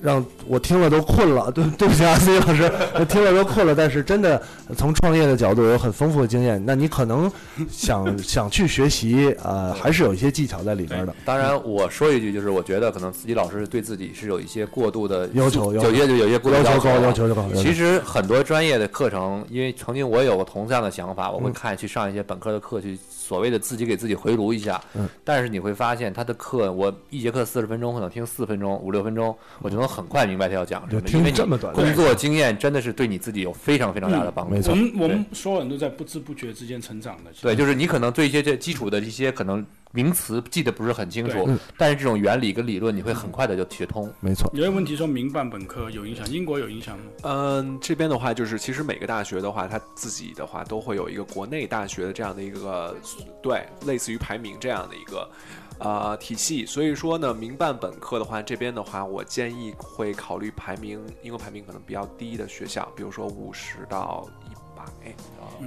让我听了都困了，对对不起啊，c 老师，我听了都困了。但是真的从创业的角度有很丰富的经验，那你可能想想去学习，呃，还是有一些技巧在里边的。
当然，我说一句，就是我觉得可能司机老师对自己是有一些过度的
要求要求
有些有些过度
要求高
啊
要求就高要求
其实很多专业的课程，因为曾经我也有过同样的想法，我会
嗯
看去上一些本科的课，去所谓的自己给自己回炉一下。
嗯
但是你会发现，他的课我一节课四十分钟，可能听四分钟、五六分钟，我就能很快明白他要讲什么
就，听
因为你
这么短的嗯
工作经验真的是对你自己有非常非常大的帮助。
我们我
对
们所有人都在不知不觉之间成长的。
对，就是你可能对一些这基础的一些可能名词记得不是很清楚
嗯
对，
但是这种原理跟理论你会很快的就学通。
没错。
有些问题说民办本科有影响，英国有影响吗？
嗯，这边的话就是，其实每个大学的话，它自己的话都会有一个国内大学的这样的一个，对，类似于排名这样的一个。呃，体系，所以说呢，民办本科的话，这边的话，我建议会考虑排名，英国排名可能比较低的学校，比如说五十到一百、哎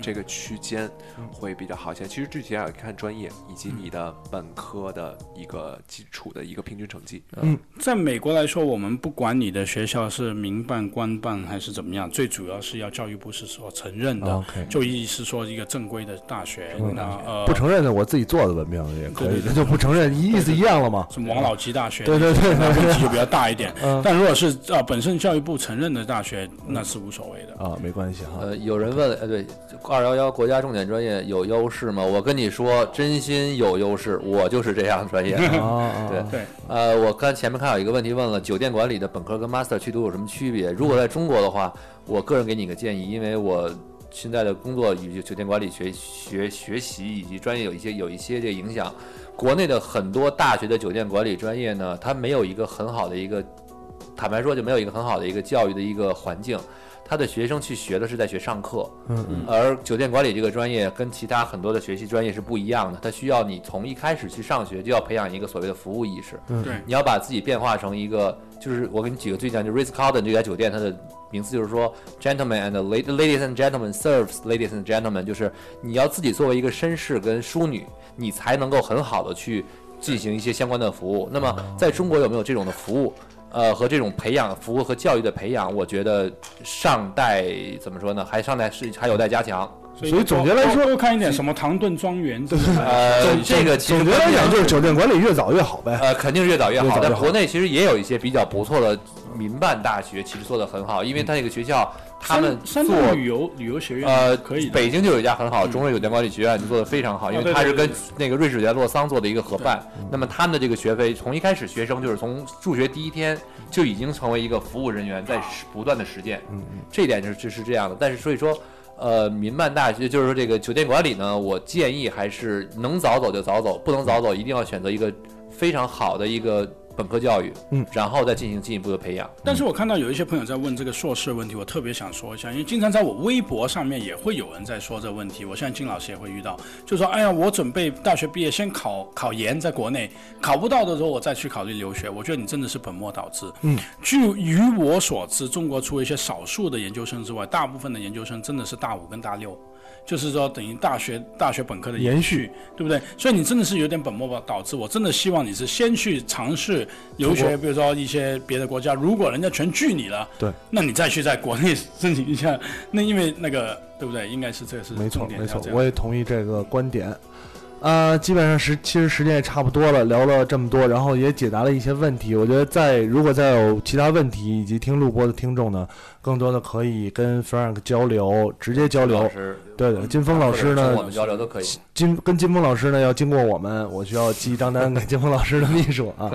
这个区间会比较好一些。其实具体还要看专业以及你的本科的一个基础的一个平均成绩。
嗯，
在美国来说，我们不管你的学校是民办、官办还是怎么样，最主要是要教育部是所承认的
OK
就意思是说一个正规的大学。
嗯
那呃，
不承认的我自己做的文凭也可以，
对对对
那就不承认，意思一样了嘛。
什么王老吉大学，
对对对
那
对对
问题就比较大一点
嗯。
但如果是呃本身教育部承认的大学，那是无所谓
<laughs>
的。
啊，没关系哈。
呃，有人问，呃，对，二幺幺国家重点专业有优势吗？我跟你说，真心有优势，我就是这样的专业。
啊
对
对，
呃，我刚前面看有一个问题问了，酒店管理的本科跟 master 去读有什么区别？如果在中国的话，我个人给你个建议，因为我现在的工作与酒店管理学学学习以及专业有一些有一些这个影响。国内的很多大学的酒店管理专业呢，它没有一个很好的一个，坦白说就没有一个很好的一个教育的一个环境。他的学生去学的是在学上课，
嗯嗯
而酒店管理这个专业跟其他很多的学习专业是不一样的，它需要你从一开始去上学就要培养一个所谓的服务意识，
嗯
对
你要把自己变化成一个，就是我给你举个最简单，就 Ritz Carlton 这家酒店，它的名词就是说 gentlemen and la- ladies and gentlemen serves ladies and gentlemen，就是你要自己作为一个绅士跟淑女，你才能够很好的去进行一些相关的服
哦
务。那么在中国有没有这种的服务？呃，和这种培养、服务和教育的培养，我觉得上代怎么说呢？还上代是还有待加强。
所以总结来说，
哦
多看一点什么唐顿庄园，对
呃，这个其实
总结来讲哦就是酒店管理越早越好呗。
呃，肯定是越早越好。
越
在
早越
国内其实也有一些比较不错的民办大学，其实做的很好，因为它那个学校他们做
三三旅游旅游学院
呃
可以的嗯啊
北京就有一家很好，中瑞酒店管理学院就做的非常好，因为
对
它
对
是
对
跟那个瑞士酒店洛桑做的一个合办。那么他们的这个学费，从一开始学生就是从入学第一天就已经成为一个服务人员，在实不断的实践。
嗯
这一点就是这是这样的。但是所以说，呃，民办大学就是说这个酒店管理呢，我建议还是能早走就早走，不能早走一定要选择一个非常好的一个本科教育，
嗯，
然后再进行进一步的培养。
但是我看到有一些朋友在问这个硕士的问题，我特别想说一下，因为经常在我微博上面也会有人在说这个问题。我相信金老师也会遇到，就说：“哎呀，我准备大学毕业先考考研，在国内考不到的时候，我再去考虑留学。”我觉得你真的是本末倒置。
嗯，
据于我所知，中国除了一些少数的研究生之外，大部分的研究生真的是大五跟大六。就是说，等于大学大学本科的
延
续，对不对？所以你真的是有点本末倒置。我真的希望你是先去尝试留
出
学，
国
比如说一些别的国家，如果人家全拒你了，
对，
那你再去在国内申请一下， <laughs> 那因为那个对不对？应该是这个是
没错
重，点
没
要
错
这，样
我也同意这个观点。呃，基本上时其实时间也差不多了，聊了这么多，然后也解答了一些问题。我觉得在如果再有其他问题以及听录播的听众呢，更多的可以跟 Frank 交流，直接交
老
流
师。
对的，金峰老师
或者
呢
跟我，们交流都可以。
金跟金峰老师呢要经过我们，我需要寄一张单给金峰老师的秘书
<laughs>
啊。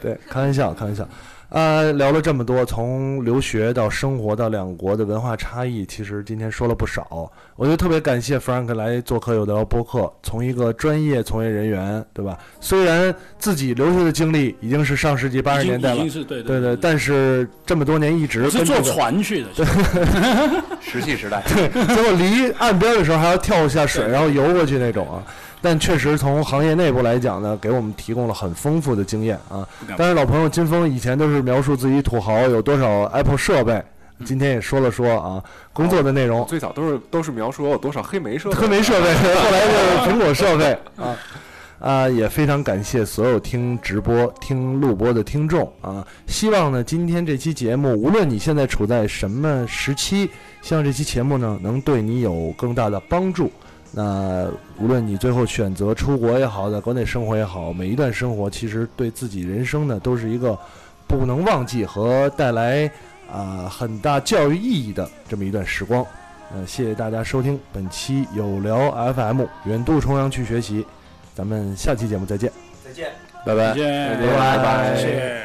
对，开玩笑，开玩笑。呃，聊了这么多，从留学到生活到两国的文化差异，其实今天说了不少。我就特别感谢 Frank 来做客有的聊播客，从一个专业从业人员，对吧？虽然自己留学的经历已经是上世纪八
已
十
经
年代
已
了，
经是对
对
对
对，但是这么多年一直
我是
跟
坐
这个
船去的，
石器时代。
对， <laughs> 结果离岸边的时候还要跳一下水，然后游过去那种啊。但确实从行业内部来讲呢，给我们提供了很丰富的经验啊
不敢。
但是老朋友金峰以前都是描述自己土豪有多少 Apple 设备，今天也说了说啊工作的内容，
最早都是都是描述我有多少黑莓设备，
科梅设备，啊后来 <laughs> 就是苹果设备啊。啊，也非常感谢所有听直播、听录播的听众啊！希望呢，今天这期节目，无论你现在处在什么时期，希望这期节目呢，能对你有更大的帮助。那无论你最后选择出国也好，在国内生活也好，每一段生活其实对自己人生呢，都是一个不能忘记和带来啊、很大教育意义的这么一段时光。呃，谢谢大家收听本期有聊 FM，远渡重洋去学习，咱们下期节目再见。
再见。
拜拜，
见
拜拜
谢谢。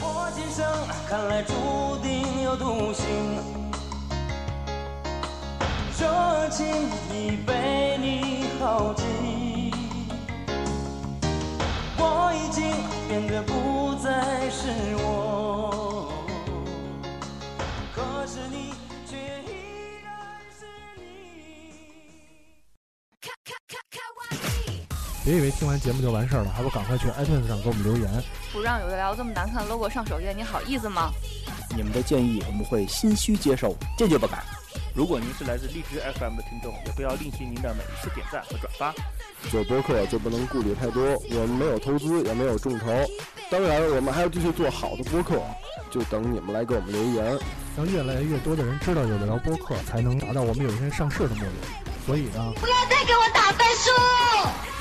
我今生看来注定有独行，热情已被你耗尽，我已经变得不再是我，可是你却依然是你。
别以为听完节目就完事儿了，还不赶快去 iTunes 上给我们留言。
不让有的聊这么难看 logo 上首页，你好意思吗？
你们的建议我们会心虚接受，坚决不改。
如果您是来自荔枝 FM 的听众，也不要吝惜您的每一次点赞和转发。
做播客就不能顾虑太多，我们没有投资，也没有众筹，当然我们还要继续做好的播客，就等你们来给我们留言。
让越来越多的人知道有的聊播客，才能达到我们有一天上市的目的。所以呢，
不要再给我打分数。